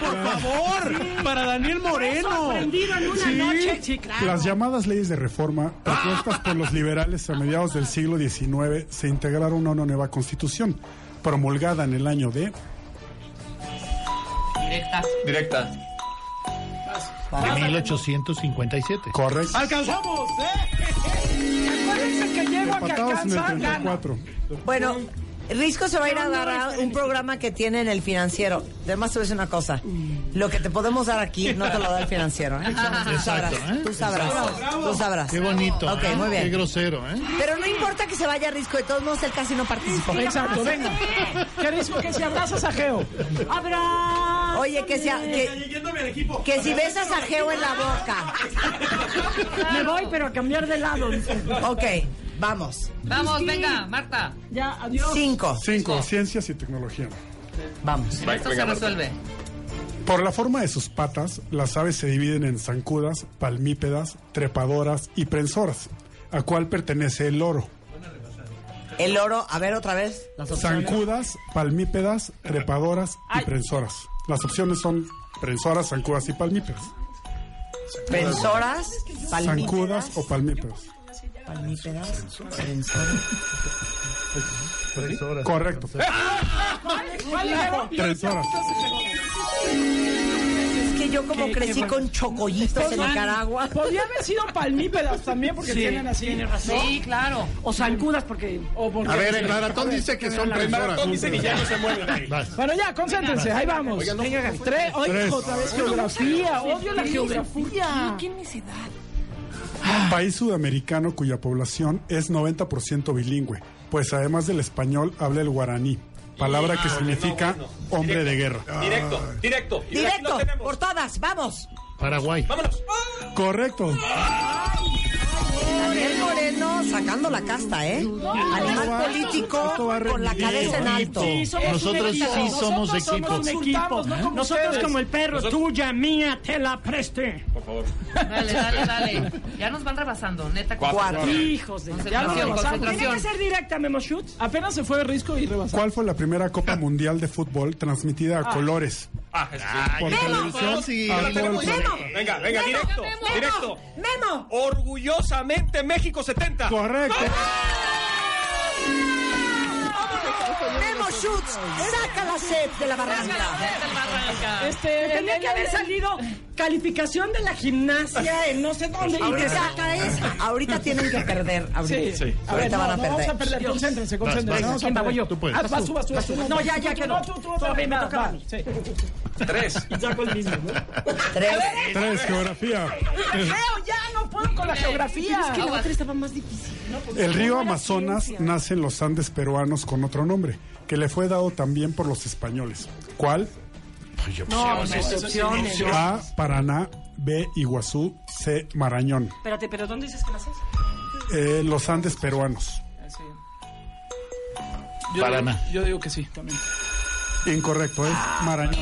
Speaker 14: Por favor. Para Daniel Moreno.
Speaker 6: Sorprendido en una noche. Sí, claro.
Speaker 8: Las llamadas leyes de reforma propuestas por los liberales a mediados del siglo XIX se integraron a una nueva constitución promulgada en el año de
Speaker 15: Directa.
Speaker 12: Directa.
Speaker 7: De 1857.
Speaker 8: Correcto.
Speaker 14: ¡Alcanzamos! ¿eh?
Speaker 6: Acuérdense que llego a que alcanza. gano.
Speaker 11: Bueno, Risco se va a ir a dar a un programa que tiene en el financiero. Además, te voy a decir una cosa. Lo que te podemos dar aquí no te lo da el financiero.
Speaker 6: <laughs>
Speaker 11: ¿eh? Tú sabrás.
Speaker 7: Exacto, ¿eh?
Speaker 11: Tú sabrás.
Speaker 7: Exacto.
Speaker 11: Tú sabrás.
Speaker 7: Qué bonito.
Speaker 11: Ok,
Speaker 7: ¿eh?
Speaker 11: muy
Speaker 7: Qué
Speaker 11: bien.
Speaker 7: grosero, ¿eh?
Speaker 11: Pero no importa que se vaya Risco, de todos modos él casi no participó.
Speaker 5: Exacto, venga. ¿Qué Risco, que si abrazas a Geo?
Speaker 6: ¡Abra!
Speaker 11: Oye, que sea. Que, que si besas a Geo en la boca.
Speaker 6: Me voy, pero a cambiar de lado.
Speaker 11: Ok, vamos.
Speaker 15: Vamos, venga, Marta.
Speaker 6: Ya, adiós.
Speaker 11: Cinco.
Speaker 8: Cinco, ciencias y tecnología.
Speaker 11: Vamos.
Speaker 15: Esto se resuelve.
Speaker 8: Por la forma de sus patas, las aves se dividen en zancudas, palmípedas, trepadoras y prensoras. ¿A cuál pertenece el loro?
Speaker 11: El oro, a ver otra vez. Las opciones.
Speaker 8: Zancudas, palmípedas, trepadoras y prensoras. Las opciones son prensoras, zancudas y palmípedas.
Speaker 11: Pensoras, palmípedas.
Speaker 8: Zancudas o palmípedas.
Speaker 11: Palmípedas.
Speaker 8: Correcto. Tres horas.
Speaker 11: Es que yo como
Speaker 5: Qué-
Speaker 11: crecí
Speaker 5: qué bueno.
Speaker 11: con chocollitos en Nicaragua.
Speaker 5: Podría haber sido palmípedas también, porque
Speaker 11: Sí,
Speaker 5: tienen así.
Speaker 11: tiene razón.
Speaker 5: Sí,
Speaker 15: claro.
Speaker 6: O zancudas, porque.
Speaker 5: O porque-
Speaker 7: A ver, el maratón
Speaker 5: A ver,
Speaker 7: dice que
Speaker 5: vean
Speaker 7: son
Speaker 5: la-
Speaker 7: tres
Speaker 5: El
Speaker 7: horas.
Speaker 5: Bueno, ya, concéntrense, ahí vamos.
Speaker 7: Oigan, no.
Speaker 5: Tres, oye,
Speaker 8: Tres.
Speaker 5: otra vez geografía, odio la geografía.
Speaker 6: ¿Qué necedad?
Speaker 8: País sudamericano cuya población es 90% bilingüe, pues además del español habla el guaraní, palabra que significa hombre de guerra.
Speaker 12: Directo, directo.
Speaker 11: Directo, por todas, vamos.
Speaker 7: Paraguay.
Speaker 12: Vámonos.
Speaker 8: Correcto.
Speaker 11: Daniel Moreno sacando la casta, ¿eh? Animal
Speaker 8: va- esto va a
Speaker 11: político con la
Speaker 8: rendir.
Speaker 11: cabeza en alto.
Speaker 6: Sí, somos un
Speaker 7: Nosotros
Speaker 6: equipo.
Speaker 7: sí somos
Speaker 6: Nosotros
Speaker 7: equipo.
Speaker 6: somos un equipo.
Speaker 5: Consultamos, no como
Speaker 6: Nosotros
Speaker 5: ustedes.
Speaker 6: como el perro, tuya, mía, te la preste.
Speaker 12: Por favor.
Speaker 15: Dale, dale, dale. Ya nos van rebasando, neta.
Speaker 8: Cuatro.
Speaker 15: cuatro.
Speaker 6: Hijos de...
Speaker 5: Ya lo
Speaker 15: Concentración,
Speaker 5: rebasamos.
Speaker 6: Tiene que
Speaker 15: concentración.
Speaker 6: ser directa, Memo Schutz.
Speaker 5: Apenas se fue Risco y rebasó. Ah.
Speaker 8: ¿Cuál fue la primera Copa Mundial de Fútbol transmitida a colores?
Speaker 12: Ah, eso sí.
Speaker 8: Por
Speaker 11: Memo,
Speaker 8: televisión
Speaker 7: sí,
Speaker 8: a
Speaker 7: yo la
Speaker 8: todo el
Speaker 7: tengo
Speaker 8: planeta.
Speaker 12: Venga, venga, directo, directo.
Speaker 11: ¡Memo!
Speaker 12: Orgullosamente México 70.
Speaker 8: Correcto.
Speaker 11: ¡Memo Schutz! ¡Saca la sed de la barranca!
Speaker 6: Este, tenía que haber salido calificación de la gimnasia en no sé dónde. Y te saca esa.
Speaker 11: Ahorita tienen que perder. Ahorita,
Speaker 5: Sí, sí. A ver,
Speaker 11: ahorita
Speaker 5: no,
Speaker 11: van a
Speaker 5: no
Speaker 11: perder.
Speaker 5: vamos a perder. Concéntrense, concéntrense.
Speaker 7: Vas,
Speaker 5: vamos a
Speaker 7: vas.
Speaker 5: perder.
Speaker 7: voy yo? Tú puedes.
Speaker 5: Ah, vas tú, vas tú, vas tú.
Speaker 6: No, ya, ya, que no.
Speaker 5: Tú, tú, tú,
Speaker 6: Todavía me
Speaker 5: va,
Speaker 6: toca
Speaker 5: va,
Speaker 6: a mí.
Speaker 5: sí.
Speaker 12: Tres.
Speaker 5: Y saco el mismo, ¿no?
Speaker 11: Tres.
Speaker 8: Tres, geografía.
Speaker 5: Creo, ya no puedo con la geografía.
Speaker 6: Es que la otra estaba más difícil. pues,
Speaker 8: El río Amazonas nace en los Andes peruanos con otro nombre, que le fue dado también por los españoles. ¿Cuál?
Speaker 6: No, sus opciones.
Speaker 8: A. Paraná. B. Iguazú. C. Marañón.
Speaker 6: Espérate, pero ¿dónde dices que naces?
Speaker 8: Eh, los Andes peruanos.
Speaker 5: Yo,
Speaker 7: Paraná.
Speaker 5: Yo digo que sí, también.
Speaker 8: Incorrecto, es Marañón.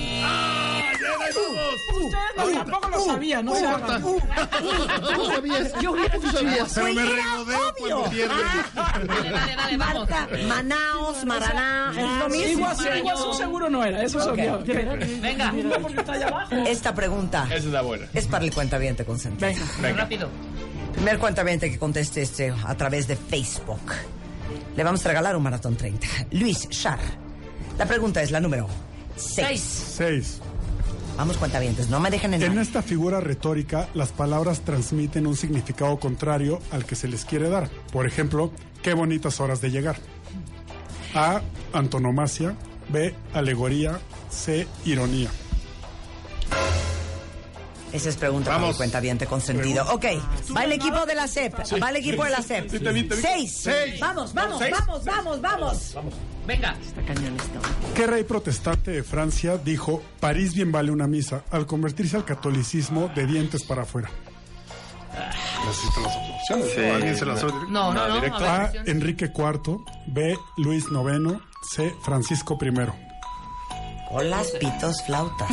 Speaker 5: Ustedes no, tampoco lo sabía, no se hagan. uh,
Speaker 7: ¿Tú sabías?
Speaker 11: Yo
Speaker 7: ¿Tú sabías?
Speaker 11: Pero me
Speaker 7: cuando pierdes.
Speaker 15: Dale, dale, dale, vamos.
Speaker 11: Marta, Manaos, Maraná, es lo mismo.
Speaker 5: Iguazú, Iguazú seguro no era, eso
Speaker 11: Ok.
Speaker 5: es obvio.
Speaker 15: Venga,
Speaker 5: porque está allá abajo.
Speaker 11: Esta pregunta
Speaker 12: Esa es la buena.
Speaker 11: es para el cuentaviente, concentra.
Speaker 5: Venga.
Speaker 15: rápido.
Speaker 11: Primer cuentaviente que conteste este a través de Facebook. Le vamos a regalar un maratón 30. Luis Char. La pregunta es la número 6.
Speaker 15: Seis.
Speaker 8: Seis.
Speaker 11: Vamos, cuentavientes, no me dejen en...
Speaker 8: En esta figura retórica, las palabras transmiten un significado contrario al que se les quiere dar. Por ejemplo, qué bonitas horas de llegar. A. Antonomasia. B. Alegoría. C. Ironía.
Speaker 11: Esa es pregunta para el cuentaviente consentido. Ok, va el equipo de la CEP.
Speaker 2: Sí.
Speaker 11: Va el equipo de la CEP.
Speaker 2: Sí, te vi, te vi.
Speaker 11: Seis.
Speaker 2: Seis.
Speaker 11: Vamos, vamos,
Speaker 2: Seis.
Speaker 11: vamos, vamos, vamos.
Speaker 15: Venga.
Speaker 11: Está cañón esto.
Speaker 8: ¿Qué rey protestante de Francia dijo París bien vale una misa al convertirse al catolicismo de dientes para afuera?
Speaker 9: Necesito las opciones.
Speaker 8: Sí.
Speaker 9: ¿no? ¿Alguien se las Ah,
Speaker 8: No,
Speaker 15: no, no, directo. a ver,
Speaker 7: Ah,
Speaker 8: A.
Speaker 15: opciones.
Speaker 8: Enrique IV. B. Luis IX. C. Francisco I.
Speaker 11: Olas, pitos, flautas.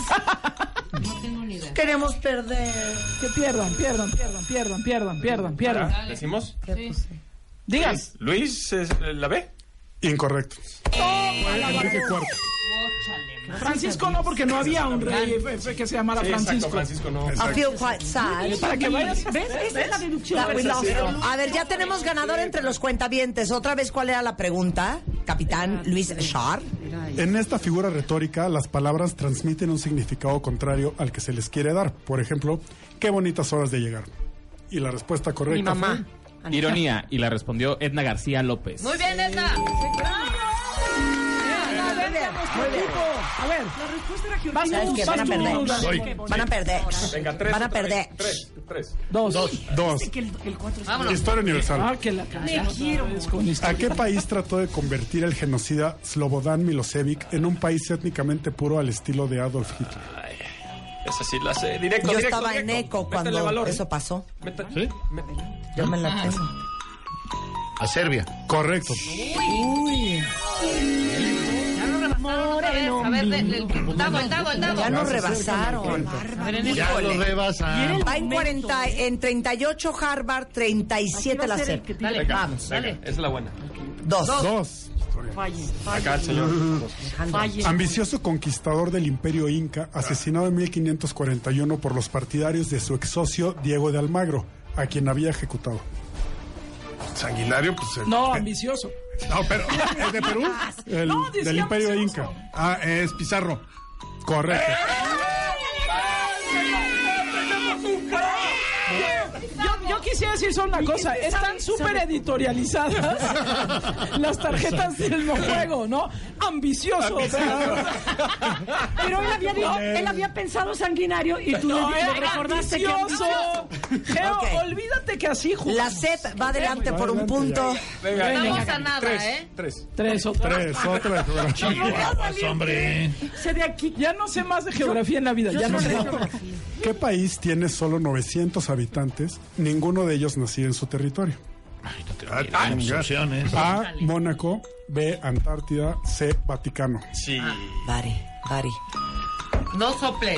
Speaker 5: Queremos perder. Que pierdan, pierdan, pierdan, pierdan, pierdan, pierdan, pierdan.
Speaker 12: ¿Ya? ¿Decimos?
Speaker 5: Digan.
Speaker 12: ¿Luis es, eh, la B?
Speaker 8: Incorrecto. Enrique IV.
Speaker 5: Francisco no, porque no había un rey eh, eh, que se llamara
Speaker 12: Sí, exacto,
Speaker 5: Francisco.
Speaker 12: Francisco no.
Speaker 11: I feel quite sad.
Speaker 5: Para que vayas.
Speaker 11: ¿Ves? Esa es la deducción. That we lost. A ver, ya tenemos ganador entre los cuentavientes. Otra vez, ¿cuál era la pregunta? Capitán Luis Char.
Speaker 8: En esta figura retórica, las palabras transmiten un significado contrario al que se les quiere dar. Por ejemplo, qué bonitas horas de llegar. Y la respuesta correcta
Speaker 11: Ah,
Speaker 8: fue-
Speaker 10: Ironía, y la respondió Edna García López.
Speaker 15: Muy bien, Edna.
Speaker 11: Muy bien, muy bien.
Speaker 5: A ver.
Speaker 6: La respuesta era
Speaker 11: Vas tú, vas tú, Dudas. Van a perder.
Speaker 12: Venga, tres.
Speaker 11: Van a
Speaker 12: otra vez.
Speaker 11: perder.
Speaker 12: Tres, tres.
Speaker 5: Dos.
Speaker 8: Dos.
Speaker 6: Este Que el, el cuatro es-
Speaker 15: Vámonos.
Speaker 8: Historia universal.
Speaker 5: Ah, que la
Speaker 6: Me quiero.
Speaker 8: ¿A qué país trató de convertir el genocida Slobodan Milosevic en un país étnicamente puro al estilo de Adolf Hitler?
Speaker 12: Esa Ah, sí la sé. Directo,
Speaker 11: Yo
Speaker 12: directo,
Speaker 11: estaba
Speaker 12: directo.
Speaker 11: en ECO
Speaker 12: Métele
Speaker 11: cuando
Speaker 12: valor.
Speaker 15: ¿eh?
Speaker 11: eso pasó.
Speaker 12: Meta-
Speaker 11: Yo me la tengo.
Speaker 7: Ah, A Serbia.
Speaker 8: Correcto.
Speaker 11: Uy.
Speaker 15: Ya no rebasaron otra vez. A ver, de- del- el dado, el dado, el dado.
Speaker 11: Ya nos rebasaron.
Speaker 7: Ya lo rebasan.
Speaker 11: Va en, ¿eh? 40, en 38 Harvard, 37 la CEP.
Speaker 15: Dale,
Speaker 12: Venga,
Speaker 15: vamos.
Speaker 12: venga,
Speaker 15: Dale.
Speaker 12: Esa es la buena.
Speaker 11: Dos.
Speaker 8: Dos.
Speaker 12: Acá el señor.
Speaker 8: Ambicioso conquistador del imperio inca, asesinado en 1541 por los partidarios de su ex socio Diego de Almagro, a quien había ejecutado.
Speaker 9: Sanguinario, pues. eh,
Speaker 5: No, ambicioso.
Speaker 9: No, pero. ¿Es de Perú?
Speaker 8: El-
Speaker 5: <laughs> No, decía
Speaker 8: del imperio inca.
Speaker 9: Ah, es Pizarro.
Speaker 8: Correcto.
Speaker 5: Eh, Yo, yo quisiera decir solo una cosa, están súper <laughs> editorializadas las tarjetas del mismo juego, ¿no? Ambicioso. ¿verdad?
Speaker 6: Pero él había, dicho- él había pensado sanguinario y tú
Speaker 5: No,
Speaker 6: le-
Speaker 5: era
Speaker 6: le recordaste que...
Speaker 5: ambicioso. Geo,
Speaker 11: Ok.
Speaker 5: olvídate que así jugamos.
Speaker 11: La CEP va adelante por un punto.
Speaker 9: Venga,
Speaker 15: Vamos a nada, ¿eh?
Speaker 9: Tres.
Speaker 5: Tres, otra.
Speaker 8: Tres, otra.
Speaker 7: Chihuahuas, hombre.
Speaker 6: Sé de aquí.
Speaker 5: Ya no sé más de geografía en la vida, ya no sé.
Speaker 8: ¿Qué país tiene solo 900 habitantes, ninguno de ellos nacido en su territorio?
Speaker 7: Ah, tenemos opciones.
Speaker 8: A. Mónaco. B. Antártida. C. Vaticano.
Speaker 12: Sí.
Speaker 9: Ah.
Speaker 11: Bari, Bari.
Speaker 15: No sople.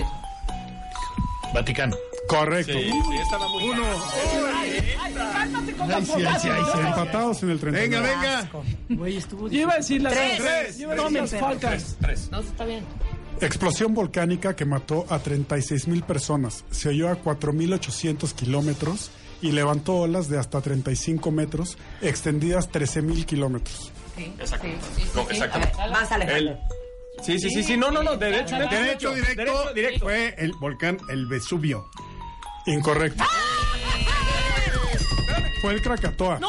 Speaker 7: Vaticano.
Speaker 8: Correcto.
Speaker 12: Sí, sí, esta va muy Uno.
Speaker 5: Cálmate con
Speaker 7: Ay, sí, ay, sí, ay, sí.
Speaker 8: Empatados en el 30.
Speaker 9: Venga, venga.
Speaker 6: Güey, estuvo...
Speaker 5: Yo iba a decir las
Speaker 11: Tres.
Speaker 5: Yo iba a decir las Falcons.
Speaker 12: Tres.
Speaker 15: No, está bien.
Speaker 8: Explosión volcánica que mató a 36 mil personas, se oyó a 4.800 kilómetros y levantó olas de hasta 35 metros, extendidas 13 mil kilómetros.
Speaker 15: Sí,
Speaker 12: Exacto.
Speaker 15: sí, sí, sí,
Speaker 12: No,
Speaker 15: sí.
Speaker 12: exacto.
Speaker 15: A ver, dale.
Speaker 11: Más Alejandro.
Speaker 12: El- Sí, sí, sí, sí. No, no, no. Derecho, derecho.
Speaker 9: Derecho directo, fue el volcán El Vesubio.
Speaker 8: Incorrecto. Fue el Krakatoa.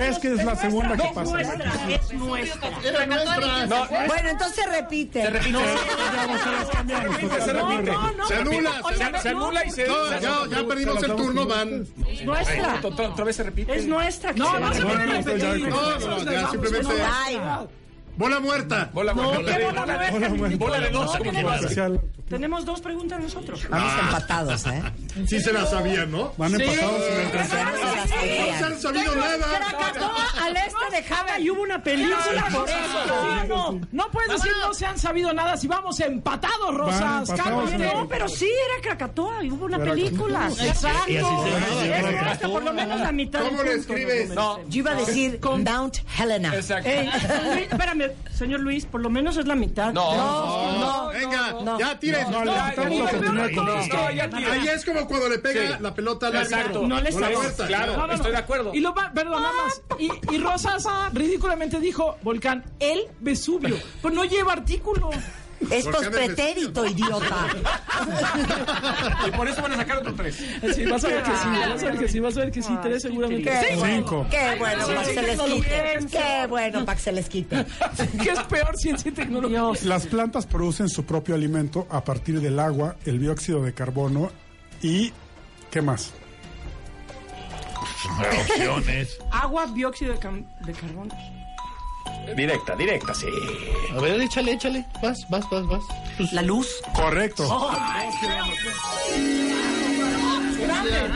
Speaker 8: Es que es la segunda que pasa.
Speaker 6: Es nuestra.
Speaker 12: No,
Speaker 11: Bueno, entonces repite.
Speaker 9: Se repite. Se anula.
Speaker 6: O sea,
Speaker 12: se anula y se.
Speaker 9: No,
Speaker 12: se-
Speaker 9: ya, ya perdimos el turno, van.
Speaker 6: Es nuestra.
Speaker 12: Otra otra vez se repite.
Speaker 6: Es nuestra. que
Speaker 5: No,
Speaker 6: se
Speaker 5: no
Speaker 6: va.
Speaker 5: se puede repetir.
Speaker 9: No, no, no, ya simplemente. Ah,
Speaker 11: Ay,
Speaker 9: Bola muerta.
Speaker 12: Bola,
Speaker 6: No,
Speaker 12: bola,
Speaker 6: qué
Speaker 12: de-
Speaker 6: bola nuestra,
Speaker 8: Hola,
Speaker 6: Nicolás.
Speaker 8: bueno.
Speaker 12: bola de dos.
Speaker 6: No,
Speaker 12: como
Speaker 6: tenemos-
Speaker 12: quieras.
Speaker 8: Especial.
Speaker 6: Tenemos dos preguntas nosotros.
Speaker 7: Ah.
Speaker 11: Vamos empatados, ¿eh?
Speaker 9: Sí se la sabía, ¿no?
Speaker 8: Van empatados en el
Speaker 11: Pero
Speaker 8: 30.
Speaker 11: no se las
Speaker 9: No se
Speaker 11: creían.
Speaker 9: han sabido nada.
Speaker 6: Krakatoa al este de Java y hubo una película por
Speaker 5: No,
Speaker 6: eso.
Speaker 5: no, no puedes decir no se han sabido nada si vamos empatados, Rosas.
Speaker 8: empatados,
Speaker 5: Carlos,
Speaker 8: sí.
Speaker 5: no,
Speaker 6: No, pero sí, era Krakatoa y hubo una
Speaker 8: Era
Speaker 6: película.
Speaker 8: Krakatoa.
Speaker 6: Exacto.
Speaker 7: Y así se llama,
Speaker 6: Es
Speaker 7: Krakatoa.
Speaker 6: nuestra, por lo menos la mitad del
Speaker 9: ¿Cómo lo
Speaker 6: punto,
Speaker 9: escribes?
Speaker 6: no,
Speaker 12: No.
Speaker 11: Yo iba a decir Mount Helena.
Speaker 12: Exacto.
Speaker 6: Ey, Ah, Luis, espérame, señor Luis, por lo menos es la mitad.
Speaker 12: No.
Speaker 9: Venga, ya tires.
Speaker 8: No, le quitamos la oportunidad de contestar.
Speaker 12: ya tira.
Speaker 9: Ahí es como cuando le pega la pelota al árbitro.
Speaker 6: No les
Speaker 9: Bola
Speaker 6: sabes.
Speaker 9: muerta.
Speaker 12: Claro,
Speaker 5: No, no, no.
Speaker 12: estoy de acuerdo.
Speaker 5: Y lo va, perdón, nada más. Y, y Rosas ridículamente dijo, Volcán, el Vesubio. Pues no lleva artículo.
Speaker 11: Es pospretérito, idiota.
Speaker 12: Y por eso van a sacar otro tres.
Speaker 5: <laughs> Sí, vas a ver que sí, vas a ver que sí, vas a ver que sí, tres seguramente.
Speaker 11: Ah. Qué
Speaker 5: Cinco.
Speaker 11: bueno, qué bueno para que se les quite.
Speaker 5: Tecnología.
Speaker 11: Qué bueno para que se les quite.
Speaker 5: <laughs> ¿Qué es peor, ciencia y tecnología?
Speaker 8: Las plantas producen su propio alimento a partir del agua, el dióxido de carbono y ¿qué más?
Speaker 7: Opciones.
Speaker 6: Agua, dióxido de, cam- de carbono.
Speaker 12: Directa, directa, sí.
Speaker 7: A ver, échale, échale. Vas, vas, vas, vas.
Speaker 6: La luz. Oh.
Speaker 12: Correcto.
Speaker 5: Oh,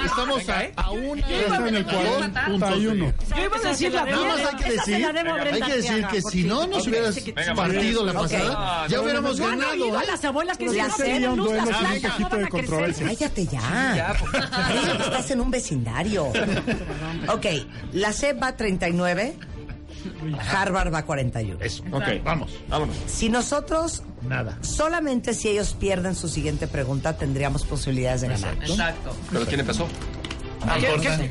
Speaker 7: Estamos
Speaker 5: eh.
Speaker 7: a, a una.
Speaker 8: Ya está en el 41.
Speaker 6: Yo iba a decir la
Speaker 7: Nada más hay que decir, hay que, decir que si no nos hubieras partido
Speaker 5: pues,
Speaker 7: la
Speaker 5: Ah,
Speaker 7: pasada, ya hubiéramos ganado. ¿eh?
Speaker 6: las abuelas que
Speaker 11: La
Speaker 8: sería
Speaker 11: sería
Speaker 8: un
Speaker 11: luz,
Speaker 8: duelo
Speaker 11: las
Speaker 8: sin un
Speaker 11: plantas
Speaker 8: poquito
Speaker 11: no van
Speaker 8: de
Speaker 11: a crecer.
Speaker 8: controversia.
Speaker 11: Cállate ya. Ay, Estás en un
Speaker 5: <laughs>
Speaker 11: vecindario. Ok, la CEP va 39, Harvard va 41.
Speaker 7: Eso, ok, vamos.
Speaker 12: Vámonos.
Speaker 11: Si nosotros,
Speaker 7: Nada.
Speaker 11: solamente si ellos pierden su siguiente pregunta, tendríamos posibilidades de ganar.
Speaker 3: Exacto.
Speaker 12: ¿Pero quién empezó?
Speaker 6: Ay,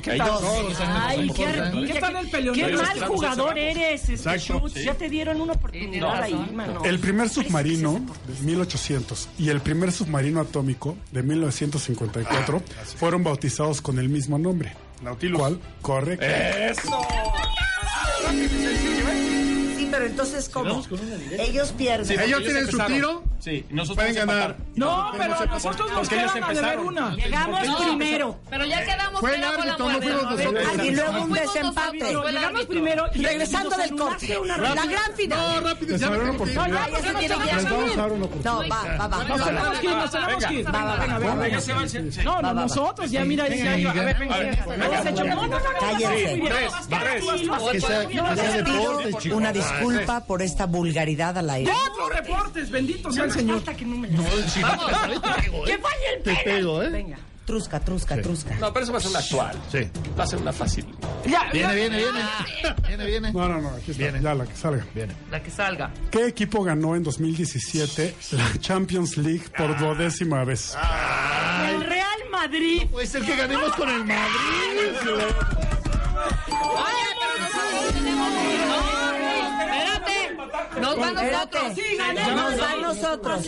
Speaker 6: qué,
Speaker 5: ¿Qué tal el peleonero?
Speaker 6: qué mal
Speaker 5: Estamos
Speaker 6: jugador
Speaker 5: cerrados.
Speaker 6: eres, este
Speaker 8: Exacto,
Speaker 6: Schutz.
Speaker 8: sí.
Speaker 6: Ya te dieron una
Speaker 3: Tienes
Speaker 6: oportunidad ahí,
Speaker 3: razón.
Speaker 6: mano.
Speaker 8: El primer submarino de 1800 y el primer submarino atómico de 1954
Speaker 7: Ah,
Speaker 8: fueron bautizados con el mismo nombre. Nautilus. ¿Cuál? Correcto.
Speaker 11: Sí, pero entonces, ¿cómo? Ellos pierden.
Speaker 12: Sí, porque empezaron. Sí, nosotros
Speaker 9: Pueden
Speaker 12: vamos a
Speaker 9: ganar.
Speaker 12: empatar.
Speaker 5: No, pero
Speaker 12: Tenemos que
Speaker 5: nosotros
Speaker 12: empatar.
Speaker 5: nos
Speaker 12: Porque ellos
Speaker 5: quedan a deber
Speaker 12: empezaron.
Speaker 5: una.
Speaker 6: Llegamos
Speaker 12: Porque ellos
Speaker 6: primero.
Speaker 3: Pero ya quedamos.
Speaker 7: Fue el
Speaker 3: quedamos la
Speaker 7: árbitro, no
Speaker 3: muerte.
Speaker 7: fuimos nosotros.
Speaker 11: Ah, y luego un
Speaker 3: Fuimos
Speaker 11: desempate.
Speaker 3: nosotros, fue el
Speaker 6: Llegamos
Speaker 3: árbitro.
Speaker 6: primero y
Speaker 11: Regresando
Speaker 6: nos
Speaker 11: del
Speaker 6: anulaste
Speaker 11: corte.
Speaker 6: una
Speaker 11: La
Speaker 6: regla.
Speaker 11: gran
Speaker 7: No,
Speaker 11: final.
Speaker 7: rápido,
Speaker 8: Les
Speaker 7: ya
Speaker 8: daré una
Speaker 7: me metí.
Speaker 8: oportunidad.
Speaker 11: No, ya se tiene que
Speaker 8: Les vamos a
Speaker 11: ir.
Speaker 8: dar una oportunidad.
Speaker 11: No, va, va, va. va,
Speaker 5: Nos
Speaker 11: va.
Speaker 5: tenemos que ir, nos tenemos que ir.
Speaker 11: Va, va, va.
Speaker 5: Venga, venga, venga. No, no, nosotros, ya mira, ya iba. A ver, venga, venga. Hemos hecho- No, no, no, no, no,
Speaker 11: Cállense.
Speaker 5: muy bien.
Speaker 12: Tres, tres.
Speaker 5: Tranquilos,
Speaker 7: Que sea-
Speaker 5: tranquilos.
Speaker 7: que sea
Speaker 11: Les
Speaker 7: deporte,
Speaker 11: pido
Speaker 7: chicos.
Speaker 11: una disculpa por esta vulgaridad al aire.
Speaker 5: Cuatro reportes, bendito sea el Señor.
Speaker 7: Sí,
Speaker 5: ¿eh?
Speaker 6: ¡Que falle el
Speaker 7: Te
Speaker 6: penal!
Speaker 7: pego, ¿eh?
Speaker 6: Venga.
Speaker 11: Trusca, trusca, trusca.
Speaker 12: No, pero eso va a ser una actual.
Speaker 7: Sí.
Speaker 12: Va a ser una fácil.
Speaker 5: Ya, Ah,
Speaker 7: Viene, viene, viene.
Speaker 6: Ah.
Speaker 7: Viene, viene.
Speaker 8: No, no, no, aquí está. Ya la que salga.
Speaker 7: Viene.
Speaker 3: La que salga.
Speaker 8: ¿Qué equipo ganó en 2017 la Champions League
Speaker 7: Ah.
Speaker 8: por duodécima vez?
Speaker 6: El Real Madrid.
Speaker 7: Puede ser que ganemos con el Madrid.
Speaker 3: Espérate. Nos van nosotros.
Speaker 11: Espérate. Nos va a nosotros.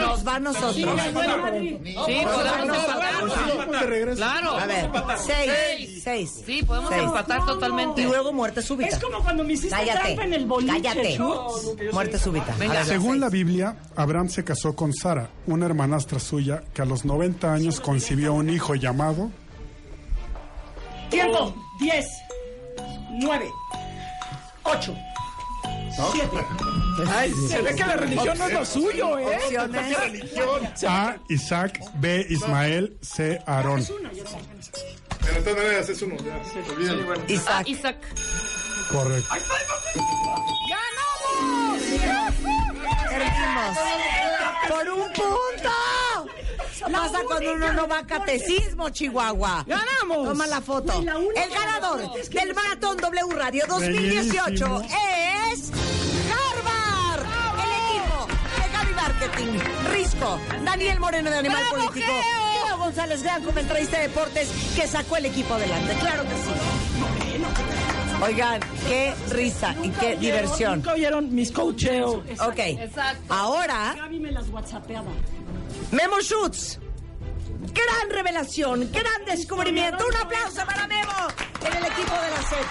Speaker 11: Nos va a nosotros.
Speaker 3: Sí, podemos
Speaker 8: Pues
Speaker 3: empatar.
Speaker 8: vamos de regreso.
Speaker 3: Claro.
Speaker 11: A ver, seis, seis.
Speaker 3: Sí, podemos
Speaker 11: Seis.
Speaker 3: empatar totalmente.
Speaker 11: Y luego muerte súbita.
Speaker 6: Es como cuando me hiciste
Speaker 11: Cállate.
Speaker 6: trampa en el boliche,
Speaker 11: Cállate.
Speaker 6: Schutz.
Speaker 11: Muerte súbita. A ver,
Speaker 8: Según la Biblia, Abraham se casó con Sara, una hermanastra suya que a los 90 años concibió un hijo llamado.
Speaker 5: Oh.
Speaker 6: Tiempo. Diez. Nueve. Ocho.
Speaker 5: <laughs> Se ve que la religión no es lo suyo, ¿eh?
Speaker 11: opciones.
Speaker 8: A. Isaac, B. Ismael, C. Aarón.
Speaker 9: Pero de todas maneras es uno. Ya. Olvídalo.
Speaker 6: Ah,
Speaker 11: Isaac.
Speaker 3: Isaac.
Speaker 8: Correcto.
Speaker 11: Perdimos. ¡Por un punto! Eso pasa cuando uno no va a catecismo, Chihuahua.
Speaker 5: ¡Ganamos!
Speaker 11: Toma la foto.
Speaker 6: Güey, la única
Speaker 11: El ganador del Maratón W Radio 2018
Speaker 8: Bellísimo.
Speaker 11: es Harvard. eh, El equipo de Gaby Marketing, Risco, Daniel Moreno de Animal
Speaker 3: ¡Bravo,
Speaker 11: Político, Geo González, gran comentarista de deportes, que sacó el equipo adelante. Claro que sí.
Speaker 6: eh,
Speaker 11: Oigan, qué risa y qué diversión.
Speaker 5: Nunca oyeron mis coacheo.
Speaker 11: Ok.
Speaker 3: Exacto.
Speaker 11: Ahora...
Speaker 6: Gaby me las whatsappeaba.
Speaker 11: Memo Schutz. Gran revelación, gran descubrimiento. Un aplauso para Memo en el equipo de la SED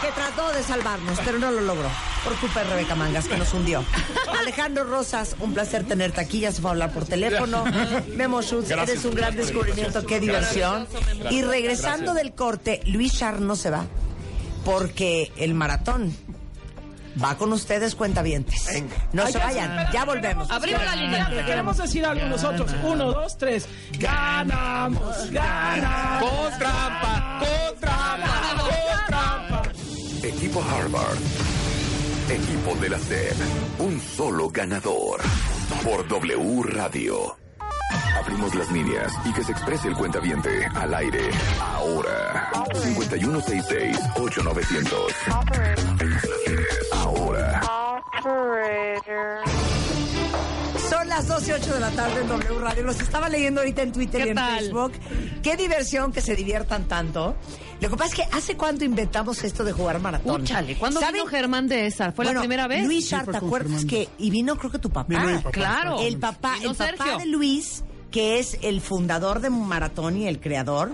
Speaker 11: que trató de salvarnos, pero no lo logró. Por culpa de Rebeca Mangas, que nos hundió. Alejandro Rosas, un placer tenerte aquí. Ya se va a hablar por teléfono. Memo Schutz, eres un gran descubrimiento. Qué diversión. Y regresando del corte, Luis Char no se va porque el maratón va con ustedes, cuentavientes. No se vayan, ya volvemos.
Speaker 3: Abrimos la línea.
Speaker 5: Queremos decir algo nosotros. Uno, dos, tres. Ganamos, ganamos.
Speaker 12: Con trampa, con trampa, con trampa.
Speaker 1: Equipo Harvard. Equipo de la SED. Un solo ganador. Por W Radio. Abrimos las líneas y que se exprese el cuentaviente al aire. Ahora. 5166-8900. Ahora.
Speaker 11: Son las las 12 y 8 de la tarde en W Radio. Los estaba leyendo ahorita en Twitter y
Speaker 3: ¿Qué
Speaker 11: en
Speaker 3: tal?
Speaker 11: Facebook. Qué diversión que se diviertan tanto. Lo que pasa es que ¿hace cuánto inventamos esto de jugar maratón?
Speaker 3: Úchale, ¿cuándo vino Germán de esa? ¿Fue
Speaker 11: Bueno,
Speaker 3: la primera vez?
Speaker 11: Luis Sar, ¿te acuerdas que? Y vino creo que tu papá.
Speaker 3: Vino mi papá. Claro.
Speaker 11: El papá,
Speaker 3: Vino
Speaker 11: el papá
Speaker 3: Sergio.
Speaker 11: de Luis, que es el fundador de Maratón y el creador.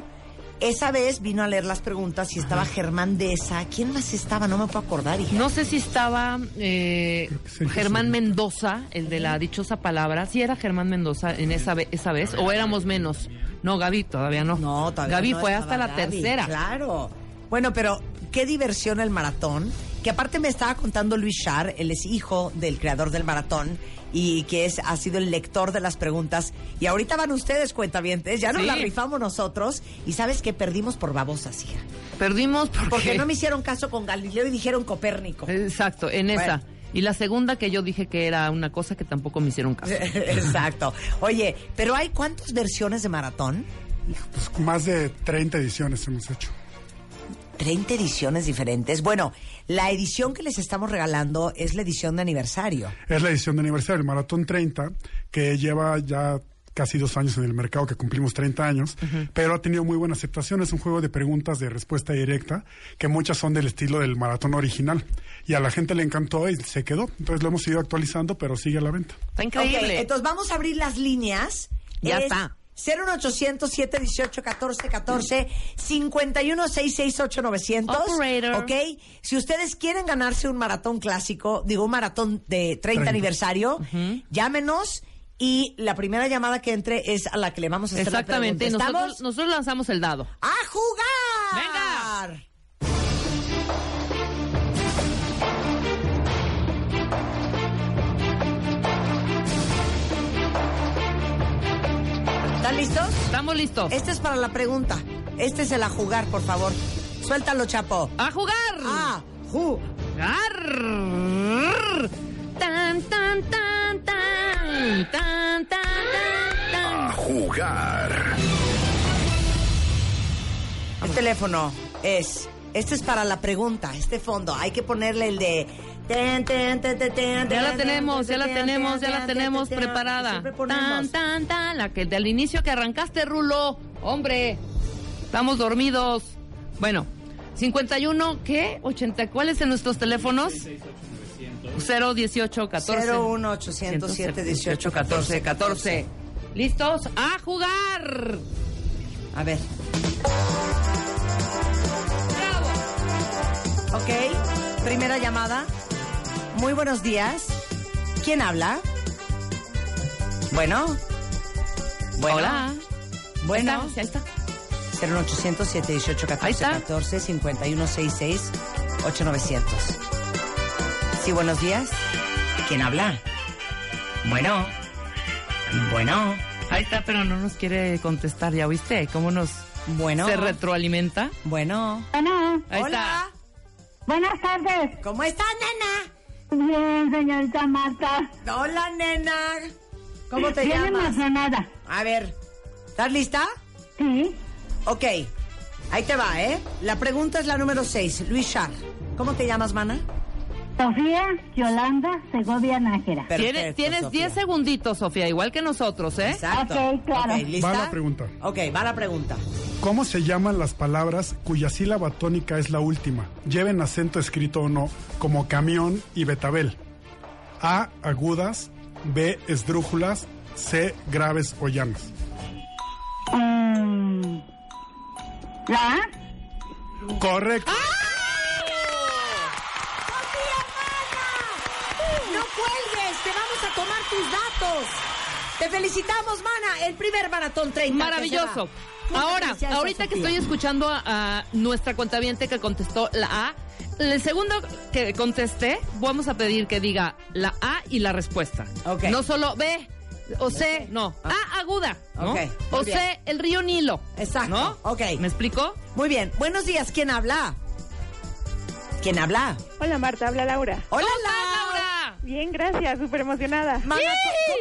Speaker 11: Esa vez vino a leer las preguntas y estaba Germán Deza. ¿Quién más estaba? No me puedo acordar. hija.
Speaker 3: No sé si estaba eh, Germán Mendoza, el de la dichosa palabra. Si era Germán Mendoza en esa, ve- esa vez o éramos menos? No, Gaby todavía no. No,
Speaker 11: todavía
Speaker 3: Gaby
Speaker 11: no
Speaker 3: fue
Speaker 11: estaba
Speaker 3: hasta la
Speaker 11: Gaby,
Speaker 3: tercera.
Speaker 11: Claro. Bueno, pero qué diversión el maratón. Que aparte me estaba contando Luis Char, él es hijo del creador del maratón y que es, ha sido el lector de las preguntas. Y ahorita van ustedes, cuentavientes, ya nos
Speaker 3: Sí.
Speaker 11: la rifamos nosotros. Y sabes que perdimos por babosas, hija.
Speaker 3: Perdimos porque...
Speaker 11: Porque no me hicieron caso con Galileo y dijeron Copérnico.
Speaker 3: Exacto, en
Speaker 11: Bueno.
Speaker 3: esa. Y la segunda que yo dije que era una cosa que tampoco me hicieron caso.
Speaker 11: <laughs> Exacto. Oye, pero hay cuántas versiones de maratón?
Speaker 8: Pues más de 30 ediciones hemos hecho.
Speaker 11: 30 ediciones diferentes. Bueno, la edición que les estamos regalando es la edición de aniversario.
Speaker 8: Es la edición de aniversario, el Maratón 30, que lleva ya casi dos años en el mercado, que cumplimos 30 años, pero ha tenido muy buena aceptación. Es un juego de preguntas de respuesta directa, que muchas son del estilo del maratón original. Y a la gente le encantó y se quedó. Entonces lo hemos ido actualizando, pero sigue a la venta.
Speaker 3: Está
Speaker 11: Ok, entonces vamos a abrir las líneas.
Speaker 8: Ya
Speaker 11: Es
Speaker 8: está.
Speaker 11: 01800 718 1414 51 668 900.
Speaker 3: Operator.
Speaker 11: Ok. Si ustedes quieren ganarse un maratón clásico, digo un maratón de 30,
Speaker 3: Treinta.
Speaker 11: aniversario, llámenos y la primera llamada que entre es a la que le vamos a hacer
Speaker 3: Exactamente,
Speaker 11: la pregunta. ¿Estamos?
Speaker 3: nosotros, nosotros lanzamos el dado.
Speaker 11: ¡A jugar! ¡Venga! ¿Están listos?
Speaker 3: Estamos listos.
Speaker 11: Este es para la pregunta. Este es el a jugar, por favor. Suéltalo, Chapo.
Speaker 3: ¡A jugar! Ah,
Speaker 11: ¡A jugar!
Speaker 3: Tan, tan, tan, tan, tan, tan, tan, tan.
Speaker 1: A jugar.
Speaker 11: El Este teléfono es. Este es para la pregunta, este fondo. Hay que ponerle el de.
Speaker 3: Ya
Speaker 11: Ya
Speaker 3: la tenemos, ya la tenemos, ya la tenemos preparada. Tan, tan, tan, la que del inicio que arrancaste, Rulo. Hombre, estamos dormidos. Bueno, 51, ¿qué? 80, ¿cuáles en nuestros teléfonos? 018 14
Speaker 11: 01 800 718 14 14.
Speaker 3: ¿Listos? ¡A jugar!
Speaker 11: A ver. Ok, primera llamada. Muy buenos días. ¿Quién habla? Bueno. Bueno.
Speaker 3: Hola.
Speaker 11: Bueno.
Speaker 3: Ahí está.
Speaker 11: 01800 718 1414 5166 8900. Sí, buenos días. ¿Quién habla? Bueno. Bueno.
Speaker 3: Ahí está, pero no nos quiere contestar, ¿ya oíste? ¿Cómo nos
Speaker 11: bueno.
Speaker 3: se retroalimenta?
Speaker 11: Bueno.
Speaker 16: Bueno.
Speaker 3: Ahí
Speaker 11: Hola.
Speaker 16: Buenas tardes.
Speaker 11: ¿Cómo estás,
Speaker 16: nena? Bien, señorita Marta.
Speaker 11: Hola, nena. ¿Cómo te
Speaker 16: Bien
Speaker 11: llamas?
Speaker 16: emocionada.
Speaker 11: A ver, ¿estás lista?
Speaker 16: Sí.
Speaker 11: Ok, ahí te va, ¿eh? La pregunta es la número 6, Luis Char. ¿Cómo te llamas, mana?
Speaker 16: Sofía Yolanda Segovia Nájera.
Speaker 3: Tienes- tienes 10 segunditos, Sofía, igual que nosotros, ¿eh?
Speaker 11: Exacto.
Speaker 16: claro.
Speaker 11: Ok, ¿lista?
Speaker 8: Va la pregunta.
Speaker 11: Ok, va la pregunta.
Speaker 8: ¿Cómo se llaman las palabras cuya sílaba tónica es la última? Lleven acento escrito o no, como camión y betabel. A. Agudas. B. Esdrújulas. C. Graves o llanas.
Speaker 16: Mm, ¿La?
Speaker 8: Correcto.
Speaker 11: Ah, ¡No cuelgues! ¡Te vamos a tomar tus datos! ¡Te felicitamos, mana! El primer maratón 30. que se
Speaker 3: Maravilloso.
Speaker 11: va. Muchas
Speaker 3: Ahora,
Speaker 11: felicidades,
Speaker 3: ahorita que
Speaker 11: Sofía.
Speaker 3: estoy escuchando a, a nuestra cuentaviente que contestó la A, el segundo que contesté, vamos a pedir que diga la A y la respuesta. No solo B o C, no. A aguda. ¿no?
Speaker 11: Ah. Ok, muy
Speaker 3: O
Speaker 11: bien.
Speaker 3: C, el río Nilo.
Speaker 11: Exacto.
Speaker 3: ¿No?
Speaker 11: Ok.
Speaker 3: ¿Me explicó?
Speaker 11: Muy bien. Buenos días. ¿Quién habla? ¿Quién habla?
Speaker 17: Hola Marta, habla Laura.
Speaker 11: Hola,
Speaker 3: Laura.
Speaker 17: Bien, gracias, súper emocionada.
Speaker 11: Mana,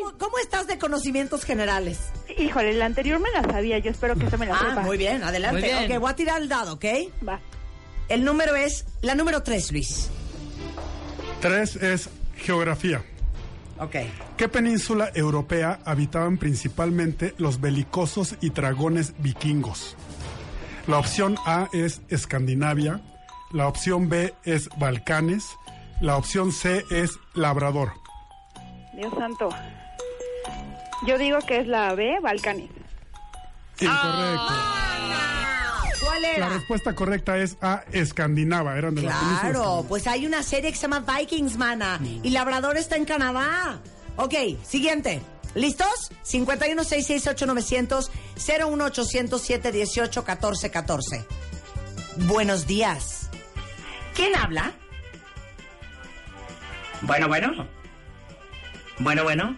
Speaker 11: ¿cómo, cómo estás de conocimientos generales?
Speaker 17: Híjole, la anterior me la sabía, yo espero que esta me la
Speaker 11: Ah,
Speaker 17: sepa.
Speaker 11: muy bien, adelante.
Speaker 17: Muy bien.
Speaker 11: Ok, voy a tirar el dado, ¿ok?
Speaker 17: Va.
Speaker 11: El número es la número 3, Luis.
Speaker 8: 3 es geografía.
Speaker 11: Ok.
Speaker 8: ¿Qué península europea habitaban principalmente los belicosos y dragones vikingos? La opción A es Escandinavia, la opción B es Balcanes, la opción C es Labrador.
Speaker 17: Dios santo. Yo digo que es la B, Balcanes.
Speaker 8: Incorrecto.
Speaker 11: ¿Cuál
Speaker 8: La
Speaker 11: Ah, era?
Speaker 8: respuesta correcta es A, Escandinava, eran de la península.
Speaker 11: Claro, pues hay una serie que se llama Vikings, mana. Y Labrador está en Canadá. Ok, siguiente. ¿Listos? 51 668 900 01 800 718 14 14. Buenos días. ¿Quién habla?
Speaker 18: Bueno, bueno. Bueno, bueno.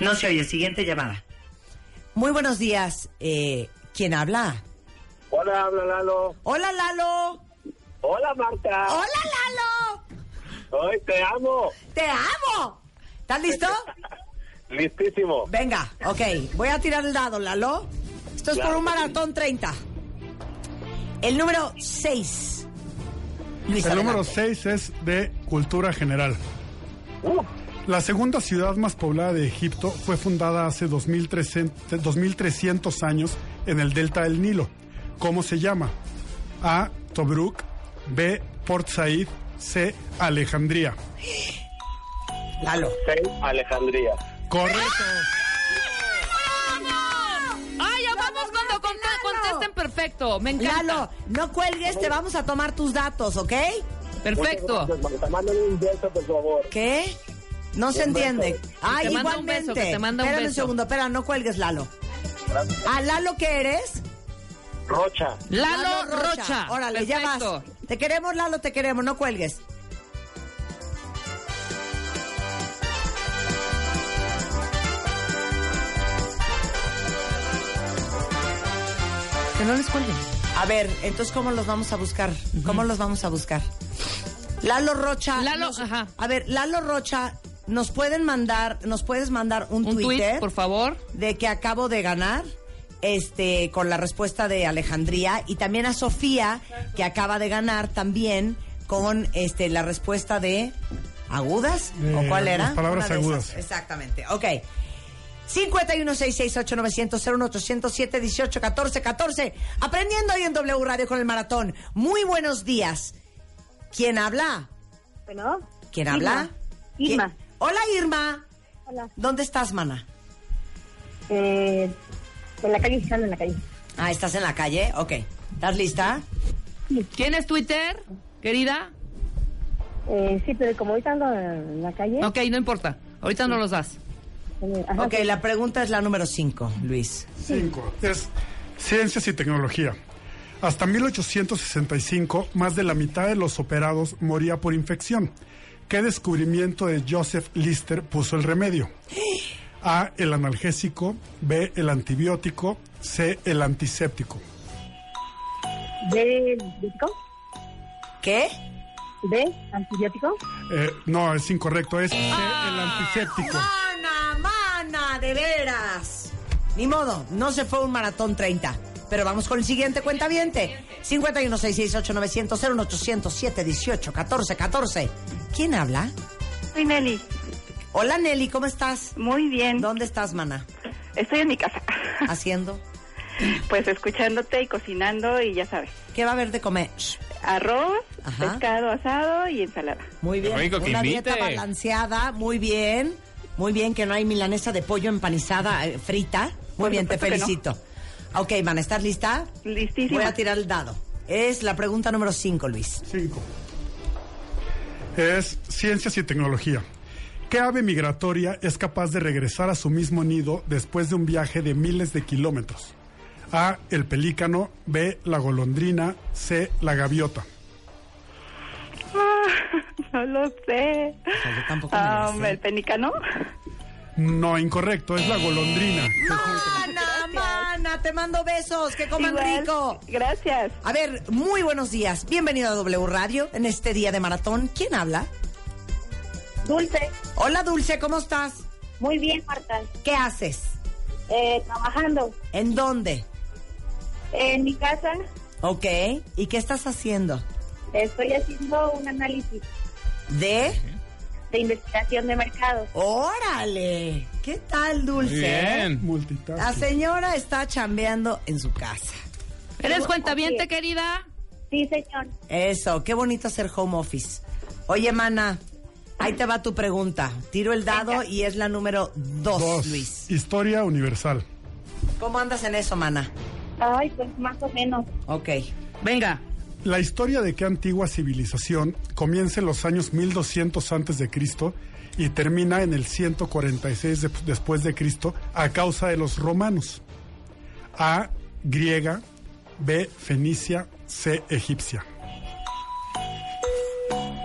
Speaker 18: No se oye. Siguiente llamada.
Speaker 11: Muy buenos días. Eh, ¿Quién habla?
Speaker 19: Hola, habla Lalo.
Speaker 11: Hola, Lalo.
Speaker 19: Hola, Marta.
Speaker 11: Hola, Lalo.
Speaker 19: Hoy te amo.
Speaker 11: Te amo. ¿Estás listo?
Speaker 19: Listísimo.
Speaker 11: Venga, ok. Voy a tirar el dado, Lalo. Esto es
Speaker 19: Claro
Speaker 11: por un
Speaker 19: que sí.
Speaker 11: maratón 30. El número 6. Luis,
Speaker 8: el número
Speaker 11: adelante.
Speaker 8: 6 es de cultura general. La segunda ciudad más poblada de Egipto fue fundada hace 2300, 2300 años en el delta del Nilo. ¿Cómo se llama? A. Tobruk. B. Port Said. C. Alejandría.
Speaker 11: Lalo.
Speaker 19: Alejandría.
Speaker 8: Correcto.
Speaker 3: ¡Ay, ya vamos cuando conte- contesten perfecto! Me encanta.
Speaker 11: Lalo, no cuelgues, te vamos a tomar tus datos, ¿ok?
Speaker 3: Perfecto.
Speaker 19: Muchas gracias, Marta. Mándale un beso, por favor.
Speaker 11: ¿Qué? No se
Speaker 19: Un beso.
Speaker 11: entiende. Ah,
Speaker 3: Que te manda un
Speaker 11: igualmente.
Speaker 3: beso, que te manda un
Speaker 11: Espérame
Speaker 3: beso.
Speaker 11: segundo, espera, no cuelgues, Lalo.
Speaker 19: Gracias.
Speaker 11: ¿A Lalo qué eres?
Speaker 19: Rocha.
Speaker 3: Lalo Rocha.
Speaker 11: Órale, ya
Speaker 3: Perfecto.
Speaker 11: vas. Te queremos, Lalo, te queremos, no cuelgues. Que no les cuelguen. A ver, entonces, ¿cómo los vamos a buscar? ¿Cómo los vamos a buscar? Lalo Rocha.
Speaker 3: Lalo,
Speaker 11: nos- A ver, Lalo Rocha, ¿nos pueden mandar, nos puedes mandar un,
Speaker 3: Un tuit,
Speaker 11: Twitter?
Speaker 3: por favor.
Speaker 11: De que acabo de ganar. Este, con la respuesta de Alejandría y también a Sofía, que acaba de ganar también con este la respuesta de agudas o
Speaker 8: Eh,
Speaker 11: cuál era?
Speaker 8: las palabras
Speaker 11: Una de
Speaker 8: agudas.
Speaker 11: esas, Exactamente. Ok. 51668900-01807-1814-14. Aprendiendo hoy en W Radio con el maratón. Muy buenos días. ¿Quién habla?
Speaker 16: Bueno.
Speaker 11: ¿Quién habla?
Speaker 16: Irma.
Speaker 11: ¿Quién- Hola, Irma. Hola. ¿Dónde estás, mana?
Speaker 16: Eh, en la calle, estando en la calle.
Speaker 11: Ah, estás en la calle. Ok. ¿Estás lista?
Speaker 3: ¿Tienes Twitter, querida?
Speaker 16: Eh, sí, pero como ahorita ando en la calle. Eh,
Speaker 3: Ok, no importa. Ahorita no los das.
Speaker 11: ok, la pregunta es la número 5, Luis.
Speaker 8: 5. Es ciencias y tecnología. Hasta 1865, más de la mitad de los operados moría por infección. ¿Qué descubrimiento de Joseph Lister puso el remedio? A. El analgésico. B. El antibiótico. C. El antiséptico.
Speaker 16: ¿De antibiótico?
Speaker 11: ¿Qué?
Speaker 16: ¿De antibiótico?
Speaker 8: Eh, no, es incorrecto. Es C. El antiséptico.
Speaker 11: Mana, mana, de veras. Ni modo, no se fue un maratón 30. Pero vamos con el siguiente cuentaviente. 51-668-900-01807-18-14-14. ¿Quién habla?
Speaker 17: Soy Nelly.
Speaker 11: Hola Nelly, ¿cómo estás?
Speaker 17: Muy bien.
Speaker 11: ¿Dónde estás, mana?
Speaker 17: Estoy en mi casa. <laughs>
Speaker 11: ¿Haciendo?
Speaker 17: Pues escuchándote y cocinando y ya sabes.
Speaker 11: ¿Qué va a haber de comer?
Speaker 17: Arroz,
Speaker 11: Ajá.
Speaker 17: pescado asado y ensalada.
Speaker 11: Muy bien.
Speaker 17: rico que
Speaker 11: Una
Speaker 17: invite.
Speaker 11: dieta balanceada, muy bien. Muy bien que no hay milanesa de pollo empanizada eh, frita. Muy
Speaker 17: Por
Speaker 11: bien, te
Speaker 17: supuesto que
Speaker 11: felicito. Ok, mana, ¿estás lista?
Speaker 17: Listísima.
Speaker 11: Voy a tirar el dado. Es la pregunta número 5, Luis.
Speaker 8: 5. es ciencias y tecnología. ¿Qué ave migratoria es capaz de regresar a su mismo nido después de un viaje de miles de kilómetros? A. El pelícano. B. La golondrina. C. La gaviota.
Speaker 16: Ah, <laughs>
Speaker 17: no lo sé.
Speaker 11: tampoco
Speaker 8: me la
Speaker 17: Ah,
Speaker 8: sé.
Speaker 17: ¿El penicano?
Speaker 8: No, incorrecto, es la golondrina.
Speaker 11: Mana, mana, te mando besos, que coman rico.
Speaker 17: Gracias.
Speaker 11: A ver, muy buenos días. Bienvenido a W Radio en este día de maratón. ¿Quién habla?
Speaker 16: Dulce.
Speaker 11: Hola, Dulce, ¿cómo estás?
Speaker 16: Muy bien, Marta. Eh,
Speaker 11: ¿Qué haces?
Speaker 16: trabajando
Speaker 11: ¿En dónde?
Speaker 16: en mi casa.
Speaker 11: Ok. ¿Y qué estás haciendo?
Speaker 16: Estoy haciendo un análisis
Speaker 11: ¿De?
Speaker 16: de investigación de mercados.
Speaker 11: ¡Órale! ¿Qué tal, Dulce? eh? La señora está chambeando en su casa.
Speaker 3: ¿Eres cuentaviente, querida?
Speaker 16: Sí, señor.
Speaker 11: Eso, qué bonito hacer home office. Oye, mana, ahí te va tu pregunta. Tiro el dado y es la número dos,
Speaker 8: Dos.
Speaker 11: Luis.
Speaker 8: Historia universal.
Speaker 11: ¿Cómo andas en eso, mana?
Speaker 16: Ay, pues más o menos.
Speaker 11: Ok.
Speaker 3: Venga.
Speaker 8: La historia de qué antigua civilización comienza en los años 1200 antes de Cristo y termina en el 146 de- después de Cristo a causa de los romanos. A griega, B fenicia, C egipcia.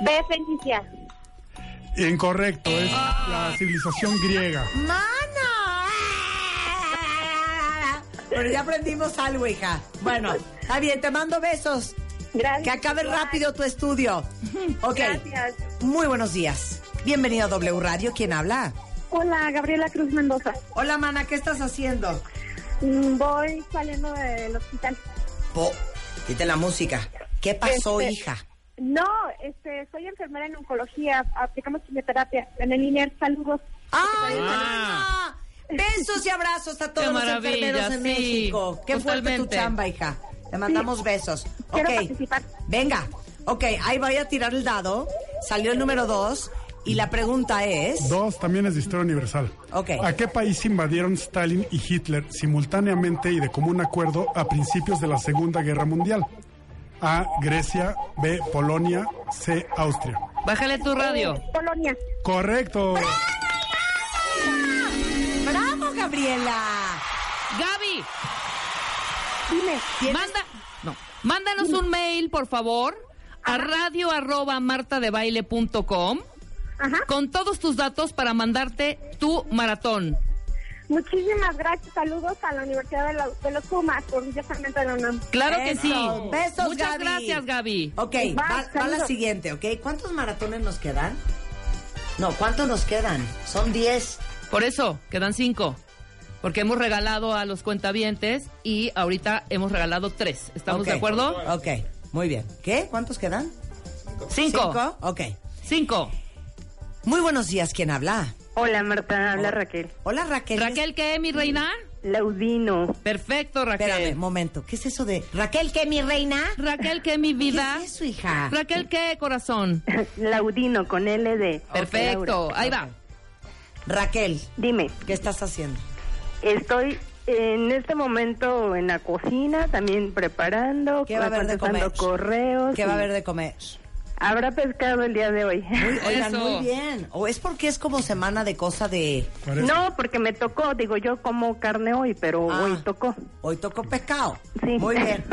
Speaker 16: Ve, Felicia.
Speaker 8: Incorrecto, es la civilización griega.
Speaker 11: ¡Mana! Pero ya aprendimos algo, hija. Bueno, está bien, te mando besos.
Speaker 16: Gracias.
Speaker 11: Que acabe rápido tu estudio. Ok.
Speaker 16: Gracias.
Speaker 11: Muy buenos días. Bienvenido a W Radio. ¿Quién habla?
Speaker 16: Hola, Gabriela Cruz Mendoza.
Speaker 11: Hola, mana, ¿qué estás haciendo?
Speaker 16: Mm, Voy saliendo del hospital.
Speaker 11: Po, quita la música. ¿Qué pasó,
Speaker 16: Este-
Speaker 11: hija?
Speaker 16: No, este, soy enfermera en oncología. Aplicamos quimioterapia en el INER. Saludos.
Speaker 11: ¡Ay, mana! Besos y abrazos a todos
Speaker 16: Qué
Speaker 11: los
Speaker 16: maravilla,
Speaker 11: enfermeros en
Speaker 16: sí.
Speaker 11: México. Qué fuerte tu
Speaker 16: Totalmente.
Speaker 11: chamba, hija. Te mandamos besos.
Speaker 16: Quiero
Speaker 11: ok.
Speaker 16: participar.
Speaker 11: Venga. Ok, ahí voy a tirar el dado. Salió el número dos. Y la pregunta es.
Speaker 8: Dos también es de historia universal.
Speaker 11: Ok.
Speaker 8: ¿A qué país invadieron Stalin y Hitler simultáneamente y de común acuerdo a principios de la Segunda Guerra Mundial? A. Grecia, B. Polonia, C. Austria.
Speaker 3: Bájale
Speaker 16: Eh,
Speaker 3: tu radio.
Speaker 16: Polonia.
Speaker 8: Correcto.
Speaker 11: ¡Bravo, Gabriela!
Speaker 3: Gaby.
Speaker 16: Dime.
Speaker 3: Manda, no, mándanos un mail, por favor, a radio arroba martadebaile.com con todos tus datos para mandarte tu maratón.
Speaker 16: Muchísimas gracias. Saludos a la Universidad de, la- de los Pumas, orgullosamente de la UNAM.
Speaker 3: Claro que
Speaker 11: Eso.
Speaker 3: sí.
Speaker 11: Besos,
Speaker 3: Muchas
Speaker 11: Gaby.
Speaker 3: gracias, Gaby.
Speaker 11: Ok,
Speaker 3: Bye,
Speaker 11: va, va la
Speaker 3: saludos.
Speaker 11: siguiente, ¿ok? ¿Cuántos maratones nos quedan? No, ¿cuántos nos quedan? Son 10.
Speaker 3: Por eso, quedan cinco. Porque hemos regalado a los cuentavientes y ahorita hemos regalado tres. ¿Estamos
Speaker 11: Ok,
Speaker 3: de acuerdo?
Speaker 11: Ok, muy bien. ¿Qué? ¿Cuántos quedan?
Speaker 3: Cinco.
Speaker 11: ¿Cinco? Ok.
Speaker 3: Cinco.
Speaker 11: Muy buenos días, ¿quién habla?
Speaker 20: Hola Marta, habla Raquel.
Speaker 11: Hola Raquel.
Speaker 3: ¿Raquel qué, mi reina?
Speaker 20: Laudino.
Speaker 3: Perfecto, Raquel.
Speaker 11: Espérame, momento. ¿Qué es eso de Raquel qué, mi reina?
Speaker 3: Raquel qué, mi vida.
Speaker 11: ¿Qué es eso, hija?
Speaker 3: Raquel qué, corazón.
Speaker 20: Laudino con LD.
Speaker 3: Perfecto, ahí va.
Speaker 11: Raquel.
Speaker 20: Dime.
Speaker 11: ¿Qué estás haciendo?
Speaker 20: Estoy en este momento en la cocina, también preparando,
Speaker 11: ¿Qué va a haber de
Speaker 20: contestando
Speaker 11: comer?
Speaker 20: correos.
Speaker 11: ¿Qué va a
Speaker 20: y
Speaker 11: haber de comer?
Speaker 20: Habrá pescado el día de hoy.
Speaker 11: Oigan, muy bien. ¿O es porque es como semana de cosa de...
Speaker 20: No, porque me tocó, digo, yo como carne hoy, pero
Speaker 11: Ah.
Speaker 20: hoy tocó.
Speaker 11: Hoy tocó pescado.
Speaker 20: Sí. <laughs>
Speaker 11: Muy bien.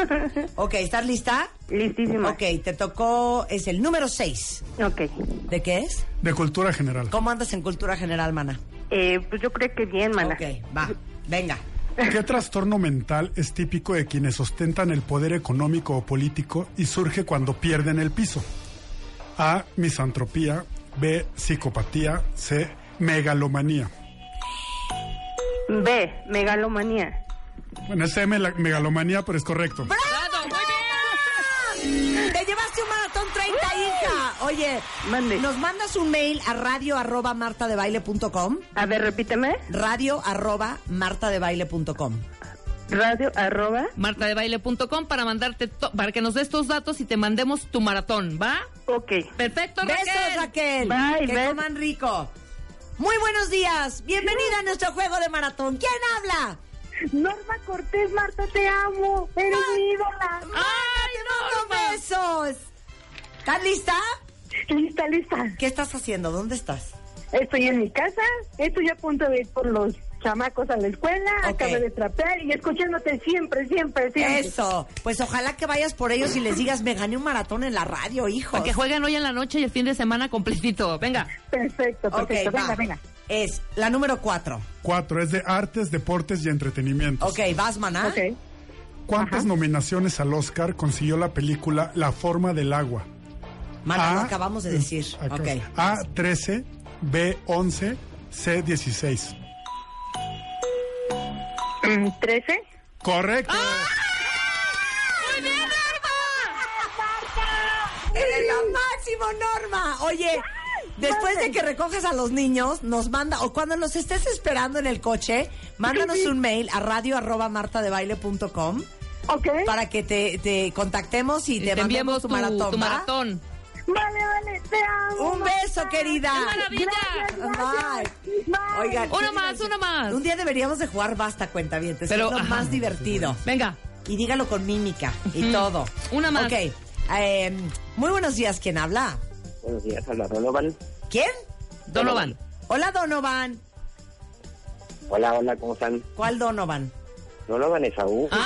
Speaker 11: Ok, ¿estás lista?
Speaker 20: Listísima.
Speaker 11: Ok, te tocó, es el número 6.
Speaker 20: Ok.
Speaker 11: ¿De qué es?
Speaker 8: De cultura general.
Speaker 11: ¿Cómo andas en cultura general, mana?
Speaker 20: Eh, pues yo creo que bien, mana.
Speaker 11: Ok, va, venga.
Speaker 8: ¿Qué trastorno mental es típico de quienes ostentan el poder económico o político y surge cuando pierden el piso? A. Misantropía. B. Psicopatía. C. Megalomanía.
Speaker 20: B, megalomanía.
Speaker 8: Bueno, es M, la- megalomanía, pero es correcto.
Speaker 11: ¡Ah! Te llevaste un maratón 30, hija. Oye, ¿nos mandas un mail a radio arroba martadebaile.com?
Speaker 20: A ver, repíteme.
Speaker 11: Radio arroba martadebaile.com.
Speaker 20: Radio arroba.
Speaker 3: martadebaile.com para mandarte to- para que nos des tus datos y te mandemos tu maratón, ¿va?
Speaker 20: Ok.
Speaker 3: Perfecto, Raquel.
Speaker 11: Besos, Raquel. que coman rico. Muy buenos días. Bienvenida a nuestro juego de maratón. ¿Quién habla?
Speaker 16: Norma Cortés, Marta, te amo. Eres mi ídola.
Speaker 11: ¡Ay, te mando besos! ¿Estás lista?
Speaker 16: Lista, lista.
Speaker 11: ¿Qué estás haciendo? ¿Dónde estás?
Speaker 16: Estoy en mi casa. Estoy a punto de ir por los chamacos a la escuela.
Speaker 11: Ok.
Speaker 16: Acabo de trapear y escuchándote siempre, siempre, siempre.
Speaker 11: Eso. Pues ojalá que vayas por ellos y les digas, me gané un maratón en la radio, hijo.
Speaker 3: Para que jueguen hoy en la noche y el fin de semana completito. Venga.
Speaker 16: Perfecto,
Speaker 11: perfecto. Venga, venga. Es la número cuatro.
Speaker 8: Cuatro, es de artes, deportes y entretenimiento.
Speaker 11: Ok, vas, maná.
Speaker 8: ¿Cuántas nominaciones al Oscar consiguió la película La forma del agua?
Speaker 11: Maná, lo
Speaker 8: A- eh,
Speaker 11: acabamos de decir.
Speaker 8: Acá.
Speaker 11: Ok.
Speaker 8: A 13, B 11, C 16.
Speaker 19: Mm,
Speaker 20: 13.
Speaker 8: Correcto.
Speaker 11: Ah, ¡Eres lo máximo, Norma! Oye, Después de que recojas a los niños, nos manda, o cuando los estés esperando en el coche, mándanos un mail a radio arroba martadebaile.com para que te, te contactemos y, te,
Speaker 3: enviamos
Speaker 11: mandemos tu
Speaker 3: tu- tu
Speaker 11: maratón. ¿va?
Speaker 3: maratón.
Speaker 16: Vale, vale, te amo.
Speaker 11: Un beso, querida.
Speaker 3: ¡Qué maravilla!
Speaker 16: Gracias,
Speaker 11: Bye. Oigan,
Speaker 3: Uno
Speaker 11: ¿qué
Speaker 3: más,
Speaker 11: digan?
Speaker 3: uno más.
Speaker 11: Un día deberíamos de jugar basta cuenta bien.
Speaker 3: Pero,
Speaker 11: es lo
Speaker 3: ajá.
Speaker 11: más divertido.
Speaker 3: Venga.
Speaker 11: Y dígalo con mímica y
Speaker 3: Ujú.
Speaker 11: todo.
Speaker 3: Una más.
Speaker 11: Ok. eh, muy buenos días, ¿quién habla?
Speaker 19: Buenos días, habla Donovan.
Speaker 11: ¿Quién?
Speaker 19: Donovan.
Speaker 11: Hola, Donovan.
Speaker 19: Hola, hola, ¿cómo están?
Speaker 11: ¿Cuál Donovan? Ah,
Speaker 19: Donovan Esaú.
Speaker 3: A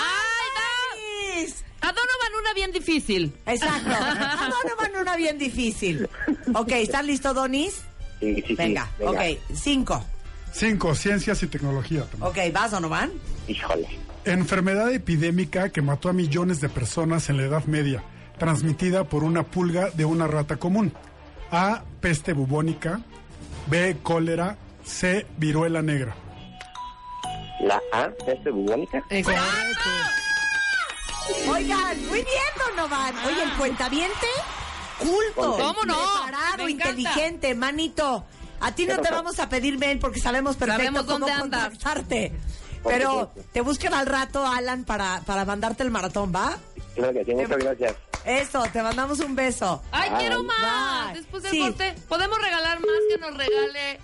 Speaker 3: Donovan una bien difícil. <laughs>
Speaker 11: Exacto. A Donovan una bien difícil. Ok, ¿están listo, Donis?
Speaker 19: Sí, sí,
Speaker 11: Venga,
Speaker 19: sí. venga.
Speaker 11: ok. Cinco.
Speaker 8: Cinco, ciencias y tecnología. también.
Speaker 11: Ok, ¿vas, Donovan?
Speaker 19: Híjole.
Speaker 8: Enfermedad epidémica que mató a millones de personas en la Edad Media, transmitida por una pulga de una rata común. A. Peste bubónica. B. Cólera. C. Viruela negra.
Speaker 19: La A, peste bubónica.
Speaker 11: Oigan, muy bien, Donovan. Oye, el cuentaviente, culto.
Speaker 3: Ah. ¿Cómo no? Me
Speaker 11: Preparado,
Speaker 3: encanta.
Speaker 11: inteligente, manito. A ti no
Speaker 3: ¿Qué
Speaker 11: te
Speaker 3: pasó?
Speaker 11: vamos a pedir mail porque sabemos perfecto
Speaker 3: Sabemos
Speaker 11: cómo
Speaker 3: dónde andas.
Speaker 11: contactarte. Pero te busquen al rato, Alan, para, para mandarte el maratón, ¿va?
Speaker 19: Claro que sí, muchas gracias.
Speaker 11: Eso, te mandamos un beso.
Speaker 3: ¡Ay,
Speaker 19: Ay.
Speaker 3: quiero más! Después del
Speaker 11: Sí.
Speaker 3: corte, podemos regalar más que nos regale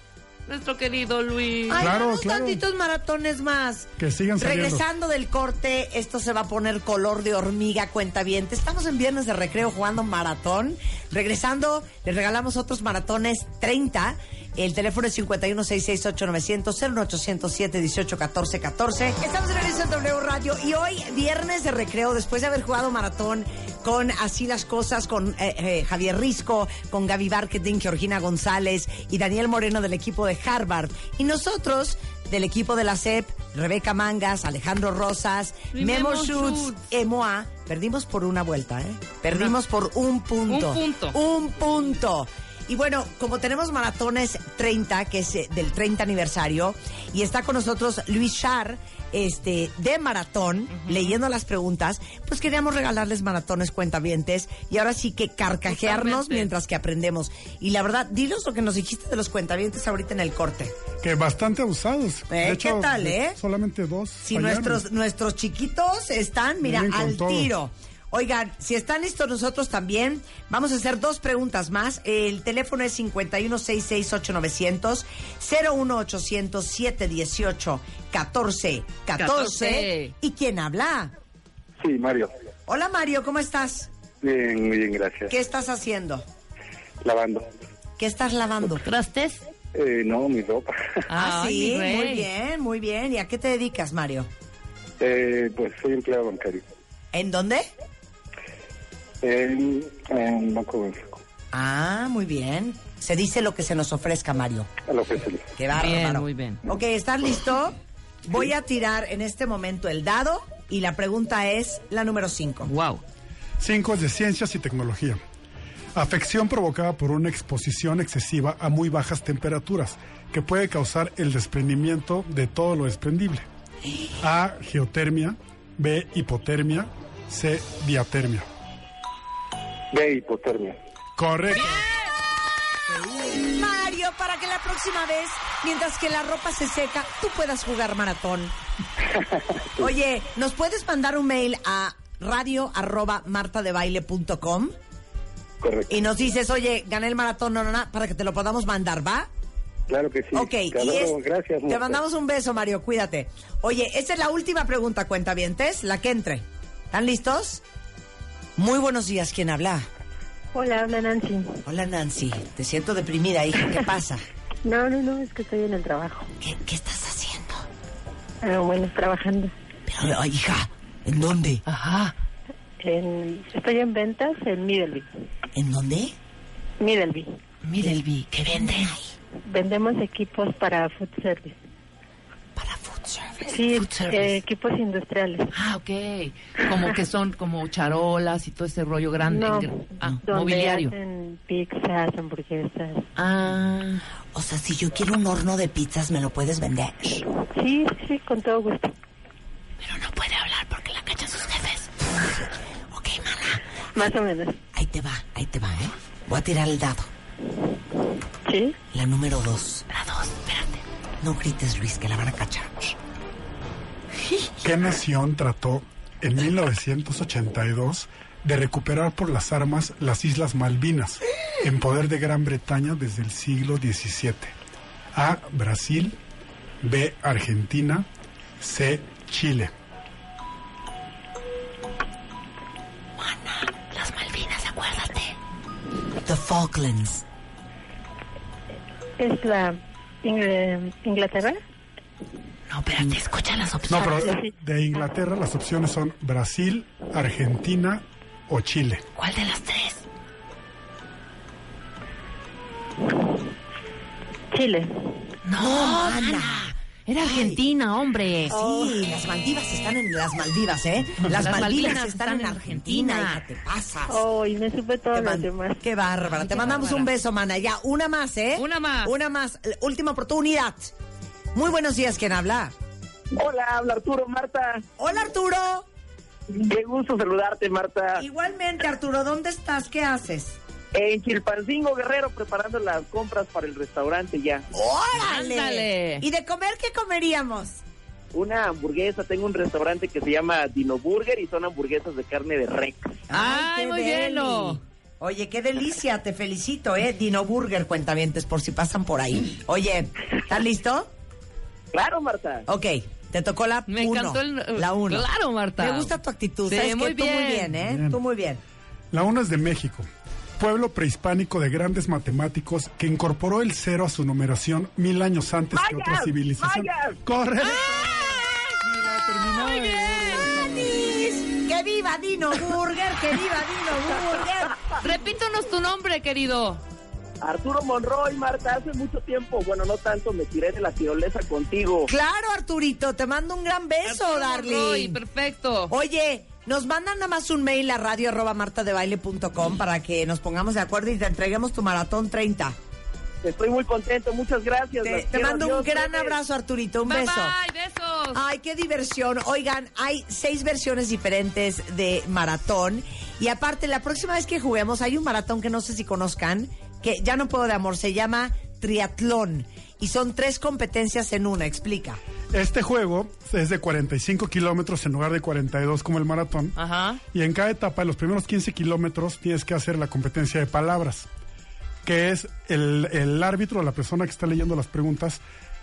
Speaker 3: nuestro querido Luis.
Speaker 11: Ay,
Speaker 8: Claro,
Speaker 11: danos
Speaker 8: claro.
Speaker 11: tantitos maratones más.
Speaker 8: Que sigan saliendo.
Speaker 11: Regresando del corte, esto se va a poner color de hormiga, cuenta bien. Estamos en viernes de recreo jugando maratón. Regresando, les regalamos otros maratones 30. El teléfono es 51-668-900-01807-1814-14. Estamos en regreso en W Radio y hoy, viernes de recreo, después de haber jugado maratón con Así las Cosas, con eh, eh, Javier Risco, con Gaby Barketing, Georgina González y Daniel Moreno del equipo de Harvard. Y nosotros del equipo de la CEP, Rebeca Mangas, Alejandro Rosas,
Speaker 3: Y
Speaker 11: Memo,
Speaker 3: Memo
Speaker 11: Schutz,
Speaker 3: Schutz.
Speaker 11: Emoa. Perdimos por una vuelta, ¿eh? Perdimos por un punto.
Speaker 3: Un punto.
Speaker 11: Un punto. Y bueno, como tenemos maratones 30, que es eh, del 30 aniversario, y está con nosotros Luis Char, este, de maratón, leyendo las preguntas, pues queríamos regalarles maratones cuentavientes y ahora sí que carcajearnos
Speaker 3: Totalmente.
Speaker 11: mientras que aprendemos. Y la verdad, dilos lo que nos dijiste de los cuentavientes ahorita en el corte.
Speaker 8: Que bastante abusados.
Speaker 11: Eh, ¿qué tal, eh?
Speaker 8: Solamente dos.
Speaker 11: Si
Speaker 8: fallaron.
Speaker 11: nuestros, nuestros chiquitos están, mira,
Speaker 8: Vienen con
Speaker 11: al
Speaker 8: todo.
Speaker 11: tiro. Oigan, si están listos nosotros también, vamos a hacer dos preguntas más. El teléfono es 51668900 01800 718 14 14.
Speaker 19: Catorce.
Speaker 11: ¿Y quién habla?
Speaker 19: Sí, Mario.
Speaker 11: Hola Mario, ¿cómo estás?
Speaker 19: Bien, muy bien, gracias.
Speaker 11: ¿Qué estás haciendo?
Speaker 19: Lavando.
Speaker 11: ¿Qué estás lavando? ¿Trastes?
Speaker 19: Eh, no, mi ropa.
Speaker 11: Ah, sí,
Speaker 3: Ay,
Speaker 11: muy
Speaker 3: güey.
Speaker 11: bien, muy bien. ¿Y a qué te dedicas, Mario?
Speaker 19: Eh, pues soy empleado bancario.
Speaker 11: ¿En dónde?
Speaker 19: En, en Banco México.
Speaker 11: Ah, muy bien. Se dice lo que se nos ofrezca, Mario.
Speaker 19: A lo que se le-
Speaker 11: Qué bárbaro.
Speaker 3: Bien, muy bien.
Speaker 11: Ok, ¿estás listo? Voy a tirar en este momento el dado y la pregunta es la número 5.
Speaker 3: Wow.
Speaker 8: Cinco es de ciencias y tecnología. Afección provocada por una exposición excesiva a muy bajas temperaturas, que puede causar el desprendimiento de todo lo desprendible. A. Geotermia. B. Hipotermia. C. Diatermia.
Speaker 19: De hipotermia.
Speaker 8: Correcto.
Speaker 11: Mario, para que la próxima vez, mientras que la ropa se seca, tú puedas jugar maratón. Oye, ¿nos puedes mandar un mail a radio arroba martadebaile.com?
Speaker 19: Correcto.
Speaker 11: Y nos dices, oye, gané el maratón, no, no, no, para que te lo podamos mandar, ¿va?
Speaker 19: Claro que sí.
Speaker 11: Ok,
Speaker 19: Te
Speaker 11: y
Speaker 19: adoro,
Speaker 11: es-
Speaker 19: gracias.
Speaker 11: te
Speaker 19: Marta.
Speaker 11: mandamos un beso, Mario, cuídate. Oye, esta es la última pregunta, cuentavientes, la que entre. ¿Están listos? Muy buenos días, ¿quién habla?
Speaker 17: Hola, habla Nancy.
Speaker 11: Hola, Nancy. Te siento deprimida, hija, ¿qué pasa?
Speaker 17: No, no, no, es que estoy en el trabajo.
Speaker 11: ¿Qué, qué estás haciendo?
Speaker 17: Ah, bueno, trabajando.
Speaker 11: Pero, ay, hija, ¿en dónde? Ajá.
Speaker 17: En- estoy en ventas en Middleby.
Speaker 11: ¿En dónde?
Speaker 17: Middleby.
Speaker 11: Middleby, ¿qué venden?
Speaker 17: Vendemos equipos para food service.
Speaker 3: Food service.
Speaker 17: Sí,
Speaker 3: Food service.
Speaker 17: eh, equipos industriales.
Speaker 3: Ah, ok. Como que son como charolas y todo ese rollo grande.
Speaker 17: No,
Speaker 3: ah,
Speaker 17: donde
Speaker 3: mobiliario.
Speaker 17: hacen pizzas, hamburguesas.
Speaker 3: Ah.
Speaker 11: O sea, si yo quiero un horno de pizzas, ¿me lo puedes vender?
Speaker 17: Sí, sí, con todo gusto. Pero no puede hablar porque la cachan sus jefes. ok, mala. Más o menos.
Speaker 11: Ahí te va, ahí te va, ¿eh? Voy a tirar el dado. Sí. La número dos. La dos, espérate. No grites, Luis, que la van a cachar.
Speaker 8: ¿Qué nación trató en 1982 de recuperar por las armas las Islas Malvinas en poder de Gran Bretaña desde el siglo XVII? A. Brasil. B. Argentina. C. Chile.
Speaker 11: Las Malvinas, acuérdate. The Falklands.
Speaker 17: ¿Es la Ingl- Inglaterra?
Speaker 11: No, espérate, escucha las
Speaker 8: No, pero de Inglaterra las opciones son Brasil, Argentina o Chile.
Speaker 11: ¿Cuál de las tres?
Speaker 17: Chile.
Speaker 11: No, mana.
Speaker 21: Era Argentina, hombre.
Speaker 17: Oh.
Speaker 11: Sí, las Maldivas están en las Maldivas, ¿eh? Oh. <laughs> Las, Malvinas, están, en Argentina, hija, te pasas.
Speaker 17: Ay, me supe todas las demás.
Speaker 11: Qué bárbara. Te mandamos un beso, mana. Ya, una más, ¿eh? Una más. Una más. L- Última oportunidad. Muy buenos días, ¿quién habla?
Speaker 22: Hola, habla Arturo, Marta.
Speaker 11: Hola, Arturo.
Speaker 22: Qué gusto saludarte, Marta.
Speaker 11: Igualmente, Arturo, ¿dónde estás? ¿Qué haces?
Speaker 22: En Chilpancingo, Guerrero, preparando las compras para el restaurante ya.
Speaker 11: ¡Órale! ¿Y de comer qué comeríamos?
Speaker 22: Una hamburguesa, tengo un restaurante que se llama Dino Burger y son hamburguesas de carne de rex.
Speaker 11: ¡Ay, muy bien! Oye, qué delicia, te felicito, ¿eh? Dino Burger, cuentavientes, por si pasan por ahí. Oye, ¿estás listo?
Speaker 22: Claro, Marta.
Speaker 11: Ok, te tocó la
Speaker 3: Me
Speaker 11: uno,
Speaker 3: encantó el-
Speaker 11: la uno.
Speaker 3: Claro, Marta.
Speaker 11: Me gusta tu actitud,
Speaker 3: Sí,
Speaker 11: ¿sabes qué?
Speaker 3: muy
Speaker 11: Tú muy
Speaker 3: bien.
Speaker 11: bien, ¿eh?
Speaker 8: Bien.
Speaker 11: Tú muy bien.
Speaker 8: La una es de México, pueblo prehispánico de grandes matemáticos que incorporó el cero a su numeración mil años antes que otra civilización. Correcto.
Speaker 11: ¡Alice! ¡Que viva Dino Burger! ¡Que viva Dino
Speaker 22: Burger! Repítanos tu nombre, querido. Arturo Monroy, Marta, hace mucho tiempo, bueno, no tanto, me tiré de la tirolesa contigo.
Speaker 11: Claro, Arturito, te mando un gran beso, darling. perfecto. Oye, nos mandan nada más un mail a radio arroba martadebaile.com para que nos pongamos de acuerdo y te entreguemos tu maratón 30.
Speaker 22: Estoy muy contento, muchas gracias.
Speaker 11: Te,
Speaker 22: las
Speaker 11: te
Speaker 22: quiero,
Speaker 11: mando un
Speaker 22: adiós,
Speaker 11: gran
Speaker 22: bebés.
Speaker 11: abrazo, Arturito. Un
Speaker 22: Bye,
Speaker 11: beso. besos. Ay, qué diversión. Oigan, hay seis versiones diferentes de maratón. Y aparte, la próxima vez que juguemos, hay un maratón que no sé si conozcan, que ya no puedo de amor, se llama triatlón. Y son tres competencias en una, explica.
Speaker 8: Este juego es de 45 kilómetros en lugar de 42 como el maratón.
Speaker 3: Ajá.
Speaker 8: Y en cada etapa, en los primeros 15 kilómetros, tienes que hacer la competencia de palabras, que es el, el árbitro, la persona que está leyendo las preguntas,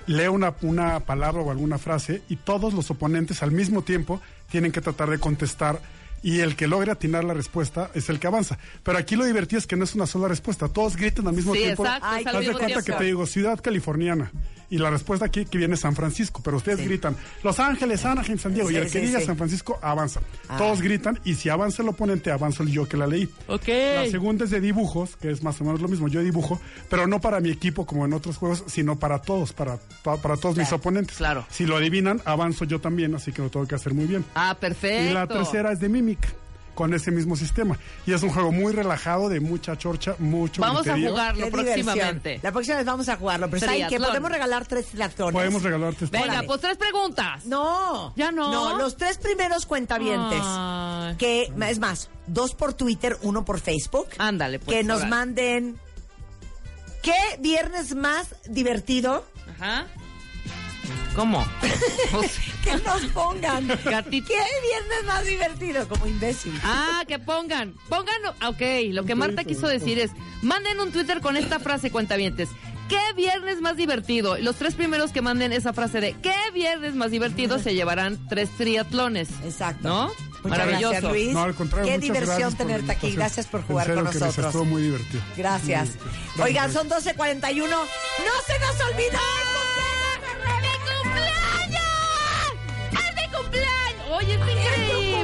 Speaker 8: lee una, una palabra o alguna frase y todos los oponentes al mismo tiempo tienen que tratar de contestar y el que logre atinar la respuesta es el que avanza. Pero aquí lo divertido es que no es una sola respuesta, todos gritan al mismo
Speaker 3: Sí,
Speaker 8: tiempo.
Speaker 3: exacto, es al
Speaker 8: Haz de
Speaker 3: mismo
Speaker 8: cuenta
Speaker 3: tiempo.
Speaker 8: que te digo ciudad californiana. Y la respuesta aquí que viene es San Francisco, pero ustedes gritan Los Ángeles, Anaheim, San Diego.
Speaker 14: Sí,
Speaker 8: y el
Speaker 14: sí,
Speaker 8: que diga
Speaker 14: sí.
Speaker 8: San Francisco avanza.
Speaker 14: Ah.
Speaker 8: Todos gritan y si avanza el oponente, avanza el yo que la leí. La segunda es de dibujos, que es más o menos lo mismo. Yo dibujo, pero no para mi equipo como en otros juegos, sino para todos, para, pa- para todos mis oponentes. Claro. Si lo adivinan, avanzo yo también, así que lo tengo que hacer muy bien.
Speaker 3: Ah, perfecto.
Speaker 8: Y la tercera es de mímica, con ese mismo sistema. Y es un juego muy relajado, de mucha chorcha, mucho griterío.
Speaker 11: Qué diversión. La próxima vez vamos a jugarlo, pero ¿saben que
Speaker 8: Triatlón.
Speaker 11: podemos regalar tres triatlones.
Speaker 8: Podemos regalarte esto.
Speaker 11: Órale.
Speaker 3: pues tres preguntas.
Speaker 11: No.
Speaker 3: Ya no.
Speaker 11: No, los tres primeros cuentavientes. Que, es más, dos por Twitter, uno por Facebook.
Speaker 3: Ándale, pues,
Speaker 11: Que nos
Speaker 3: órale.
Speaker 11: manden. ¿Qué viernes más divertido? <laughs>
Speaker 3: Ajá. ¿Cómo?
Speaker 11: que nos pongan. ¿Qué viernes más divertido? Como imbécil.
Speaker 3: Ah, que pongan. Pongan. Ok, lo que Marta quiso decir es: manden un Twitter con esta frase, cuentavientes. ¿Qué viernes más divertido? Los tres primeros que manden esa frase de ¿Qué viernes más divertido? se llevarán tres triatlones.
Speaker 11: Exacto.
Speaker 3: ¿No? Maravilloso.
Speaker 11: gracias, Luis.
Speaker 8: No, al contrario,
Speaker 11: Qué
Speaker 8: muchas
Speaker 11: diversión
Speaker 8: gracias por la
Speaker 11: tenerte aquí.
Speaker 8: invitación.
Speaker 11: Gracias por jugar
Speaker 8: En serio
Speaker 11: con
Speaker 8: que
Speaker 11: nosotros.
Speaker 8: Les estuvo muy divertido.
Speaker 11: Gracias.
Speaker 8: Muy
Speaker 11: Oigan,
Speaker 8: bien.
Speaker 11: son 12.41. ¡No se nos olvida!
Speaker 3: ¡Es mi cumpleaños! ¡Oye, es increíble!
Speaker 11: ¡Es tu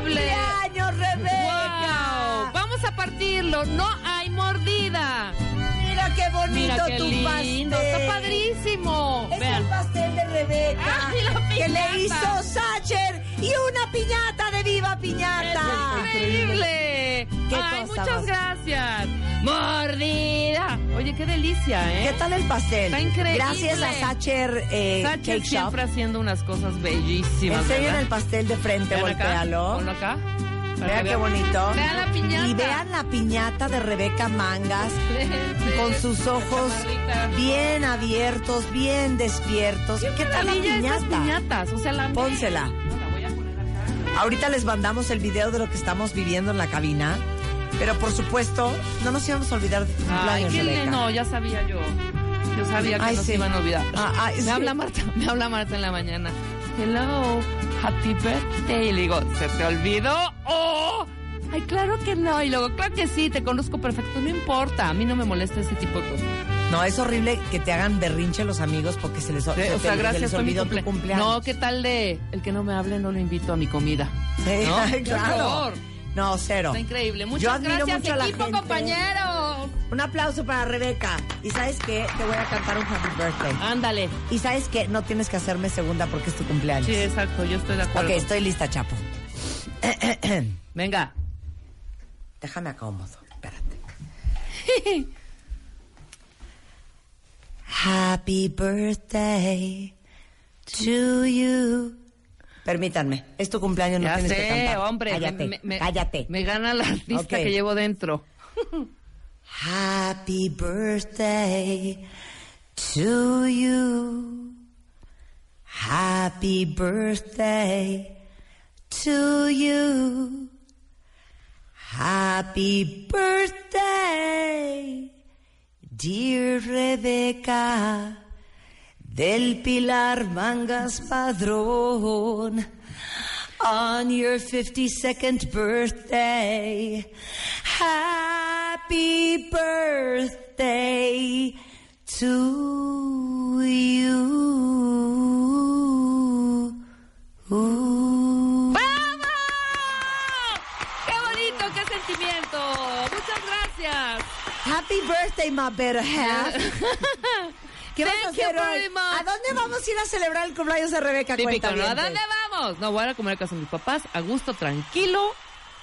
Speaker 11: cumpleaños, Rebeca!
Speaker 3: ¡Wow! Vamos a partirlo. No hay mordida.
Speaker 11: Mira qué bonito
Speaker 3: Mira qué
Speaker 11: tu
Speaker 3: lindo.
Speaker 11: pastel.
Speaker 3: Está padrísimo.
Speaker 11: Es
Speaker 3: Vean.
Speaker 11: el pastel de Rebeca
Speaker 3: Ah, sí, la
Speaker 11: que
Speaker 3: piñata.
Speaker 11: le hizo Sacher y una piñata de Viva Piñata.
Speaker 3: Es increíble.
Speaker 11: Qué
Speaker 3: Ay,
Speaker 11: cosa
Speaker 3: muchas
Speaker 11: más.
Speaker 3: gracias. Mordida. Oye, qué delicia, ¿eh?
Speaker 11: ¿Qué tal el pastel?
Speaker 3: Está increíble.
Speaker 11: Gracias a Sacher eh,
Speaker 3: Sacher
Speaker 11: Cake Shop.
Speaker 3: siempre haciendo unas cosas bellísimas.
Speaker 11: Enseñen
Speaker 3: ¿verdad?
Speaker 11: el pastel de frente,
Speaker 3: Vean acá,
Speaker 11: voltealo.
Speaker 3: ponlo acá.
Speaker 11: Vean qué bonito.
Speaker 15: Vean la piñata.
Speaker 11: Y vean la piñata de Rebeca Mangas con sus ojos bien abiertos, bien despiertos. ¿Qué tal la
Speaker 15: maravilla estas
Speaker 11: piñata? piñatas, o sea, la Pónsela. Ahorita les mandamos el video de lo que estamos viviendo en la cabina. Pero por supuesto, no nos íbamos a olvidar de tu
Speaker 3: Ay,
Speaker 11: cumpleaños,
Speaker 3: qué
Speaker 11: Rebeca.
Speaker 3: le- no, ya sabía yo. Yo sabía que
Speaker 11: Ay,
Speaker 3: nos
Speaker 11: sí.
Speaker 3: iban a olvidar.
Speaker 11: Ah, ay,
Speaker 3: me
Speaker 11: sí.
Speaker 3: habla Marta, <laughs> me habla Marta en la mañana. Hello, happy birthday. Y le digo, ¿se te olvidó? ¡Oh! Ay, claro que no. Y luego, claro que sí, te conozco perfecto. No importa, a mí no me molesta ese tipo de cosas.
Speaker 11: No, es horrible que te hagan berrinche los amigos porque se les, se
Speaker 3: o
Speaker 11: te-
Speaker 3: sea,
Speaker 11: se
Speaker 3: gracias
Speaker 11: les
Speaker 3: por mi
Speaker 11: olvidó
Speaker 3: cumple-
Speaker 11: tu cumpleaños.
Speaker 3: No, ¿qué tal de el que no me hable no lo invito a mi comida?
Speaker 11: <laughs> Sí,
Speaker 3: ¿No? Qué
Speaker 11: claro.
Speaker 3: horror.
Speaker 11: No, cero.
Speaker 3: Está increíble. Muchas
Speaker 11: Yo admiro
Speaker 3: gracias,
Speaker 11: mucho a la
Speaker 3: equipo,
Speaker 11: gente.
Speaker 3: compañero.
Speaker 11: Un aplauso para Rebeca. Y sabes qué, te voy a cantar un happy birthday.
Speaker 3: Ándale.
Speaker 11: Y sabes qué, no tienes que hacerme segunda porque es tu cumpleaños.
Speaker 3: Sí, exacto, yo estoy de acuerdo.
Speaker 11: Ok, estoy lista, Chapo.
Speaker 3: <clears throat> Venga.
Speaker 11: Déjame acomodo.
Speaker 3: <laughs>
Speaker 11: Happy birthday to you. Permítanme, es tu cumpleaños, no
Speaker 3: Ya
Speaker 11: tienes que
Speaker 3: sé,
Speaker 11: cantar.
Speaker 3: hombre.
Speaker 11: cállate,
Speaker 3: me- me-
Speaker 11: cállate.
Speaker 3: Me gana la artista
Speaker 11: Ok.
Speaker 3: que llevo dentro.
Speaker 11: Happy birthday to you. Happy birthday to you. Happy birthday, dear Rebecca del Pilar Mangas Padrón. On your 52nd birthday, happy birthday to you.
Speaker 3: ¡Qué bonito, qué sentimiento! ¡Muchas gracias!
Speaker 11: Happy birthday, my better half.
Speaker 3: <laughs>
Speaker 11: ¿Qué vas a
Speaker 3: Thank you
Speaker 11: hacer hoy?
Speaker 3: very much.
Speaker 11: ¿A dónde vamos a ir a celebrar el cumpleaños de Rebeca? pues.
Speaker 3: Típico, ¿no? ¿A
Speaker 11: cuentavientes?
Speaker 3: dónde vamos? No, voy a ir a comer a casa de mis papás, a gusto, tranquilo.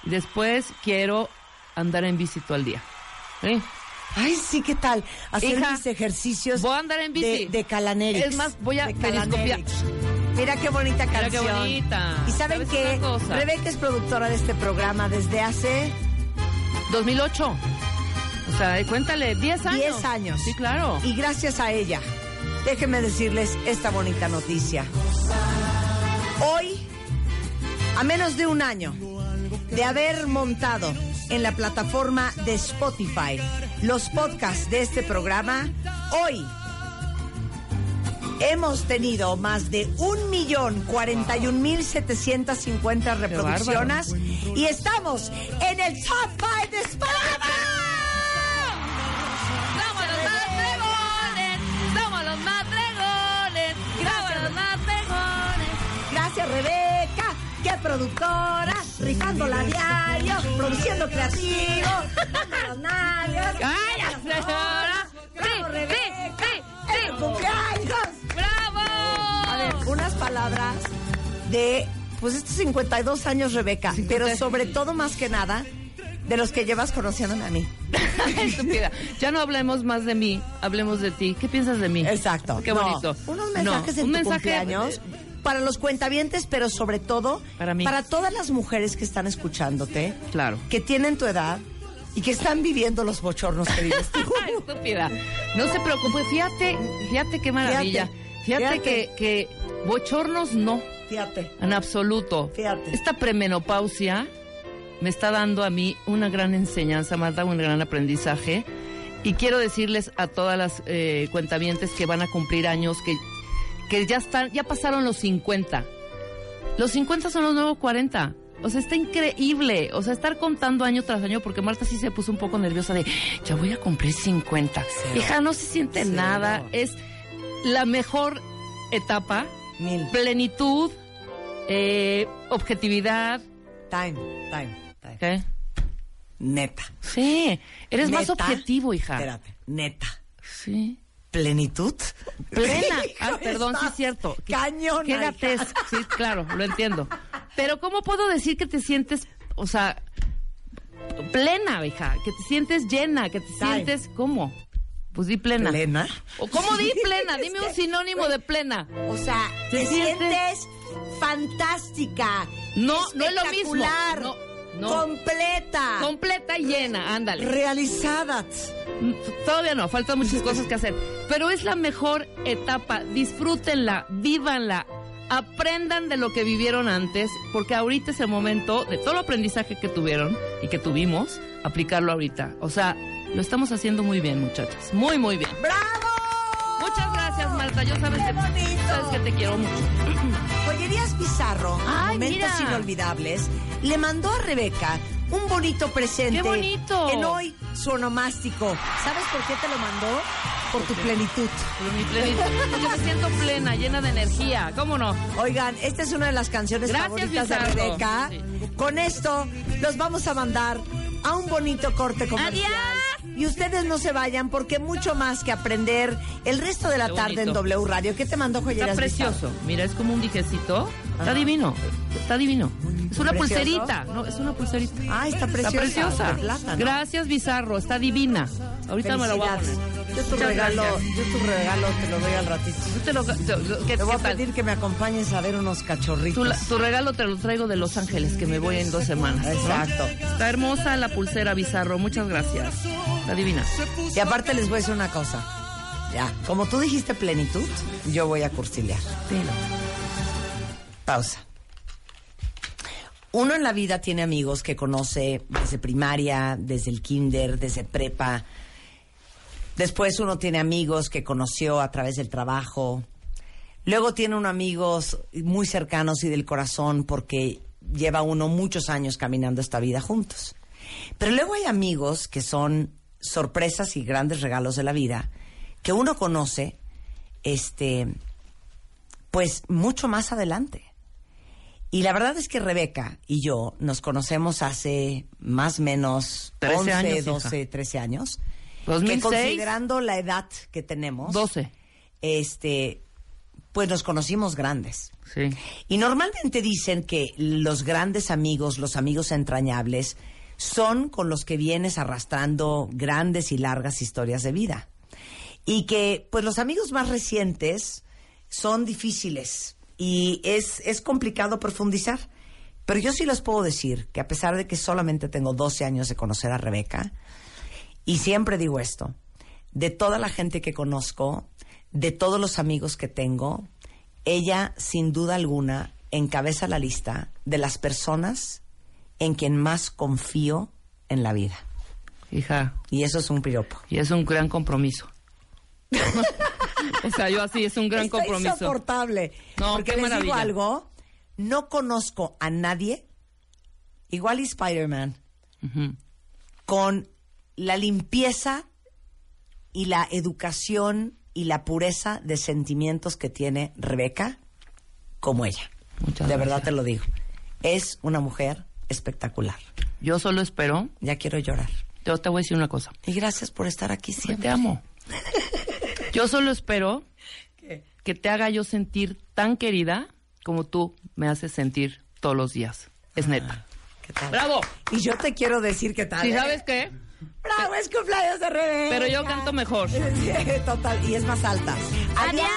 Speaker 3: Y después quiero andar en bici todo el día. ¿Sí?
Speaker 11: Ay, sí, ¿qué tal? Hacer
Speaker 3: Hija,
Speaker 11: mis ejercicios.
Speaker 3: voy a andar en bici.
Speaker 11: De, de Calanerix.
Speaker 3: Es más, voy a
Speaker 11: De
Speaker 3: periscopiar.
Speaker 11: Calanerix. Mira qué
Speaker 3: Mira
Speaker 11: bonita
Speaker 3: qué
Speaker 11: canción.
Speaker 3: bonita.
Speaker 11: Y saben
Speaker 3: ¿Sabes
Speaker 11: que
Speaker 3: una cosa?
Speaker 11: Rebeca es productora de este programa desde hace
Speaker 3: 2008. O sea, eh, cuéntale, 10 años.
Speaker 11: 10 años.
Speaker 3: Sí, claro.
Speaker 11: Y gracias a ella, déjenme decirles esta bonita noticia. Hoy, a menos de un año de haber montado en la plataforma de Spotify los podcasts de este programa, hoy hemos tenido más de un millón cuarenta y un mil setecientas cincuenta reproducciones y estamos en el top five de Spotify.
Speaker 3: ¡Somos los madregones! ¡Somos los madregones! ¡Somos los madregones!
Speaker 11: Gracias, Rebeca. Qué productora, rifándola a diario, produciendo creativo. Los nalgas.
Speaker 3: ¡Cállate, señora!
Speaker 11: ¡Bravo,
Speaker 3: Sí,
Speaker 11: Rebeca!
Speaker 3: sí, sí,
Speaker 11: ¡Es
Speaker 3: sí.
Speaker 11: tu cumpleaños!
Speaker 3: ¡Bravo!
Speaker 11: A ver, unas palabras de, pues estos 52 años, Rebeca, pero sobre todo, más que nada, de los que llevas conociéndome a mí.
Speaker 3: <laughs> Estúpida. Ya no hablemos más de mí, hablemos de ti. ¿Qué piensas de mí? Exacto. Qué
Speaker 11: No,
Speaker 3: bonito.
Speaker 11: Unos mensajes
Speaker 3: No,
Speaker 11: en
Speaker 3: un
Speaker 11: tu
Speaker 3: mensaje- <laughs>
Speaker 11: cumpleaños para los cuentavientes, pero sobre todo para, todas las mujeres que están escuchándote,
Speaker 3: Claro.
Speaker 11: que tienen tu edad y que están viviendo los bochornos que vives tú.
Speaker 3: Estúpida. <laughs> No se preocupe, fíjate, fíjate qué maravilla. Fíjate, Que, que bochornos no,
Speaker 11: Fíjate.
Speaker 3: en absoluto.
Speaker 11: Fíjate.
Speaker 3: Esta premenopausia me está dando a mí una gran enseñanza, Marta, un gran aprendizaje. Y quiero decirles a todas las eh, cuentavientes que van a cumplir años, que, que ya, están, ya pasaron los 50. Los 50 son los nuevos 40. O sea, está increíble. O sea, estar contando año tras año, porque Marta sí se puso un poco nerviosa de, ya voy a cumplir 50. Hija, no se siente nada. Es la mejor etapa. Plenitud, eh, objetividad.
Speaker 11: Time, time, time.
Speaker 3: ¿Qué?
Speaker 11: Neta.
Speaker 3: Sí, eres más
Speaker 11: Neta.
Speaker 3: objetivo, hija.
Speaker 11: Espérate, neta.
Speaker 3: Sí.
Speaker 11: Plenitud.
Speaker 3: Plena. Ah,
Speaker 11: <laughs> Hijo,
Speaker 3: perdón, sí
Speaker 11: estás
Speaker 3: es cierto. Qué-
Speaker 11: cañona,
Speaker 3: Qué
Speaker 11: hija.
Speaker 3: gatez. Sí, claro, lo entiendo. Pero ¿cómo puedo decir que te sientes, o sea, plena, hija? Que te sientes llena, que te sientes... ¿Cómo? Pues di plena.
Speaker 11: ¿Plena?
Speaker 3: ¿O ¿Cómo
Speaker 11: <laughs>
Speaker 3: di plena? Dime un sinónimo de plena.
Speaker 11: O sea, te sientes fantástica.
Speaker 3: No, no es lo mismo.
Speaker 11: espectacular,
Speaker 3: No,
Speaker 11: Completa.
Speaker 3: Completa y llena, ándale. Mm,
Speaker 11: Realizada.
Speaker 3: Todavía no, faltan
Speaker 11: <laughs>
Speaker 3: muchas cosas que hacer. Pero es la mejor etapa. Disfrútenla, vívanla. Aprendan de lo que vivieron antes, porque ahorita es el momento de todo el aprendizaje que tuvieron y que tuvimos, aplicarlo ahorita. O sea, lo estamos haciendo muy bien, muchachas. Muy, muy bien. Muchas gracias, Marta. Yo sabes que, sabes que te quiero mucho.
Speaker 11: Joyerías Pizarro,
Speaker 3: Ay,
Speaker 11: momentos
Speaker 3: mira.
Speaker 11: inolvidables, le mandó a Rebeca un bonito
Speaker 3: ¡Qué
Speaker 11: presente.
Speaker 3: bonito!
Speaker 11: En hoy, su onomástico. ¿Sabes por qué te lo mandó? Por tu plenitud.
Speaker 3: Por mi plenitud. Yo me siento plena, llena de energía. ¿Cómo no?
Speaker 11: Oigan, esta es una de las canciones
Speaker 3: Gracias,
Speaker 11: favoritas de
Speaker 3: Pizarro.
Speaker 11: Rebeca. Con esto, los vamos a mandar a un bonito corte comercial. Y ustedes no se vayan porque mucho más que aprender el resto de la
Speaker 3: Qué
Speaker 11: tarde en
Speaker 3: bonito.
Speaker 11: W Radio. ¿Qué te mandó
Speaker 3: Está
Speaker 11: Joyerías Pizarro?
Speaker 3: precioso. Mira, es como un dijecito. Está
Speaker 11: Ajá.
Speaker 3: divino. Está divino. Es una
Speaker 11: Precioso.
Speaker 3: pulserita. No, es una pulserita.
Speaker 11: Ah, está
Speaker 3: Está
Speaker 11: preciosa.
Speaker 3: preciosa.
Speaker 11: de plata, ¿no?
Speaker 3: Gracias, Bizarro. Está divina. Ahorita me la voy a poner.
Speaker 11: Felicidades. Yo tu
Speaker 3: Muchas
Speaker 11: regalo,
Speaker 3: gracias.
Speaker 11: yo tu regalo te lo doy al ratito.
Speaker 3: te lo,
Speaker 11: voy a pedir que me acompañes a ver unos
Speaker 3: Tu,
Speaker 11: cachorritos.
Speaker 3: la- tu regalo te lo traigo de Los Ángeles, que me voy en dos semanas. ¿no?
Speaker 11: Exacto.
Speaker 3: Está hermosa la pulsera, Bizarro. Muchas gracias. Está divina.
Speaker 11: Y aparte les voy a decir una cosa. Ya, como tú dijiste plenitud, yo voy a cursilear. Pausa. Uno en la vida tiene amigos que conoce desde primaria, desde el kinder, desde prepa. Después uno tiene amigos que conoció a través del trabajo. Luego tiene uno amigos muy cercanos y del corazón porque lleva uno muchos años caminando esta vida juntos. Pero luego hay amigos que son sorpresas y grandes regalos de la vida que uno conoce, este, pues mucho más adelante. Y la verdad es que Rebeca y yo nos conocemos hace más o menos
Speaker 3: 13
Speaker 11: 11,
Speaker 3: años, hija.
Speaker 11: 12, 13 años.
Speaker 3: 2006.
Speaker 11: Que considerando la edad que tenemos.
Speaker 3: 12.
Speaker 11: Este, pues nos conocimos grandes.
Speaker 3: Sí.
Speaker 11: Y normalmente dicen que los grandes amigos, los amigos entrañables, son con los que vienes arrastrando grandes y largas historias de vida. Y que, pues, los amigos más recientes son difíciles y es, es complicado profundizar. Pero yo sí les puedo decir que a pesar de que solamente tengo 12 años de conocer a Rebeca, y siempre digo esto, de toda la gente que conozco, de todos los amigos que tengo, ella sin duda alguna encabeza la lista de las personas en quien más confío en la vida.
Speaker 3: Hija.
Speaker 11: Y eso es un piropo.
Speaker 3: Y es un gran
Speaker 11: <laughs>
Speaker 3: compromiso. o sea, yo así, es un gran
Speaker 11: Está
Speaker 3: compromiso.
Speaker 11: insoportable.
Speaker 3: No,
Speaker 11: porque
Speaker 3: qué
Speaker 11: les digo
Speaker 3: maravilla.
Speaker 11: algo, no conozco a nadie, igual y Spider-Man, con la limpieza y la educación y la pureza de sentimientos que tiene Rebeca como ella. de verdad te lo digo. Es una mujer espectacular.
Speaker 3: Yo solo espero.
Speaker 11: Ya quiero llorar.
Speaker 3: Yo te voy a decir una cosa.
Speaker 11: Y gracias por estar aquí siempre.
Speaker 3: Te
Speaker 11: <laughs>
Speaker 3: amo. Yo solo espero que te haga yo sentir tan querida como tú me haces sentir todos los días. Es neta.
Speaker 11: ¡Bravo! Ah, Y yo te quiero decir que tal.
Speaker 3: ¿Sí
Speaker 11: ¿eh?
Speaker 3: sabes qué?
Speaker 11: ¡Bravo! Es cumpleaños de Rebeca.
Speaker 3: Pero yo canto mejor.
Speaker 11: <laughs> Sí, total. Y es más alta. ¡Adiós!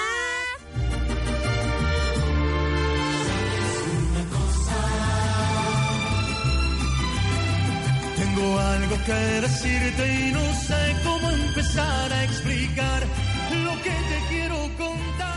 Speaker 4: Tengo algo que decirte y no sé cómo empezar a explicar lo que te quiero contar.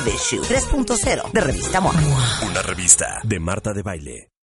Speaker 11: Issue 3.0 de Revista MOA.
Speaker 1: Una revista de Marta de Baile.